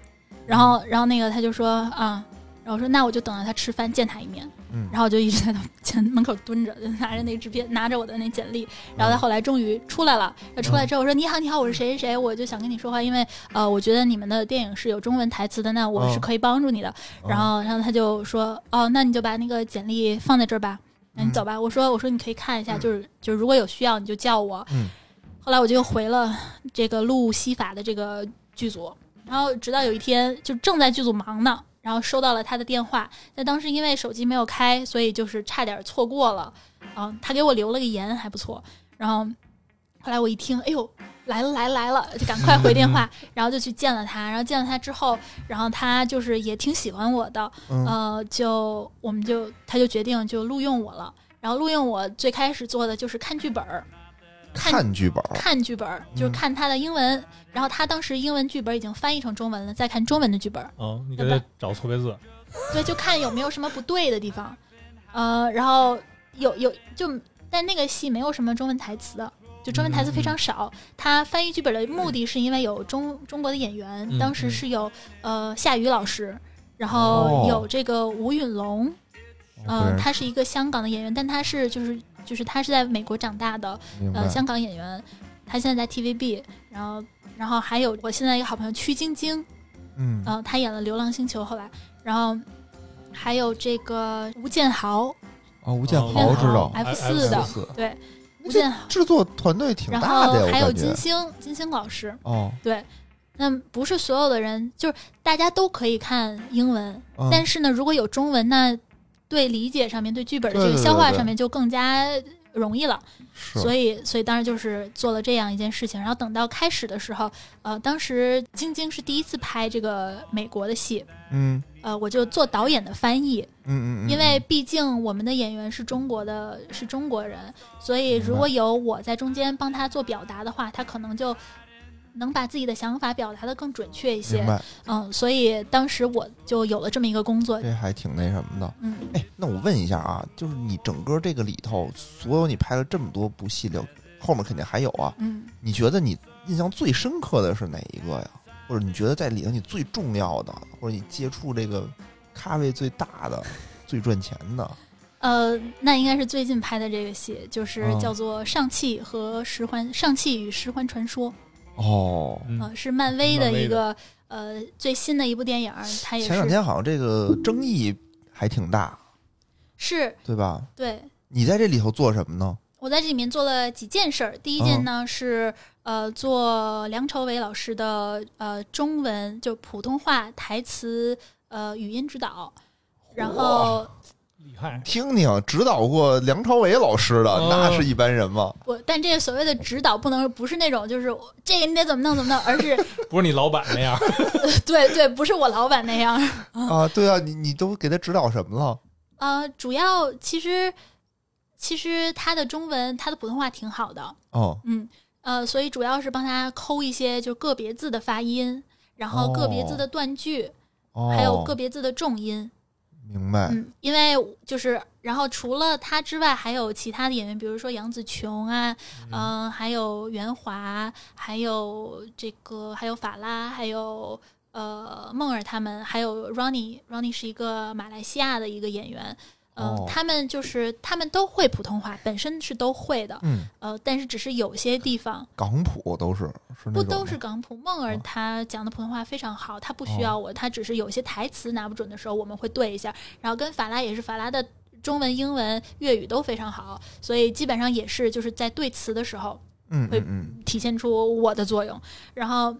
Speaker 3: 然后，然后那个他就说啊、然后我说那我就等着他吃饭见他一面。
Speaker 1: 嗯
Speaker 3: 然后我就一直在他前门口蹲着，就拿着那制片，拿着我的那简历。然后他后来终于出来了。他出来之后我说你好，你好，我是谁谁谁，我就想跟你说话，因为呃，我觉得你们的电影是有中文台词的，那我是
Speaker 1: 嗯
Speaker 3: 可以帮助你的。
Speaker 1: 嗯
Speaker 3: 然后，然后他就说：“哦，那你就把那个简历放在这儿吧，那你走吧。我说：“我说你可以看一下，就是就是如果有需要你就叫我。
Speaker 1: 嗯
Speaker 3: 后来我就又回了这个路西法的这个剧组，然后直到有一天，就正在剧组忙呢，然后收到了他的电话。那当时因为手机没有开，所以就是差点错过了。啊，他给我留了个言，还不错。然后后来我一听，哎呦，来了来了来了，就赶快回电话，然后就去见了他。然后见了他之后，然后他就是也挺喜欢我的，
Speaker 1: 嗯
Speaker 3: 呃，就我们就他就决定就录用我了。然后录用我最开始做的就是看剧本儿，看
Speaker 1: 看剧本儿，
Speaker 3: 看剧本儿就是
Speaker 1: 嗯
Speaker 3: 看他的英文。然后他当时英文剧本已经翻译成中文了，再看中文的剧本儿，
Speaker 2: 哦，你给他找错别字，
Speaker 3: 对，就看有没有什么不对的地方。呃，然后有有就，但那个戏没有什么中文台词的，就中文台词非
Speaker 1: 嗯
Speaker 3: 常少。他翻译剧本的目的是因为有中中国的演员，
Speaker 2: 嗯
Speaker 3: 当时
Speaker 2: 嗯
Speaker 3: 是有呃夏雨老师，然
Speaker 1: 哦
Speaker 3: 后有这个吴允龙，嗯、
Speaker 1: 不然
Speaker 3: 他是一个香港的演员，但他是就是就是他是在美国长大的，
Speaker 1: 明白
Speaker 3: 呃，香港演员，他现在在 TVB，然后然后还有我现在一个好朋友屈晶晶，
Speaker 1: 嗯
Speaker 3: 嗯、她演了《流浪星球》后来，然后还有这个吴建豪，
Speaker 1: 哦，吴建
Speaker 2: 哦
Speaker 1: 豪知道
Speaker 2: 吴建豪
Speaker 3: F
Speaker 2: F4
Speaker 3: 四的，
Speaker 1: 四
Speaker 3: 对，
Speaker 1: 那
Speaker 3: 吴
Speaker 1: 这
Speaker 3: 建豪，
Speaker 1: 制作团队挺
Speaker 3: 然
Speaker 1: 大
Speaker 3: 后
Speaker 1: 的呀，我
Speaker 3: 还有
Speaker 1: 感
Speaker 3: 金
Speaker 1: 觉
Speaker 3: 星，金星老师，
Speaker 1: 哦，
Speaker 3: 那不是所有的人，就是大家都可以看英文，
Speaker 1: 嗯
Speaker 3: 但是呢，如果有中文，那对理解上面、对剧本的
Speaker 1: 对
Speaker 3: 这个
Speaker 1: 对
Speaker 3: 消
Speaker 1: 对
Speaker 3: 化
Speaker 1: 对
Speaker 3: 上面就更加容易了。
Speaker 1: 是
Speaker 3: 所以，所以当时就是做了这样一件事情。然后等到开始的时候，呃，当时晶晶是第一次拍这个美国的戏，
Speaker 1: 嗯
Speaker 3: 呃，我就做导演的翻译，
Speaker 1: 嗯嗯嗯，
Speaker 3: 因为毕竟我们的演员是中国的，是中国人，所以如果有我在中间帮他做表达的话，他可能就能把自己的想法表达的更准确一
Speaker 1: 明
Speaker 3: 些。
Speaker 1: 白，
Speaker 3: 嗯，所以当时我就有了这么一个工作。
Speaker 1: 这还挺那什么的。
Speaker 3: 嗯，
Speaker 1: 哎，那我问一下啊，就是你整个这个里头，所有你拍了这么多部戏里，后面肯定还有啊。
Speaker 3: 嗯，
Speaker 1: 你觉得你印象最深刻的是哪一个呀？或者你觉得在里头你最重要的，或者你接触这个咖位最大的、最赚钱的？
Speaker 3: 呃，那应该是最近拍的这个戏，就是
Speaker 1: 嗯
Speaker 3: 叫做《上汽和十环上汽与十环传说》。
Speaker 1: 哦，
Speaker 2: 嗯
Speaker 3: 呃，是漫威的
Speaker 2: 漫威
Speaker 3: 一个呃最新的一部电影儿，它也
Speaker 1: 前两
Speaker 3: 是
Speaker 1: 天好像这个争议还挺大，
Speaker 3: 是
Speaker 1: 对吧？
Speaker 3: 对
Speaker 1: 你在这里头做什么呢？
Speaker 3: 我在这里面做了几件事儿。第一件呢、是呃做梁朝伟老师的呃中文就普通话台词呃语音指导，然后
Speaker 2: 厉害，
Speaker 1: 听听指导过梁朝伟老师的，
Speaker 2: 哦
Speaker 1: 那是一般人吗？
Speaker 3: 我但这个所谓的指导不能不是那种就是我这个你得怎么弄怎么弄，而是
Speaker 2: 不是你老板那样，
Speaker 3: 对对不是我老板那样。
Speaker 1: 啊，对啊，你你都给他指导什么了？
Speaker 3: 呃，主要其实其实他的中文他的普通话挺好的，
Speaker 1: 哦，
Speaker 3: 嗯，呃，所以主要是帮他抠一些就个别字的发音，然后个别字的断句，
Speaker 1: 哦
Speaker 3: 还有个别字的重音。
Speaker 1: 明白，
Speaker 3: 嗯，因为就是，然后除了他之外，还有其他的演员，比如说杨紫琼啊，嗯、还有袁华，还有这个，还有法拉，还有。呃，梦儿他们还有 Ronnie，Ronnie 是一个马来西亚的一个演员，嗯、
Speaker 1: 哦
Speaker 3: 他们就是他们都会普通话，本身是都会的，
Speaker 1: 嗯，
Speaker 3: 呃，但是只是有些地方
Speaker 1: 港普都是是那
Speaker 3: 不
Speaker 1: 种
Speaker 3: 都是
Speaker 1: 吗
Speaker 3: 港普？梦儿
Speaker 1: 哦
Speaker 3: 她讲的普通话非常好，她不需要我，她只是有些台词拿不准的时候，我们会对一下。然后跟法拉也是，法拉的中文、英文、粤语都非常好，所以基本上也是就是在对词的时候
Speaker 1: 嗯
Speaker 3: 会
Speaker 1: 嗯嗯，
Speaker 3: 体现出我的作用。然后，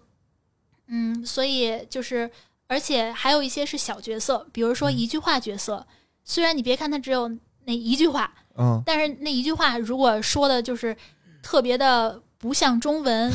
Speaker 3: 嗯，所以就是，而且还有一些是小角色，比如说
Speaker 1: 嗯
Speaker 3: 一句话角色，虽然你别看他只有那一句话，
Speaker 1: 嗯，
Speaker 3: 但是那一句话如果说的就是特别的不像中文，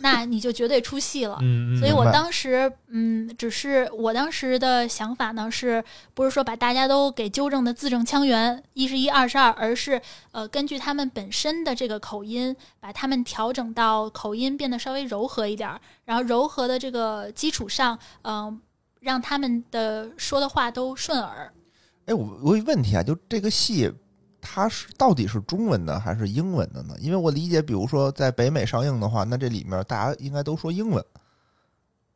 Speaker 3: 那你就绝对出戏了。
Speaker 2: 嗯，嗯
Speaker 3: 所以我
Speaker 1: 明白
Speaker 3: 当时，嗯，只是我当时的想法呢，是不是说把大家都给纠正的字正腔圆，一是一，二是二，而是呃根据他们本身的这个口音，把他们调整到口音变得稍微柔和一点儿，然后柔和的这个基础上，嗯、让他们的说的话都顺耳。
Speaker 1: 哎，我我有一问题啊，就这个戏，它是到底是中文的还是英文的呢？因为我理解，比如说在北美上映的话，那这里面大家应该都说英文，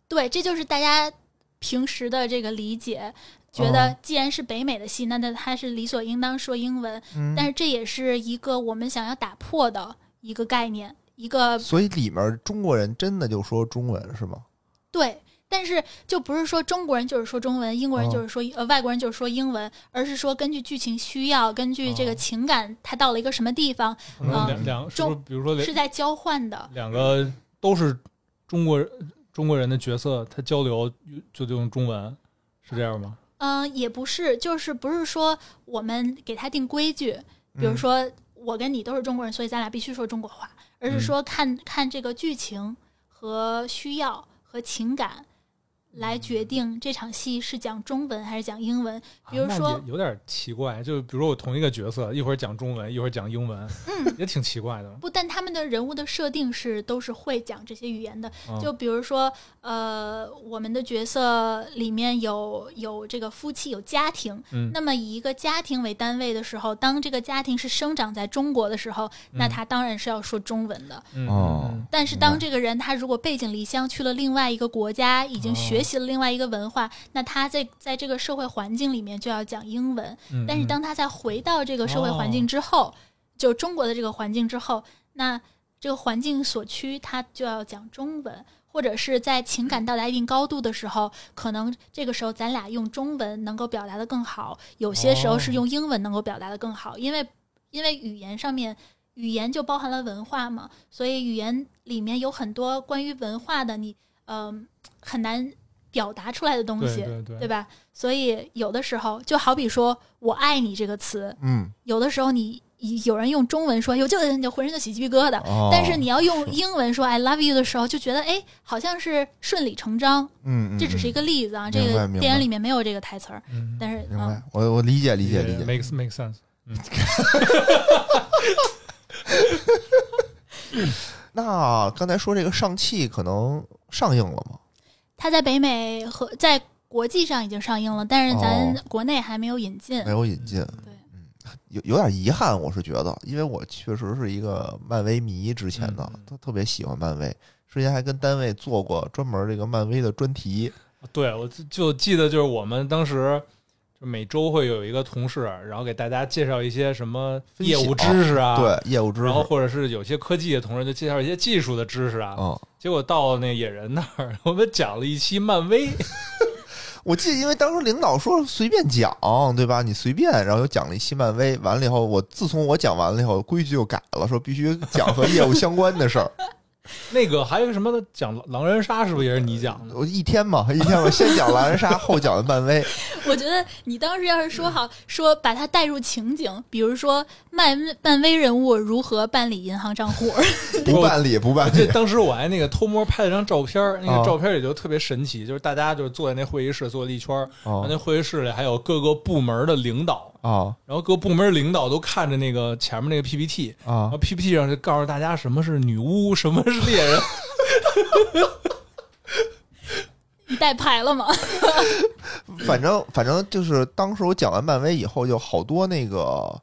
Speaker 3: 对，这就是大家平时的这个理解，觉得
Speaker 1: 哦
Speaker 3: 既然是北美的戏，那那它是理所应当说英文。
Speaker 1: 嗯，
Speaker 3: 但是这也是一个我们想要打破的一个概念，一个
Speaker 1: 嗯所以里面中国人真的就说中文是吗？
Speaker 3: 对。但是就不是说中国人就是说中文，英国人
Speaker 1: 哦
Speaker 3: 就是说、呃外国人就是说英文，而是说根据剧情需要，根据这
Speaker 1: 哦
Speaker 3: 个情感，他到了一个什么地方
Speaker 2: 可能
Speaker 3: 嗯
Speaker 2: 两两是不是
Speaker 3: 中
Speaker 2: 比如说
Speaker 3: 是在交换的。
Speaker 2: 两个都是中国人中国人的角色，他交流就就用中文，是这样吗？
Speaker 3: 嗯、也不是，就是不是说我们给他定规矩，比如
Speaker 1: 嗯，
Speaker 3: 说我跟你都是中国人，所以咱俩必须说中国话，而
Speaker 2: 嗯
Speaker 3: 是说看看这个剧情和需要和情感
Speaker 2: 嗯
Speaker 3: 来决定这场戏是讲中文还是讲英文。比如
Speaker 2: 啊那
Speaker 3: 说
Speaker 2: 也有点奇怪，就比如说我同一个角色，一会儿讲中文，一会儿讲英文，
Speaker 3: 嗯，
Speaker 2: 也挺奇怪 的。
Speaker 3: 不，但他们的人物的设定是都是会讲这些语言的。
Speaker 2: 嗯
Speaker 3: 就比如说，呃，我们的角色里面有有这个夫妻，有家庭。
Speaker 2: 嗯
Speaker 3: 那么以一个家庭为单位的时候，当这个家庭是生长在中国的时候，那
Speaker 2: 嗯
Speaker 3: 他当然是要说中文的。
Speaker 2: 嗯
Speaker 1: 哦
Speaker 2: 嗯
Speaker 3: 但是
Speaker 1: 明白
Speaker 3: 当这个人他如果背井离乡去了另外一个国家，已经学习了另外一个文化，那他在在这个社会环境里面就要讲英文。
Speaker 2: 嗯哦
Speaker 3: 但是当他在回到这个社会环境之后，就中国的这个环境之后，那这个环境所趋，他就要讲中文。或者是在情感到达一定高度的时候，可能这个时候咱俩用中文能够表达的更好，有些时候
Speaker 2: 哦
Speaker 3: 是用英文能够表达的更好，因为因为语言上面语言就包含了文化嘛，所以语言里面有很多关于文化的你嗯、很难表达出来的东
Speaker 2: 嗯对
Speaker 3: 西，
Speaker 1: 嗯
Speaker 2: 对对
Speaker 3: 对吧？所以有的时候就好比说我爱你这个词，
Speaker 1: 嗯，
Speaker 3: 有的时候你有人用中文说“哟，这个人就浑身就起鸡皮疙瘩”，
Speaker 1: 哦
Speaker 3: 但是你要用
Speaker 1: 是
Speaker 3: 英文说 “I love you” 的时候，就觉得哎，好像是顺理成章。
Speaker 1: 嗯，嗯
Speaker 3: 这只是一
Speaker 1: 嗯
Speaker 3: 个例子啊，
Speaker 1: 明
Speaker 3: 这
Speaker 1: 白
Speaker 3: 个
Speaker 1: 明白
Speaker 3: 电影里面没有这个台词儿，
Speaker 2: 嗯
Speaker 3: 但是
Speaker 1: 明
Speaker 3: 嗯
Speaker 1: 白，我我理解理解理解。
Speaker 2: ，makes makes sense。
Speaker 1: 那刚才说这个上汽可能上映了吗？
Speaker 3: 它在北美和在国际上已经上映了，但是咱
Speaker 1: 哦
Speaker 3: 国内还没有引进
Speaker 1: 没。有引进，
Speaker 3: 嗯对，
Speaker 1: 有有点遗憾，我是觉得，因为我确实是一个漫威迷，之前的
Speaker 2: 嗯嗯
Speaker 1: 特特别喜欢漫威，之前还跟单位做过专门这个漫威的专题。
Speaker 2: 啊对，我就就记得就是我们当时就每周会有一个同事，然后给大家介绍一些什么
Speaker 1: 分析哦
Speaker 2: 业务知识啊，，
Speaker 1: 对，业务知识
Speaker 2: 然，后或者是有些科技的同事就介绍一些技术的知识啊。
Speaker 1: 嗯，
Speaker 2: 结果到那野人那儿，我们讲了一期漫威，
Speaker 1: 我记得，因为当时领导说随便讲，对吧？你随便，然后又讲了一期漫威，完了以后，我自从我讲完了以后，规矩就改了，说必须讲和业务相关的 事儿。
Speaker 2: 那个还有个什么讲狼人杀，是不是也是你讲 的？
Speaker 1: 我一天嘛，一天我先讲狼人杀，后讲的漫威。
Speaker 3: 我觉得你当时要是
Speaker 1: 嗯
Speaker 3: 说好说把它带入情景，比如说漫漫威人物如何办理银行账户，
Speaker 1: 不办理，不办
Speaker 2: 这
Speaker 1: 理。
Speaker 2: 当时我还那个偷摸拍了张照片儿，那
Speaker 1: 啊
Speaker 2: 个照片也就特别神奇，就是大家就是坐在那会议室坐了一圈儿，然后
Speaker 1: 哦
Speaker 2: 那会议室里还有各个部门的领导，
Speaker 1: 哦
Speaker 2: 然后各部门领导都看着那个前面那个 PPT，然
Speaker 1: 哦
Speaker 2: 后 PPT 上就告诉大家什么是女巫，什么是 猎人。
Speaker 3: 你带牌了吗？
Speaker 1: 反正反正就是当时我讲完漫威以后，就好多那个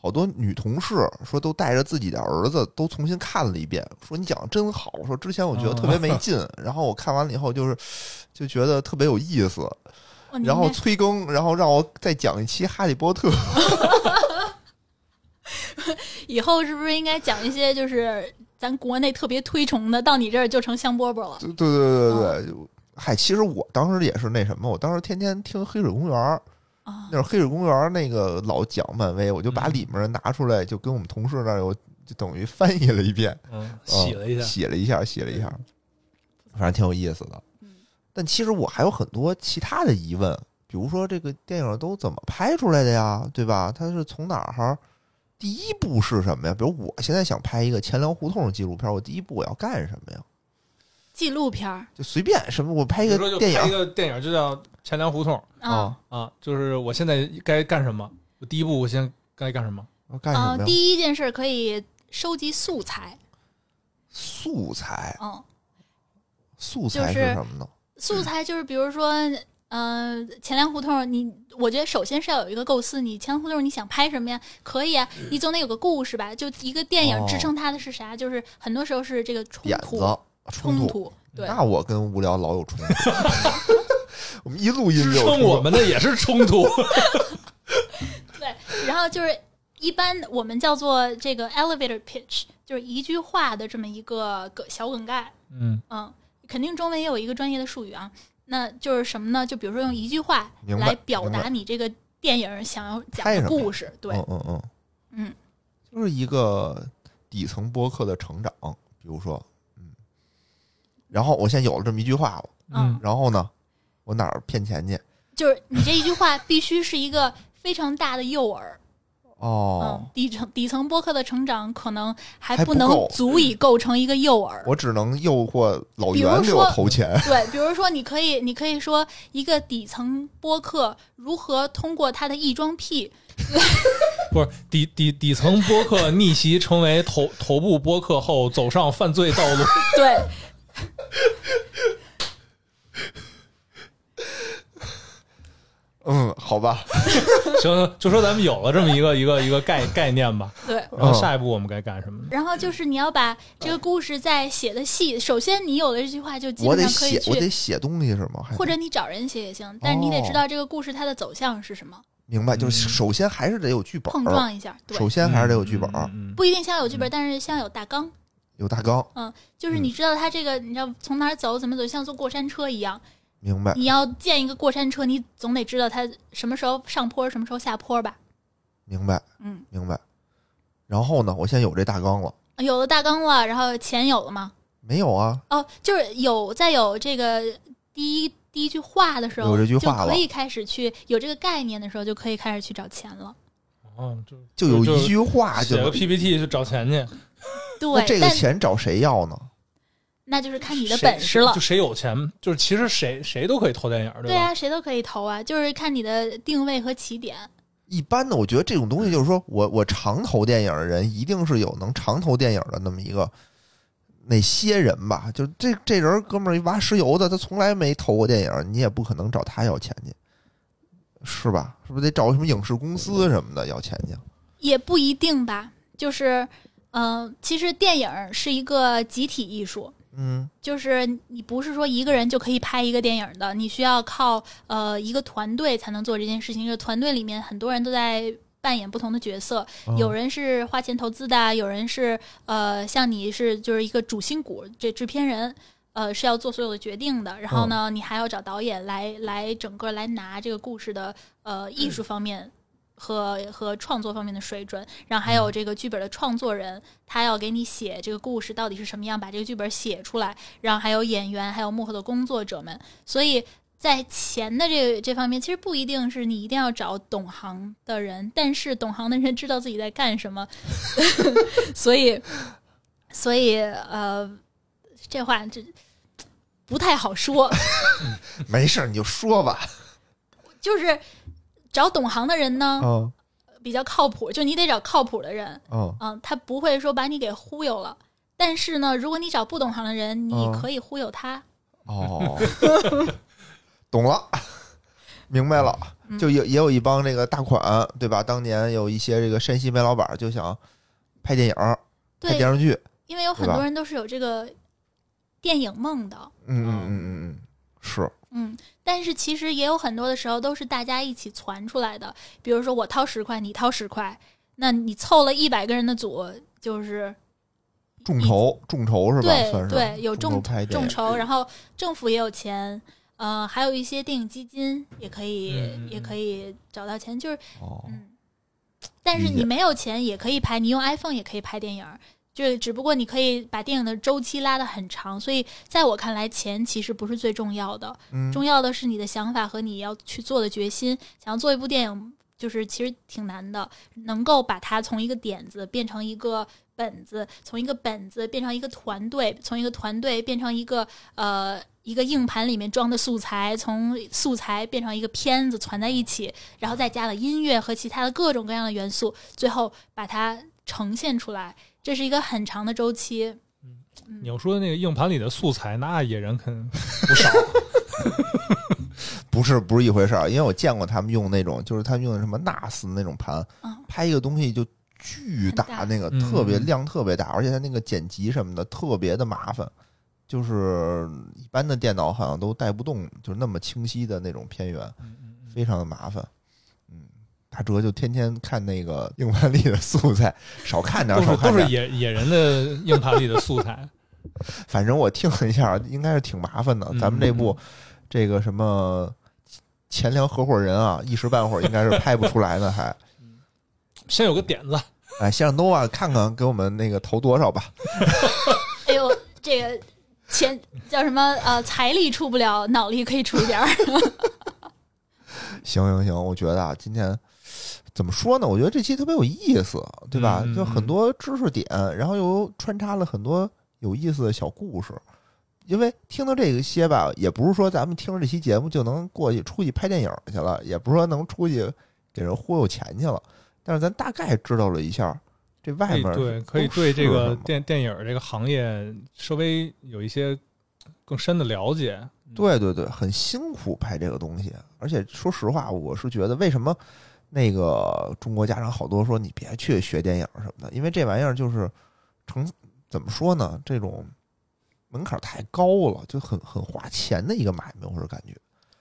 Speaker 1: 好多女同事说都带着自己的儿子都重新看了一遍，说你讲的真好，说之前我觉得特别没劲，然后我看完了以后就是就觉得特别有意思，
Speaker 3: 哇你
Speaker 1: 然后
Speaker 3: 应该
Speaker 1: 催更，然后让我再讲一期《哈利波特》。
Speaker 3: 以后是不是应该讲一些就是咱国内特别推崇的，到你这儿就成香饽饽了？
Speaker 1: 对对对对对对，嗨，其实我当时也是那什么，我当时天天听《黑水公园》。
Speaker 3: 啊
Speaker 1: 那会儿黑水公园那个老讲漫威，我就把里面拿出来，就跟我们同事那儿，我就等于翻译了一遍，
Speaker 2: 嗯，洗了一
Speaker 1: 嗯
Speaker 2: 下，
Speaker 1: 洗了一下，洗了一下，反正挺有意思的
Speaker 3: 嗯。
Speaker 1: 但其实我还有很多其他的疑问，比如说这个电影都怎么拍出来的呀，对吧？它是从哪儿？第一步是什么呀？比如我现在想拍一个钱粮胡同的纪录片，我第一步我要干什么呀？
Speaker 3: 纪录片儿
Speaker 1: 就随便什么，我拍
Speaker 2: 比
Speaker 1: 一
Speaker 2: 如说
Speaker 1: 个
Speaker 2: 就
Speaker 1: 电影哦
Speaker 2: 拍一个电影就叫《钱粮胡同
Speaker 3: 啊。》
Speaker 2: 啊，就是我现在该干什么？我第一步我先该干什么？
Speaker 1: 我干什
Speaker 3: 啊、
Speaker 1: 么呀？
Speaker 3: 第一件事可以收集素材，
Speaker 1: 素材，
Speaker 3: 嗯，
Speaker 1: 素材
Speaker 3: 就是
Speaker 1: 是什么呢？
Speaker 3: 素材就是比如说，嗯、钱粮胡同，你我觉得首先是要有一个构思，你钱粮胡同你想拍什么呀？可以啊，你总得有个故事吧？就一个电
Speaker 1: 嗯哦
Speaker 3: 影支撑它的是啥？就是很多时候是这个冲
Speaker 1: 点
Speaker 3: 突，
Speaker 1: 子
Speaker 3: 冲
Speaker 1: 冲突。嗯
Speaker 3: 突，对，
Speaker 1: 那我跟无聊老有 冲突。我们一录音
Speaker 2: 支
Speaker 1: 就有
Speaker 2: 撑
Speaker 1: 冲突
Speaker 2: 我们的也是冲突。
Speaker 3: 然后就是一般我们叫做这个 elevator pitch，就是一句话的这么一个梗小梗概，
Speaker 2: 嗯，
Speaker 3: 嗯，肯定中文也有一个专业的术语啊。那就是什么呢？就比如说用一句话
Speaker 1: 明白
Speaker 3: 来表
Speaker 1: 明白
Speaker 3: 达你这个电影想要讲
Speaker 1: 拍什
Speaker 3: 的
Speaker 1: 么
Speaker 3: 故事，对，
Speaker 1: 嗯嗯嗯
Speaker 3: 嗯，
Speaker 1: 就是一个底层播客的成长，比如说，嗯，然后我现在有了这么一句话，
Speaker 2: 嗯
Speaker 1: 然后呢，我哪儿骗钱去？
Speaker 3: 就是你这一句话必须是一个非常大的诱饵。
Speaker 1: 哦
Speaker 3: 嗯，，底层底层播客的成长可能还
Speaker 1: 还
Speaker 3: 不
Speaker 1: 不
Speaker 3: 能
Speaker 1: 够嗯
Speaker 3: 足以构成一个诱饵。
Speaker 1: 我只能诱惑老
Speaker 3: 比如
Speaker 1: 袁
Speaker 3: 说
Speaker 1: 给我投钱。
Speaker 3: 对，比如说，你可以，你可以说一个底层播客如何通过他的异装癖，
Speaker 2: 不是底底底层播客逆袭成为头头部播客后走上犯罪道路。
Speaker 3: 对，
Speaker 1: 嗯，好吧，
Speaker 2: 行，行，就说咱们有了这么一个一个一个概概念吧。
Speaker 3: 对。
Speaker 2: 然后下一步我们该干什么呢？
Speaker 3: 然后就是你要把这个故事再写的细，首先你有了这句话，就基
Speaker 1: 我
Speaker 3: 本
Speaker 1: 得
Speaker 3: 上可以
Speaker 1: 写，我得哦
Speaker 3: 去，
Speaker 1: 写东西是吗？还
Speaker 3: 或者你找人写也行，但是你得知道这个故事它的走向是什么，
Speaker 1: 明白，就是
Speaker 2: 嗯
Speaker 1: 首先还是得有剧本
Speaker 3: 碰
Speaker 1: 儿，
Speaker 3: 撞一下，对
Speaker 1: 哦首，先还是得有剧本儿，
Speaker 2: 嗯嗯嗯
Speaker 3: 不一定先要有剧本，但是先要有大纲。
Speaker 1: 有大纲，
Speaker 3: 就是
Speaker 1: 嗯
Speaker 3: 你知道它这个，你知道从哪儿走，怎么走，像坐过山车一样。
Speaker 1: 明白，
Speaker 3: 你要建一个过山车，你总得知道它什么时候上坡，什么时候下坡吧？
Speaker 1: 明白，
Speaker 3: 嗯，
Speaker 1: 明白。然后呢，我现在有这大纲了。
Speaker 3: 有了大纲了，然后钱有了吗？
Speaker 1: 没有啊，
Speaker 3: 哦，就是有在有这个第一第一句话的时候，
Speaker 1: 有这句话了
Speaker 3: 就可以开始去有这个概念的时候，就可以开始去找钱了。
Speaker 2: 哦，就
Speaker 1: 就有一句话就
Speaker 2: 写个 PPT 去找钱去，
Speaker 1: 那
Speaker 3: 对，
Speaker 1: 哦这个
Speaker 3: 但
Speaker 1: 钱找谁要呢？
Speaker 3: 那就是看你的
Speaker 2: 谁
Speaker 3: 本事了
Speaker 2: 就。谁有钱，就是其实谁谁都可以投电影，
Speaker 3: 对
Speaker 2: 吧？
Speaker 3: 啊，谁都可以投啊，就是看你的定位和起点。
Speaker 1: 一般的，我觉得这种东西就是说我我长投电影的人，一定是有能长投电影的那么一个那些人吧。就这这人哥们儿一挖石油的，他从来没投过电影，你也不可能找他要钱去，是吧？是不是得找什么影视公司什么的要钱去？
Speaker 3: 也不一定吧，就是，嗯、其实电影儿是一个集体艺术，
Speaker 1: 嗯，
Speaker 3: 就是你不是说一个人就可以拍一个电影的，你需要靠呃一个团队才能做这件事情。这个团队里面很多人都在扮演不同的角色，
Speaker 1: 哦
Speaker 3: 嗯有人是花钱投资的，有人是呃像你是就是一个主心骨，这制片人。呃，是要做所有的决定的，然后呢，你还要找导演来来整个来拿这个故事的呃艺术方面和和创作方面的水准，然后还有这个剧本的创作人，他要给你写这个故事到底是什么样，把这个剧本写出来，然后还有演员，还有幕后的工作者们，所以在钱的这这方面，其实不一定是你一定要找懂行的人，但是懂行的人知道自己在干什么， 所以，所以呃，这话这不太好说，
Speaker 1: 没事儿你就说吧。
Speaker 3: 就是找懂行的人呢
Speaker 1: 嗯
Speaker 3: 比较靠谱，就你得找靠谱的人，
Speaker 1: 嗯
Speaker 3: 嗯，他不会说把你给忽悠了。但是呢，如果你找不懂行的人，你
Speaker 1: 嗯
Speaker 3: 可以忽悠他。
Speaker 1: 哦， 懂了，明白了。
Speaker 3: 嗯
Speaker 1: 就有也有一帮这个大款，对吧？当年有一些这个山西煤老板儿就想拍电影儿、拍
Speaker 3: 对，
Speaker 1: 电视剧，
Speaker 3: 因为有很
Speaker 1: 对吧
Speaker 3: 多人都是有这个电影梦的，
Speaker 1: 嗯
Speaker 2: 哦
Speaker 1: 嗯嗯嗯，嗯，是，
Speaker 3: 嗯，但是其实也有很多的时候都是大家一起攒出来的，比如说我掏十块，你掏十块，那你凑了一百个人的组，就是
Speaker 1: 众筹，众筹是吧？
Speaker 3: 对
Speaker 1: 算是
Speaker 3: 对有
Speaker 1: 众
Speaker 3: 众
Speaker 1: 拍电
Speaker 3: 众
Speaker 1: 影，
Speaker 3: 筹，然后政府也有钱，呃，还有一些电影基金也可以、
Speaker 2: 嗯嗯
Speaker 3: 也
Speaker 2: 嗯
Speaker 3: 可以找到钱，就是
Speaker 1: 哦，
Speaker 3: 嗯，但是
Speaker 1: 理解
Speaker 3: 你没有钱也可以拍，你用 iPhone 也可以拍电影儿，就是只不过你可以把电影的周期拉得很长，所以在我看来，钱其实不是最重要的，
Speaker 1: 嗯，
Speaker 3: 重要的是你的想法和你要去做的决心。想要做一部电影，就是其实挺难的，能够把它从一个点子变成一个本子，从一个本子变成一个团队，从一个团队变成一个呃一个硬盘里面装的素材，从素材变成一个片子攒在一起，然后再加了音乐和其他的各种各样的元素，最后把它呈现出来。这是一个很长的周期。嗯
Speaker 2: 你要说那个硬盘里的素材，那野人肯不少。
Speaker 1: 不是不是一回事儿，因为我见过他们用那种，就是他们用的什么 NAS 那种盘，
Speaker 3: 嗯
Speaker 1: 拍一个东西就巨
Speaker 3: 很
Speaker 1: 大，
Speaker 3: 大
Speaker 1: 那个
Speaker 2: 嗯
Speaker 1: 特别量特别大，而且它那个剪辑什么的特别的麻烦，就是一般的电脑好像都带不动，就是那么清晰的那种片源，非常的麻烦，嗯。大哲就天天看那个硬盘里的素材，少看点
Speaker 2: 都
Speaker 1: 儿，少
Speaker 2: 是
Speaker 1: 看
Speaker 2: 都
Speaker 1: 点
Speaker 2: 是
Speaker 1: 儿。
Speaker 2: 野野人的硬盘里的素材。
Speaker 1: 反正我听了一下，应该是挺麻烦的。
Speaker 2: 嗯
Speaker 1: 咱们这部这个什么钱粮合伙人啊，一时半会儿应该是拍不出来呢，还。
Speaker 2: 先有个点子，
Speaker 1: 哎，先让 Nova 看看给我们那个投多少吧。
Speaker 3: 哎呦，这个钱叫什么？呃，财力出不了，脑力可以出 一点儿。
Speaker 1: 行行行，我觉得啊，今天怎么说呢？我觉得这期特别有意思，对吧？
Speaker 2: 嗯
Speaker 1: 就很多知识点，然后又穿插了很多有意思的小故事。因为听到这些吧，也不是说咱们听着这期节目就能过去出去拍电影去了，也不是说能出去给人忽悠钱去了。但是咱大概知道了一下，这外
Speaker 2: 哎
Speaker 1: 面
Speaker 2: 对，可以
Speaker 1: 都是
Speaker 2: 对这
Speaker 1: 什
Speaker 2: 个
Speaker 1: 么
Speaker 2: 电电影这个行业稍微有一些更深的了解。
Speaker 1: 对对对，很辛苦拍这个东西，而且说实话，我是觉得为什么那个中国家长好多说你别去学电影什么的，因为这玩意儿就是成怎么说呢，这种门槛太高了，就很很花钱的一个买卖，我是感觉，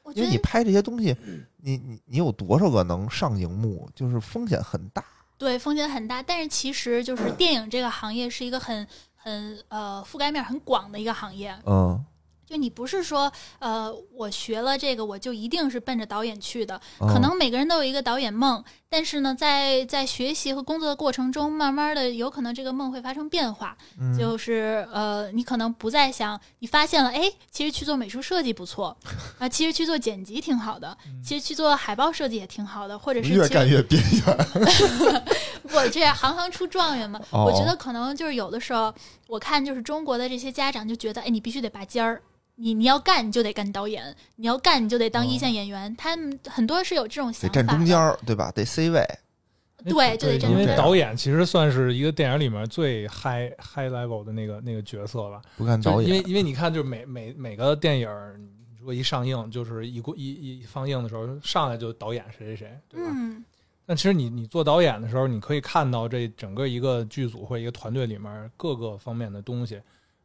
Speaker 3: 我觉
Speaker 1: 因为
Speaker 3: 得
Speaker 1: 你拍这些东西，
Speaker 3: 嗯
Speaker 1: 你你你有多少个能上荧幕，就是风险很大。
Speaker 3: 对风险很大，但是其实就是电影这个行业是一个很很呃覆盖面很广的一个行业。
Speaker 1: 嗯，
Speaker 3: 就你不是说呃我学了这个我就一定是奔着导演去的，
Speaker 1: 嗯
Speaker 3: 可能每个人都有一个导演梦，但是呢，在在学习和工作的过程中，慢慢的有可能这个梦会发生变化，
Speaker 1: 嗯
Speaker 3: 就是呃，你可能不再想，你发现了，哎，其实去做美术设计不错 啊、其实去做剪辑挺好的，其实去做海报设计也挺好的，或者是
Speaker 1: 越
Speaker 3: 其
Speaker 1: 干
Speaker 3: 实
Speaker 1: 越边缘。
Speaker 3: 我这行行出状元嘛。
Speaker 1: 哦
Speaker 3: 我觉得可能就是有的时候，我看就是中国的这些家长就觉得，哎，你必须得拔尖儿。你你要干你就得干导演，你要干你就得当一线演员，他们很多是有这种
Speaker 1: 哦得
Speaker 3: 想法
Speaker 1: 站
Speaker 3: 的，
Speaker 1: 中间儿，对吧？得 C 位，
Speaker 3: 对就得站
Speaker 2: 因
Speaker 1: 中
Speaker 2: 为
Speaker 1: 间
Speaker 2: 导演其实算是一个电影里面最 high high level 的那个那个角色吧。
Speaker 1: 不看
Speaker 2: 就
Speaker 1: 导
Speaker 2: 因为
Speaker 1: 演，
Speaker 2: 因为你看，就是每每每个电影儿，如果一上映，就是一过一一一放映的时候，上来就导演谁谁谁，对吧？
Speaker 3: 嗯，
Speaker 2: 但其实你你做导演的时候，你可以看到这整个一个剧组或一个团队里面各个方面的东西。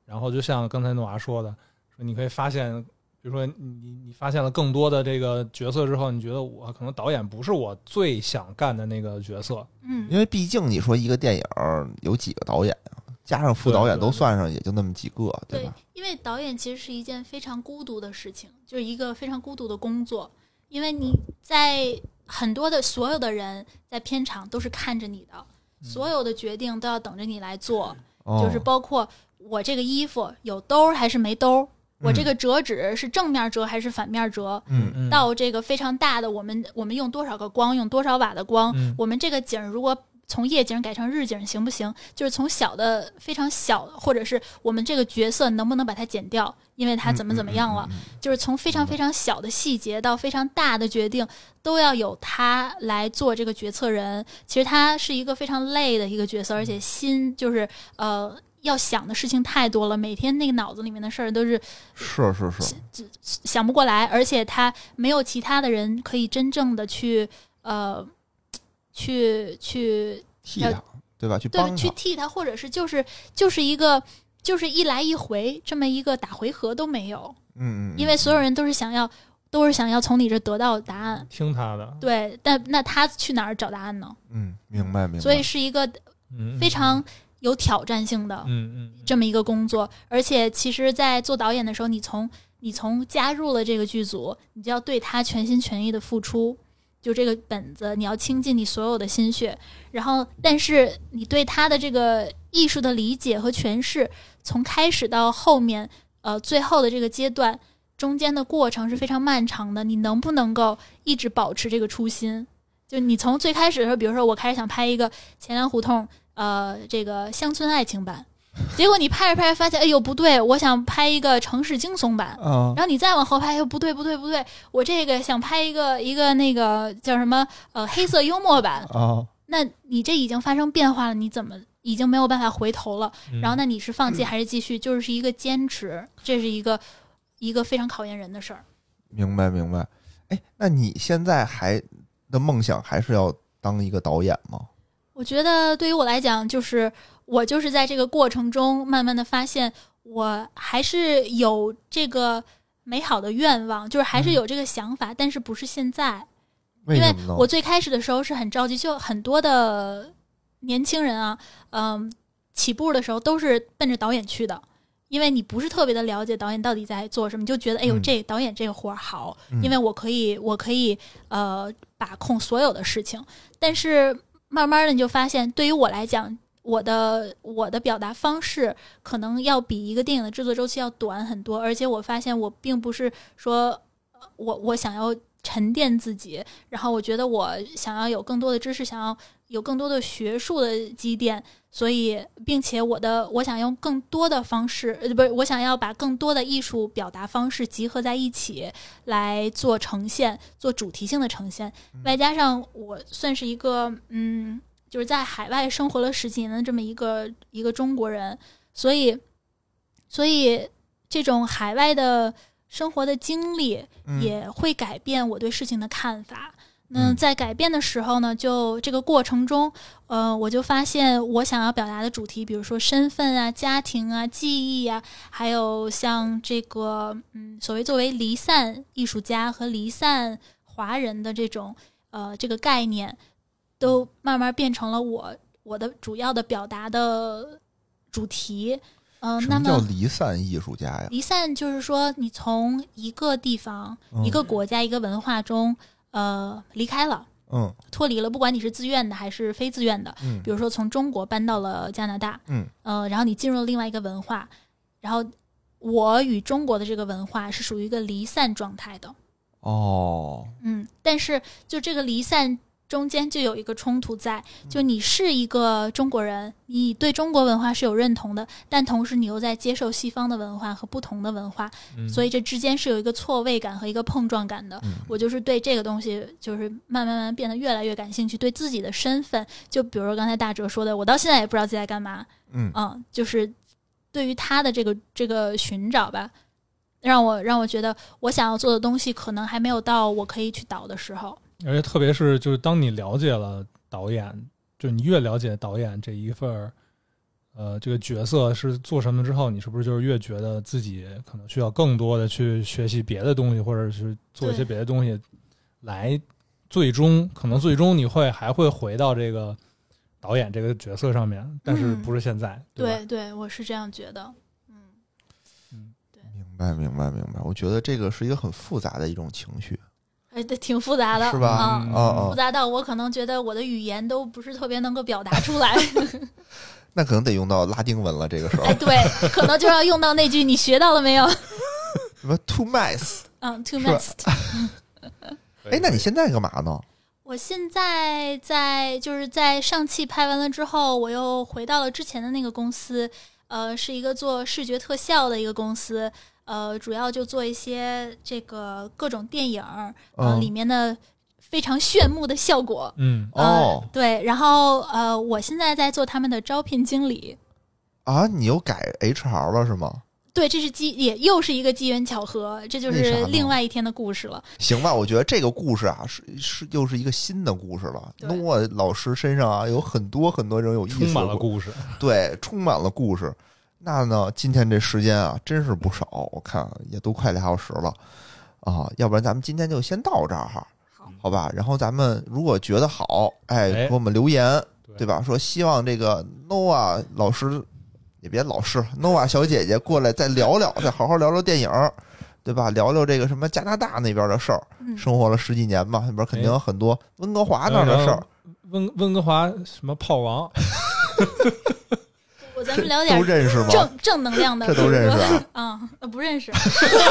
Speaker 2: 然后就像刚才诺娃说的，说你可以发现，比如说你你你发现了更多的这个角色之后，你觉得我可能导演不是我最想干的那个角色，
Speaker 3: 嗯
Speaker 1: 因为毕竟你说一个电影儿有几个导演啊？加上副导演
Speaker 2: 对对
Speaker 1: 都算上，也就那么几个，
Speaker 3: 对
Speaker 1: 吧？，
Speaker 3: 因为导演其实是一件非常孤独的事情，就是一个非常孤独的工作，因为你在很多的所有的人在片场都是看着你的，所有的决定都要等着你来做，
Speaker 1: 嗯哦
Speaker 3: 就是包括我这个衣服有兜儿还是没兜儿，我这个折纸是正面折还是反面折，
Speaker 1: 嗯，
Speaker 2: 嗯
Speaker 3: 到这个非常大的我们我们用多少个光，用多少瓦的光，
Speaker 2: 嗯
Speaker 3: 我们这个景儿如果从夜景改成日景行不行？就是从小的非常小，或者是我们这个角色能不能把它剪掉，因为它怎么怎么样了？
Speaker 1: 嗯？嗯嗯
Speaker 3: 就是从非常非常小的细节到非常大的决定，都要有他来做这个决策人。其实他是一个非常累的一个角色，而且心就是呃要想的事情太多了，每天那个脑子里面的事儿都是
Speaker 1: 嗯是是是，
Speaker 3: 想不过来，而且他没有其他的人可以真正的去呃去去
Speaker 1: 替他，对吧？去帮
Speaker 3: 对
Speaker 1: 他，
Speaker 3: 去替他，或者是就是就是一个就是一来一回这么一个打回合都没有，
Speaker 1: 嗯嗯，嗯
Speaker 3: 因为所有人都是想要都是想要从你这得到答案。
Speaker 2: 听他的，
Speaker 3: 对，但那他去哪儿找答案呢？
Speaker 1: 嗯，明白明白，
Speaker 3: 所以是一个
Speaker 2: 嗯，嗯
Speaker 3: 非常有挑战性的，
Speaker 2: 嗯嗯
Speaker 3: 这么一个工作。而且，其实，在做导演的时候，你从你从加入了这个剧组，你就要对他全心全意的付出。就这个本子，你要倾尽你所有的心血，然后，但是你对他的这个艺术的理解和诠释，从开始到后面，呃，最后的这个阶段，中间的过程是非常漫长的。你能不能够一直保持这个初心？就你从最开始的时候，比如说我开始想拍一个钱粮胡同，呃，这个乡村爱情版，结果你拍着拍着发现，哎呦不对，我想拍一个城市惊悚版。
Speaker 1: 啊，
Speaker 3: 然后你再往后拍，哎呦不对不对不对，我这个想拍一个一个那个叫什么呃黑色幽默版，
Speaker 1: 啊，
Speaker 3: 那你这已经发生变化了，你怎么已经没有办法回头了？
Speaker 2: 嗯，
Speaker 3: 然后那你是放弃还是继续？就是一个坚持，这是一个一个非常考验人的事儿。
Speaker 1: 明白明白。哎，那你现在还的梦想还是要当一个导演吗？
Speaker 3: 我觉得对于我来讲，就是我就是在这个过程中慢慢的发现，我还是有这个美好的愿望，就是还是
Speaker 2: 嗯
Speaker 3: 有这个想法，但是不是现在，
Speaker 1: 为
Speaker 3: 因为
Speaker 1: 什
Speaker 2: 哦
Speaker 1: 么呢？
Speaker 3: 我最开始的时候是很着急，就很多的年轻人啊，嗯，起步的时候都是奔着导演去的，因为你不是特别的了解导演到底在做什么，你就觉得哎呦，
Speaker 1: 嗯
Speaker 3: 这导演这个活儿好，
Speaker 1: 嗯
Speaker 3: 因为我可以，我可以呃把控所有的事情。但是慢慢的你就发现，对于我来讲，我的我的表达方式可能要比一个电影的制作周期要短很多，而且我发现我并不是说呃我我想要沉淀自己，然后我觉得我想要有更多的知识，想要有更多的学术的积淀。所以，并且我的我想用更多的方式，呃，不是我想要把更多的艺术表达方式集合在一起，来做呈现，做主题性的呈现
Speaker 1: 嗯。
Speaker 3: 外加上我算是一个，嗯，就是在海外生活了十几年的这么一个一个中国人，所以，所以这种海外的生活的经历
Speaker 1: 嗯
Speaker 3: 也会改变我对事情的看法。那
Speaker 1: 嗯
Speaker 3: 在改变的时候呢，就这个过程中，呃，我就发现我想要表达的主题，比如说身份啊、家庭啊、记忆啊，还有像这个，嗯，所谓作为离散艺术家和离散华人的这种呃这个概念，都慢慢变成了我我的主要的表达的主题。嗯、
Speaker 1: 什
Speaker 3: 那
Speaker 1: 么叫
Speaker 3: 么
Speaker 1: 离散艺术家呀？
Speaker 3: 离散就是说，你从一个地方、
Speaker 1: 嗯
Speaker 3: 一个国家、一个文化中，呃，离开了。
Speaker 1: 嗯
Speaker 3: 脱离了，不管你是自愿的还是非自愿的，
Speaker 1: 嗯
Speaker 3: 比如说从中国搬到了加拿大，
Speaker 1: 嗯，
Speaker 3: 呃，然后你进入了另外一个文化，然后我与中国的这个文化是属于一个离散状态的，
Speaker 1: 哦，
Speaker 3: 嗯，但是就这个离散中间就有一个冲突在，
Speaker 1: 嗯
Speaker 3: 就你是一个中国人，你对中国文化是有认同的，但同时你又在接受西方的文化和不同的文化，
Speaker 2: 嗯
Speaker 3: 所以这之间是有一个错位感和一个碰撞感的。
Speaker 1: 嗯
Speaker 3: 我就是对这个东西，就是慢慢慢慢变得越来越感兴趣，对自己的身份，就比如说刚才大哲说的，我到现在也不知道自己在干嘛，
Speaker 1: 嗯
Speaker 3: 嗯，就是对于他的这个这个寻找吧，让我让我觉得我想要做的东西可能还没有到我可以去导的时候。
Speaker 2: 而且特别是就是当你了解了导演，就你越了解导演这一份儿，呃，这个角色是做什么之后，你是不是就是越觉得自己可能需要更多的去学习别的东西，或者是做一些
Speaker 3: 对
Speaker 2: 别的东西，来最终可能最终你会还会回到这个导演这个角色上面，但是
Speaker 3: 嗯
Speaker 2: 不是现在，对吧？
Speaker 3: 对对，我是这样觉得。嗯，
Speaker 2: 嗯
Speaker 1: 明白明白明白。我觉得这个是一个很复杂的一种情绪，
Speaker 3: 哎，对，挺复杂的，
Speaker 1: 是吧
Speaker 3: 嗯
Speaker 1: 哦
Speaker 2: 嗯
Speaker 3: 复
Speaker 1: 哦，
Speaker 3: 杂到我可能觉得我的语言都不是特别能够表达出来，
Speaker 1: 那可能得用到拉丁文了。这个时候
Speaker 3: 哎，对，可能就要用到那句“你学到了没有
Speaker 1: 什么 too mess？”，
Speaker 3: 嗯，too
Speaker 1: 是吧
Speaker 3: much。
Speaker 1: 哎，那你现在干嘛呢？
Speaker 3: 我现在在就是在上汽拍完了之后，我又回到了之前的那个公司，呃，是一个做视觉特效的一个公司，呃，主要就做一些这个各种电影儿，呃，里
Speaker 1: 嗯
Speaker 3: 面的非常炫目的效果。
Speaker 2: 嗯，
Speaker 1: 哦
Speaker 3: 呃，对，然后呃，我现在在做他们的招聘经理，
Speaker 1: 啊，你又改 HR 了是吗？
Speaker 3: 对，这是机也又是一个机缘巧合，这就
Speaker 1: 为啥
Speaker 3: 是
Speaker 1: 呢
Speaker 3: 另外一天的故事了。
Speaker 1: 行吧，我觉得这个故事啊，是是又是一个新的故事了。
Speaker 3: 对
Speaker 1: 诺老师身上啊，有很多很多这种有意思的
Speaker 2: 充满了
Speaker 1: 故
Speaker 2: 故事，
Speaker 1: 对，充满了故事。那呢，今天这时间啊，真是不少，我看也都快俩小时了啊，要不然咱们今天就先到这儿哈，
Speaker 3: 好
Speaker 1: 好吧？然后咱们如果觉得好，哎，
Speaker 2: 哎
Speaker 1: 给我们留言，
Speaker 2: 对
Speaker 1: 对吧？说希望这个 Nova 老师，也别老师 Nova 小姐姐过来再聊聊，再好好聊聊电影儿，对吧？聊聊这个什么加拿大那边的事儿，
Speaker 3: 嗯，
Speaker 1: 生活了十几年嘛，那边肯
Speaker 2: 哎
Speaker 1: 定有很多温哥华那儿
Speaker 2: 然
Speaker 1: 的
Speaker 2: 后
Speaker 1: 事儿
Speaker 2: 温温哥华什么炮王，
Speaker 3: 我咱们聊点
Speaker 1: 都认识吗？
Speaker 3: 正正能量的，
Speaker 1: 这都认识 啊？
Speaker 3: 嗯，呃不认识。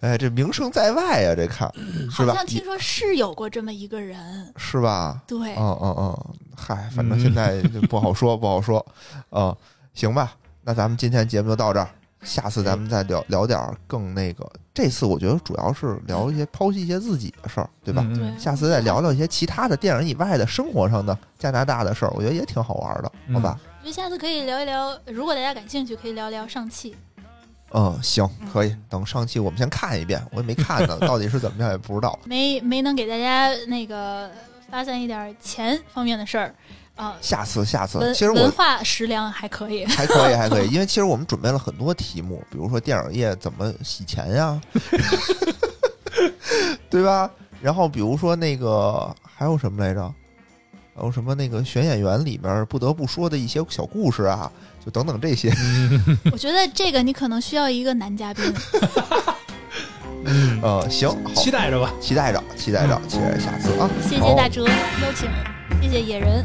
Speaker 1: 哎，这名声在外呀、这看是
Speaker 3: 嗯好
Speaker 1: 吧
Speaker 3: 像？听说是有过这么一个人，
Speaker 1: 是吧？
Speaker 3: 对，
Speaker 1: 嗯嗯嗯，嗨，反正
Speaker 2: 嗯
Speaker 1: 现在就不好说，不好说，啊、行吧，那咱们今天节目就到这儿，下次咱们再聊聊点儿更那个。这次我觉得主要是聊一些剖析一些自己的事儿，对吧？
Speaker 2: 嗯
Speaker 3: 对
Speaker 1: 下次再聊聊一些其他的电影以外的生活上的加拿大的事儿，我觉得也挺好玩的，
Speaker 2: 嗯
Speaker 1: 好吧？
Speaker 3: 我觉得下次可以聊一聊，如果大家感兴趣，可以聊聊上汽。
Speaker 1: 嗯，行，可以。等上期我们先看一遍，我也没看 呢，到底是怎么样也不知道。
Speaker 3: 没没能给大家那个发散一点钱方面的事儿啊、
Speaker 1: 下次，下次，
Speaker 3: 文
Speaker 1: 其实我
Speaker 3: 文化食粮还 可以。
Speaker 1: 还可以，还可以，因为其实我们准备了很多题目，比如说电影业怎么洗钱呀， 对吧？然后比如说那个还有什么来着？还有什么那个选演员里面不得不说的一些小故事啊，就等等这些。
Speaker 3: 我觉得这个你可能需要一个男嘉宾。
Speaker 2: 嗯，
Speaker 1: 呃，行，好
Speaker 2: 期，待着嗯吧。
Speaker 1: 期待着，期待着，期待着下次啊。
Speaker 3: 谢
Speaker 1: 好
Speaker 3: 谢大哲邀请，谢谢野人，